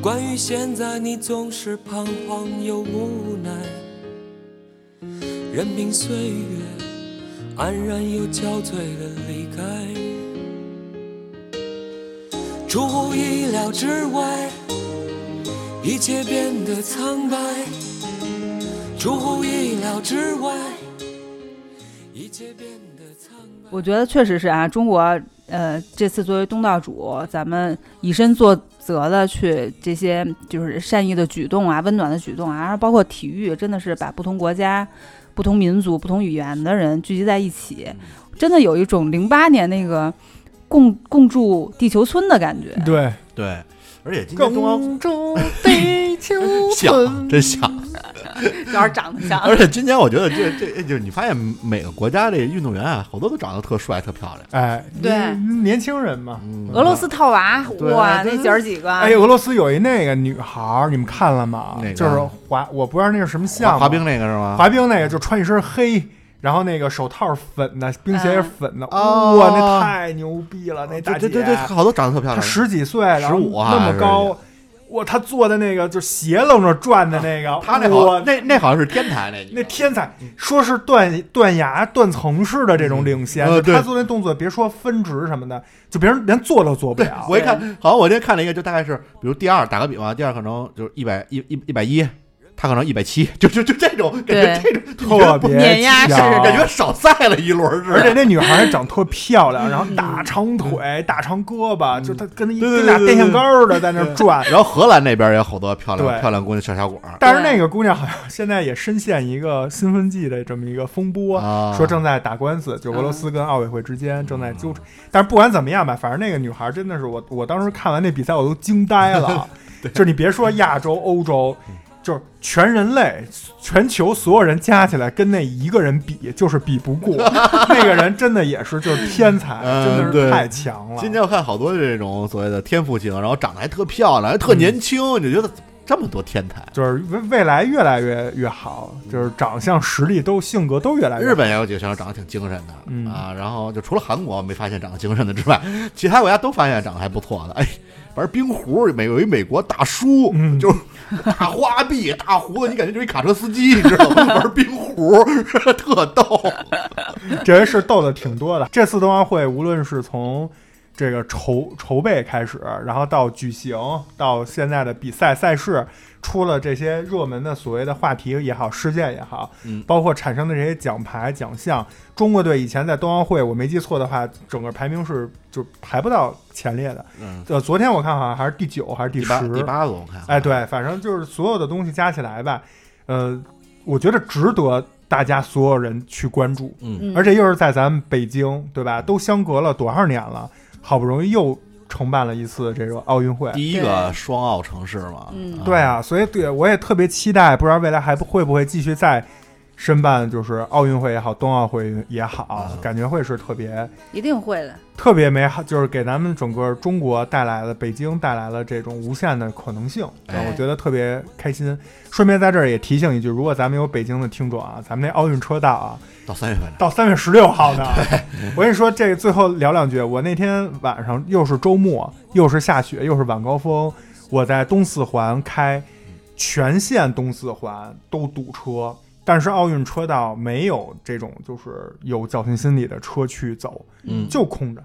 Speaker 6: 关于现在，你总是彷徨又无奈。任凭岁月安然又憔悴的离开，出乎意料之外。一切变得苍白，出乎意料之外，一切变得苍白。
Speaker 2: 我觉得确实是啊，中国呃这次作为东道主，咱们以身作则的去这些就是善意的举动啊、温暖的举动啊，然后包括体育，真的是把不同国家、不同民族、不同语言的人聚集在一起，真的有一种零八年那个共共住地球村的感觉。
Speaker 4: 对，
Speaker 3: 对，而且今年冬奥
Speaker 4: 中地球
Speaker 3: 像真像，
Speaker 2: 主要是长得像
Speaker 3: 嗯 而且今年我觉得这这就是你发现每个国家这运动员啊，好多都长得特帅、特漂亮。
Speaker 4: 哎，
Speaker 2: 对
Speaker 4: 年年轻人嘛。
Speaker 3: 嗯，
Speaker 2: 俄罗斯套娃，
Speaker 3: 对
Speaker 2: 哇，
Speaker 3: 这
Speaker 2: 那姐儿几个，
Speaker 4: 哎，俄罗斯有一那个女孩儿，你们看了吗？
Speaker 3: 哪个
Speaker 4: 就是滑，我不知道那是什么项
Speaker 3: 滑
Speaker 4: 目，
Speaker 3: 滑冰那个是吗？
Speaker 4: 滑冰那个就穿一身黑，然后那个手套粉的，冰鞋是粉的，
Speaker 3: 哦
Speaker 4: 哇，那太牛逼了，那大姐，
Speaker 3: 对对对对，好多长得特漂
Speaker 4: 她
Speaker 3: 亮。
Speaker 4: 十几岁，然后
Speaker 3: 15啊
Speaker 4: 那么高，哇，她坐的那个就斜楞着转的那个，
Speaker 3: 啊他那好，
Speaker 4: 我
Speaker 3: 那那好像是天台那
Speaker 4: 那天才，说是断断崖、断层式的这种领先，
Speaker 3: 嗯呃
Speaker 4: 就
Speaker 3: 对
Speaker 4: 他做那动作，别说分值什么的，就别人连做都做不了。
Speaker 3: 我一看，好像我今天看了一个，就大概是，比如第二，打个比方，第二可能就是一百一一一百一，他可能一百七，就就就这种感
Speaker 2: 对
Speaker 3: 觉，这种就你觉
Speaker 4: 特
Speaker 3: 得不
Speaker 4: 别
Speaker 2: 碾压
Speaker 4: 强
Speaker 2: 式
Speaker 3: 感觉少赛了一轮似的。
Speaker 4: 而且那 女孩还长特漂亮，然后大长腿、大长胳膊，就她跟那一
Speaker 3: 嗯对对
Speaker 4: 跟俩
Speaker 3: 对
Speaker 4: 电线
Speaker 3: 对
Speaker 4: 杆儿似的在那儿转。
Speaker 3: 然后荷兰那边也有好多漂
Speaker 4: 对
Speaker 3: 亮漂亮姑娘小小伙儿
Speaker 4: 但是那个姑娘好像现在也深陷一个兴奋剂的这么一个风波，
Speaker 3: 啊嗯
Speaker 4: 说正在打官司，就俄罗斯跟奥委会之间正在纠缠。但是不管怎么样吧，反正那个女孩真的是我，我当时看完那比赛我都惊 呆了。就是你别说亚洲、欧洲，
Speaker 3: 嗯
Speaker 4: 就是全人类、全球所有人加起来跟那一个人比，就是比不 过。那个人真的也是就是天才，
Speaker 3: 嗯
Speaker 4: 真的是
Speaker 3: 对
Speaker 4: 太强了。
Speaker 3: 今天我看好多这种所谓的天赋型，然后长得还特漂亮，还特年轻，你就觉得这么多天才。
Speaker 4: 就是未未来越来越越好，就是长相、实力都、性格都越来越
Speaker 3: 日本也有几个选手长得挺精神的、
Speaker 4: 嗯
Speaker 3: 啊，然后就除了韩国没发现长得精神的之外，其他国家都发现长得还不错的。哎，玩冰壶，美有一美国大叔，
Speaker 4: 嗯
Speaker 3: 就是大花臂、大胡子，你感觉就是一卡车司机，你知道吗？玩冰壶 特逗。
Speaker 4: 这回是逗的挺多的。这次冬奥会无论是从这个筹筹备开始，然后到举行，到现在的比赛赛事，出了这些热门的所谓的话题也好，事件也好，
Speaker 3: 嗯
Speaker 4: 包括产生的这些奖牌奖项，中国队以前在冬奥会，我没记错的话，整个排名是就排不到前列的。
Speaker 3: 嗯，
Speaker 4: 呃，昨天我看好像还是第九还是
Speaker 3: 第
Speaker 4: 第
Speaker 3: 八
Speaker 4: 十，
Speaker 3: 第八个我看，
Speaker 4: 哎，，对，反正就是所有的东西加起来吧，呃，我觉得值得大家所有人去关注，
Speaker 3: 嗯，
Speaker 2: 嗯
Speaker 4: 而且又是在咱们北京，对吧？都相隔了多少年了，好不容易又承办了一次这个奥运会。
Speaker 3: 第一个
Speaker 2: 对
Speaker 3: 双奥城市嘛，
Speaker 2: 嗯
Speaker 4: 对，啊，所以对我也特别期待，不知道未来还不会不会继续再申办，就是奥运会也好，冬奥会也好，
Speaker 3: 嗯
Speaker 4: 感觉会是特别
Speaker 2: 一定会的。
Speaker 4: 特别美好，就是给咱们整个中国带来了北京带来了这种无限的可能性，
Speaker 3: 哎
Speaker 4: 啊我觉得特别开心。顺便在这儿也提醒一句，如果咱们有北京的听众啊，咱们那奥运车道啊，
Speaker 3: 到三月份了，
Speaker 4: 到三月十六号 呢。我跟你说，这个最后聊两句。我那天晚上又是周末，又是下雪，又是晚高峰，我在东四环开，全线东四环都堵车，但是奥运车道没有这种就是有侥幸心理的车去走，
Speaker 3: 嗯
Speaker 4: 就空着。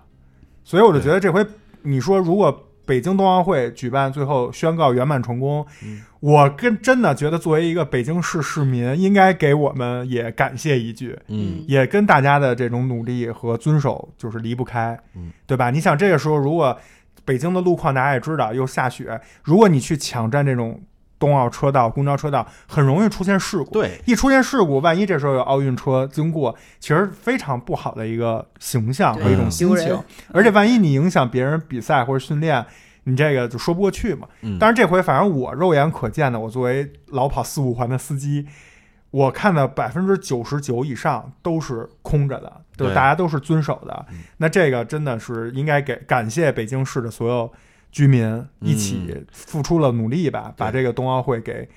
Speaker 4: 所以我就觉得这回你说如果。北京冬奥会举办最后宣告圆满成功，
Speaker 3: 嗯
Speaker 4: 我跟真的觉得作为一个北京市市民，应该给我们也感谢一句，
Speaker 3: 嗯，
Speaker 4: 也跟大家的这种努力和遵守就是离不开，
Speaker 3: 嗯，
Speaker 4: 对吧？你想这个时候，如果北京的路况大家也知道，又下雪，如果你去抢占这种冬奥车道、公交车道，很容易出现事故。，
Speaker 3: 对，
Speaker 4: 一出现事故，万一这时候有奥运车经过，其实非常不好的一个形象和一种心
Speaker 2: 对丢
Speaker 4: 情
Speaker 2: 人，
Speaker 4: 而且万一你影响别人比赛或者训练。你这个就说不过去嘛，
Speaker 3: 嗯
Speaker 4: 但是这回反正我肉眼可见的，我作为老跑四五环的司机，我看的百分之九十九以上都是空着的，就是
Speaker 3: 对嗯
Speaker 4: 大家都是遵守的。那这个真的是应该给感谢北京
Speaker 3: 嗯
Speaker 4: 市的所有居民一起付出了努力吧，把这个冬奥会给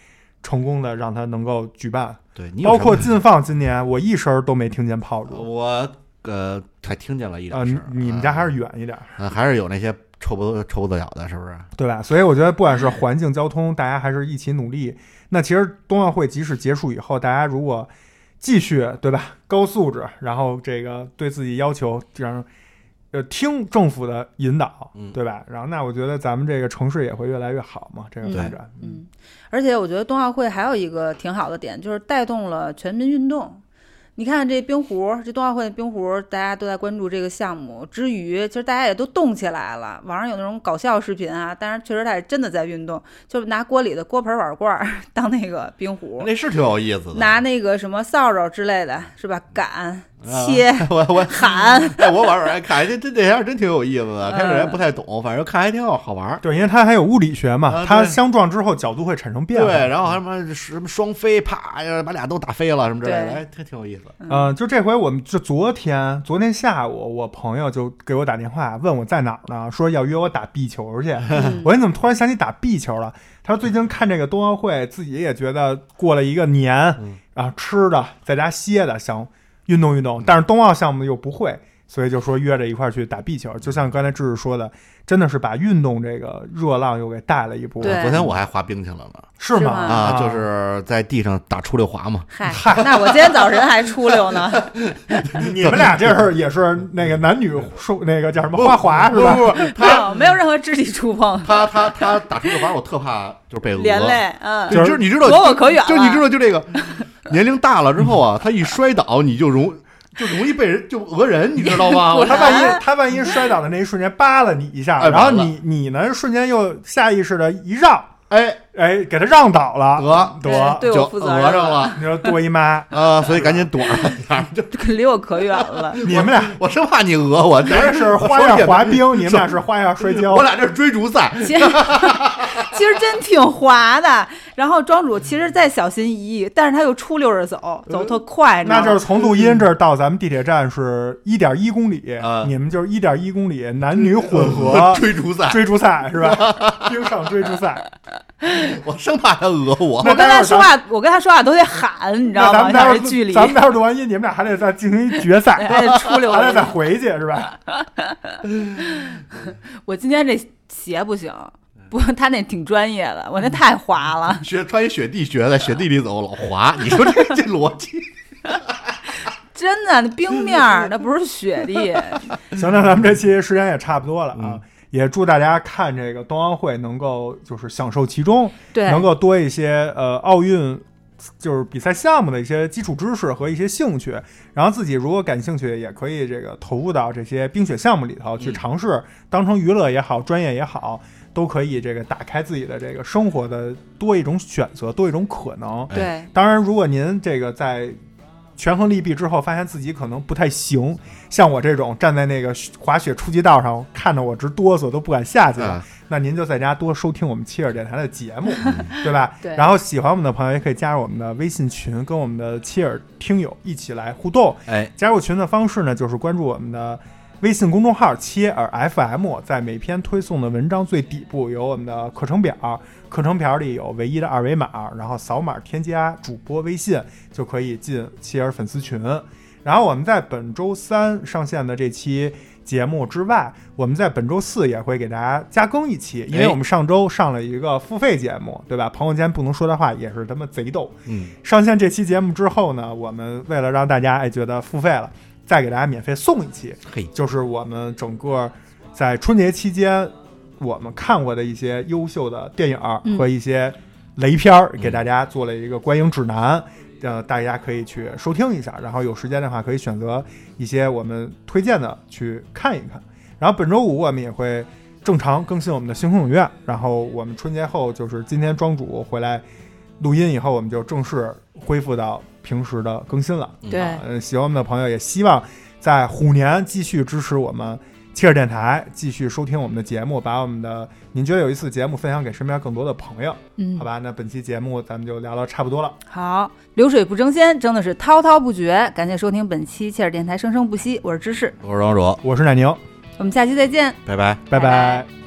Speaker 4: 成功的让它能够举办，
Speaker 3: 对你有
Speaker 4: 包括
Speaker 3: 什么哦
Speaker 4: 禁放今年，我一声儿都没听见炮竹。
Speaker 3: 我呃还听见了一
Speaker 4: 啊、
Speaker 3: 两声儿、
Speaker 4: 你们家还
Speaker 3: 啊
Speaker 4: 是远一点儿，
Speaker 3: 呃，还是有那些臭不臭不得了的，是不是？
Speaker 4: 对吧？所以我觉得，不管是
Speaker 3: 嗯
Speaker 4: 环境、交通，大家还是一起努力。那其实冬奥会即使结束以后，大家如果继续对吧，高素质，然后这个对自己要求，这样呃听政府的引导
Speaker 3: 嗯，
Speaker 4: 对吧？然后那我觉得咱们这个城市也会越来越好嘛，这个
Speaker 2: 嗯
Speaker 4: 发展。
Speaker 2: 嗯，而且我觉得冬奥会还有一个挺好的点，就是带动了全民运动。你看这冰壶，这冬奥会的冰壶，大家都在关注这个项目之余，其实大家也都动起来了。网上有那种搞笑视频啊，但是确实他也真的在运动，就是拿锅里的锅盆碗罐儿 当那个冰壶，
Speaker 3: 那是挺有意思的。
Speaker 2: 拿那个什么扫帚之类的，是吧？擀、切、
Speaker 3: 啊、 我我
Speaker 2: 喊，
Speaker 3: 哎，我玩玩，哎，看这这这样真挺有意思的。开始还
Speaker 2: 嗯
Speaker 3: 不太懂，反正看还挺好好玩儿。
Speaker 4: 对，因为它还有物理学嘛，
Speaker 3: 啊
Speaker 4: 它
Speaker 3: 对
Speaker 4: 相撞之后角度会产生变化。
Speaker 3: 对，然后还什么什么双飞，啪，哎呀，把俩都打飞了什么之类的，
Speaker 2: 对
Speaker 3: 哎，挺挺有意思。
Speaker 4: 呃，就这回我们就昨天，昨天下午，我朋友就给我打电话问我在哪儿呢，说要约我打壁球去。
Speaker 2: 嗯
Speaker 4: 我说你怎么突然想起打壁球了？他说最近看这个冬奥会，自己也觉得过了一个年，
Speaker 3: 嗯
Speaker 4: 啊，吃的在家歇的，想运动运动，但是冬奥项目又不会。所以就说约着一块儿去打壁球，就像刚才志志说的，真的是把运动这个热浪又给带了一波，
Speaker 2: 对
Speaker 3: 昨天我还滑冰去了呢，
Speaker 4: 是
Speaker 2: 是
Speaker 4: 吗？
Speaker 2: 吗
Speaker 3: 啊，就是在地上打出溜滑嘛。
Speaker 2: 嗨，那我今天早晨还出溜呢。
Speaker 4: 你们俩这是也是
Speaker 3: 嗯
Speaker 4: 那个男女说那个叫什么花滑是吧？
Speaker 3: 不不不，
Speaker 2: 没有，哦没有任何肢体触碰，
Speaker 3: 他他他打出溜滑，我特怕就是被讹。
Speaker 2: 连累，嗯，
Speaker 3: 就就是你知道，
Speaker 2: 躲我可远了
Speaker 3: 就你知道，就这个年龄大了之后啊，他一摔倒，你就容就容易被人就讹人，你知道 吗？我
Speaker 4: 他万一他万一摔倒的那一瞬间扒拉你一下，
Speaker 3: 哎
Speaker 4: 然后
Speaker 3: 完了
Speaker 4: 你你呢瞬间又下意识的一让，
Speaker 3: 哎
Speaker 4: 哎，给他让倒了，
Speaker 3: 讹
Speaker 4: 得
Speaker 2: 对
Speaker 3: 就
Speaker 2: 我负
Speaker 3: 讹
Speaker 2: 责任
Speaker 3: 上，了
Speaker 4: 你说多姨妈，
Speaker 3: 啊，所以赶紧躲着 一下。就
Speaker 2: 离我可远了。
Speaker 4: 你们俩
Speaker 3: 我生怕你讹 我，
Speaker 4: 咱
Speaker 3: 咱
Speaker 4: 是花样滑，冰，你们俩是花样摔跤
Speaker 3: 我，俩这是追逐 赛。
Speaker 2: 其实其实真挺滑的，然后庄主其实再小心翼翼，但是他又出溜着走，走特快，
Speaker 4: 那就是
Speaker 2: 是
Speaker 4: 从录音这儿到咱们地铁站是一点一公里
Speaker 3: 啊，
Speaker 4: 你们就是一点一公里男女混合
Speaker 3: 追逐赛，
Speaker 4: 追逐赛 是吧？冰上追逐赛。
Speaker 3: 我生怕他讹我。
Speaker 2: 我跟他说话，我跟他说话都得喊，你知
Speaker 4: 那
Speaker 2: 道
Speaker 4: 咱
Speaker 2: 吗？
Speaker 4: 们待
Speaker 2: 像
Speaker 4: 会儿
Speaker 2: 这距离，
Speaker 4: 咱们待会儿录完音，你们俩还得再进行一决赛，
Speaker 2: 还得出溜
Speaker 4: 还得再
Speaker 2: 着。
Speaker 4: 回去是吧？
Speaker 2: 我今天这鞋不行，不，他那挺专业的，我那太滑了。
Speaker 3: 学穿一雪地学的，雪地里走老滑，你说这 这逻辑？
Speaker 2: 真的，那冰面儿那不是雪地，
Speaker 4: 行，那咱们这期时间也差不多了啊。
Speaker 2: 嗯
Speaker 4: 也祝大家看这个冬奥会能够就是享受其中，
Speaker 2: 对
Speaker 4: 能够多一些呃奥运就是比赛项目的一些基础知识和一些兴趣，然后自己如果感兴趣，也可以这个投入到这些冰雪项目里头去尝试，当成娱乐也好，专业也好，都可以这个打开自己的这个生活的多一种选择，多一种可能。
Speaker 2: 对，
Speaker 4: 当然，如果您这个在权衡利弊之后，发现自己可能不太行，像我这种站在那个滑雪初级道上，看得我直哆嗦，都不敢下去了，
Speaker 3: 啊
Speaker 4: 那您就在家多收听我们切尔电台的节目，对吧？
Speaker 2: 对
Speaker 4: 然后喜欢我们的朋友也可以加入我们的微信群，跟我们的切尔听友一起来互动。
Speaker 3: 哎，
Speaker 4: 加入群的方式呢，就是关注我们的微信公众号“切耳 FM”，在每篇推送的文章最底部有我们的课程表，课程表里有唯一的二维码，然后扫码添加主播微信就可以进切耳粉丝群。然后我们在本周三上线的这期节目之外，我们在本周四也会给大家加更一期，因为
Speaker 3: 哎
Speaker 4: 我们上周上了一个付费节目，对吧？朋友间不能说的话也是他妈贼逗，
Speaker 3: 嗯，
Speaker 4: 上线这期节目之后呢，我们为了让大家哎觉得付费了，再给大家免费送一期，
Speaker 3: 嘿，
Speaker 4: 就是我们整个在春节期间我们看过的一些优秀的电影儿
Speaker 2: 嗯
Speaker 4: 和一些雷片儿，给大家做了一个观影指南。呃，大家可以去收听一下，然后有时间的话可以选择一些我们推荐的去看一看。然后本周五我们也会正常更新我们的星空影院，然后我们春节后就是今天庄主回来录音以后，我们就正式恢复到平时的更新了。
Speaker 2: 对
Speaker 4: 啊呃，喜欢我们的朋友也希望在虎年继续支持我们切尔电台，继续收听我们的节目，把我们的您觉得有意思的节目分享给身边更多的朋友，
Speaker 2: 嗯
Speaker 4: 好，吧？那本期节目咱们就聊到差不多了，
Speaker 2: 好，流水不争先，争的是滔滔不绝。感谢收听本期切尔电台，生生不息。我是芝士，
Speaker 3: 我是庄主，
Speaker 4: 我是奶牛，
Speaker 2: 我们下期再见。
Speaker 3: 拜拜。
Speaker 4: 拜
Speaker 2: 拜拜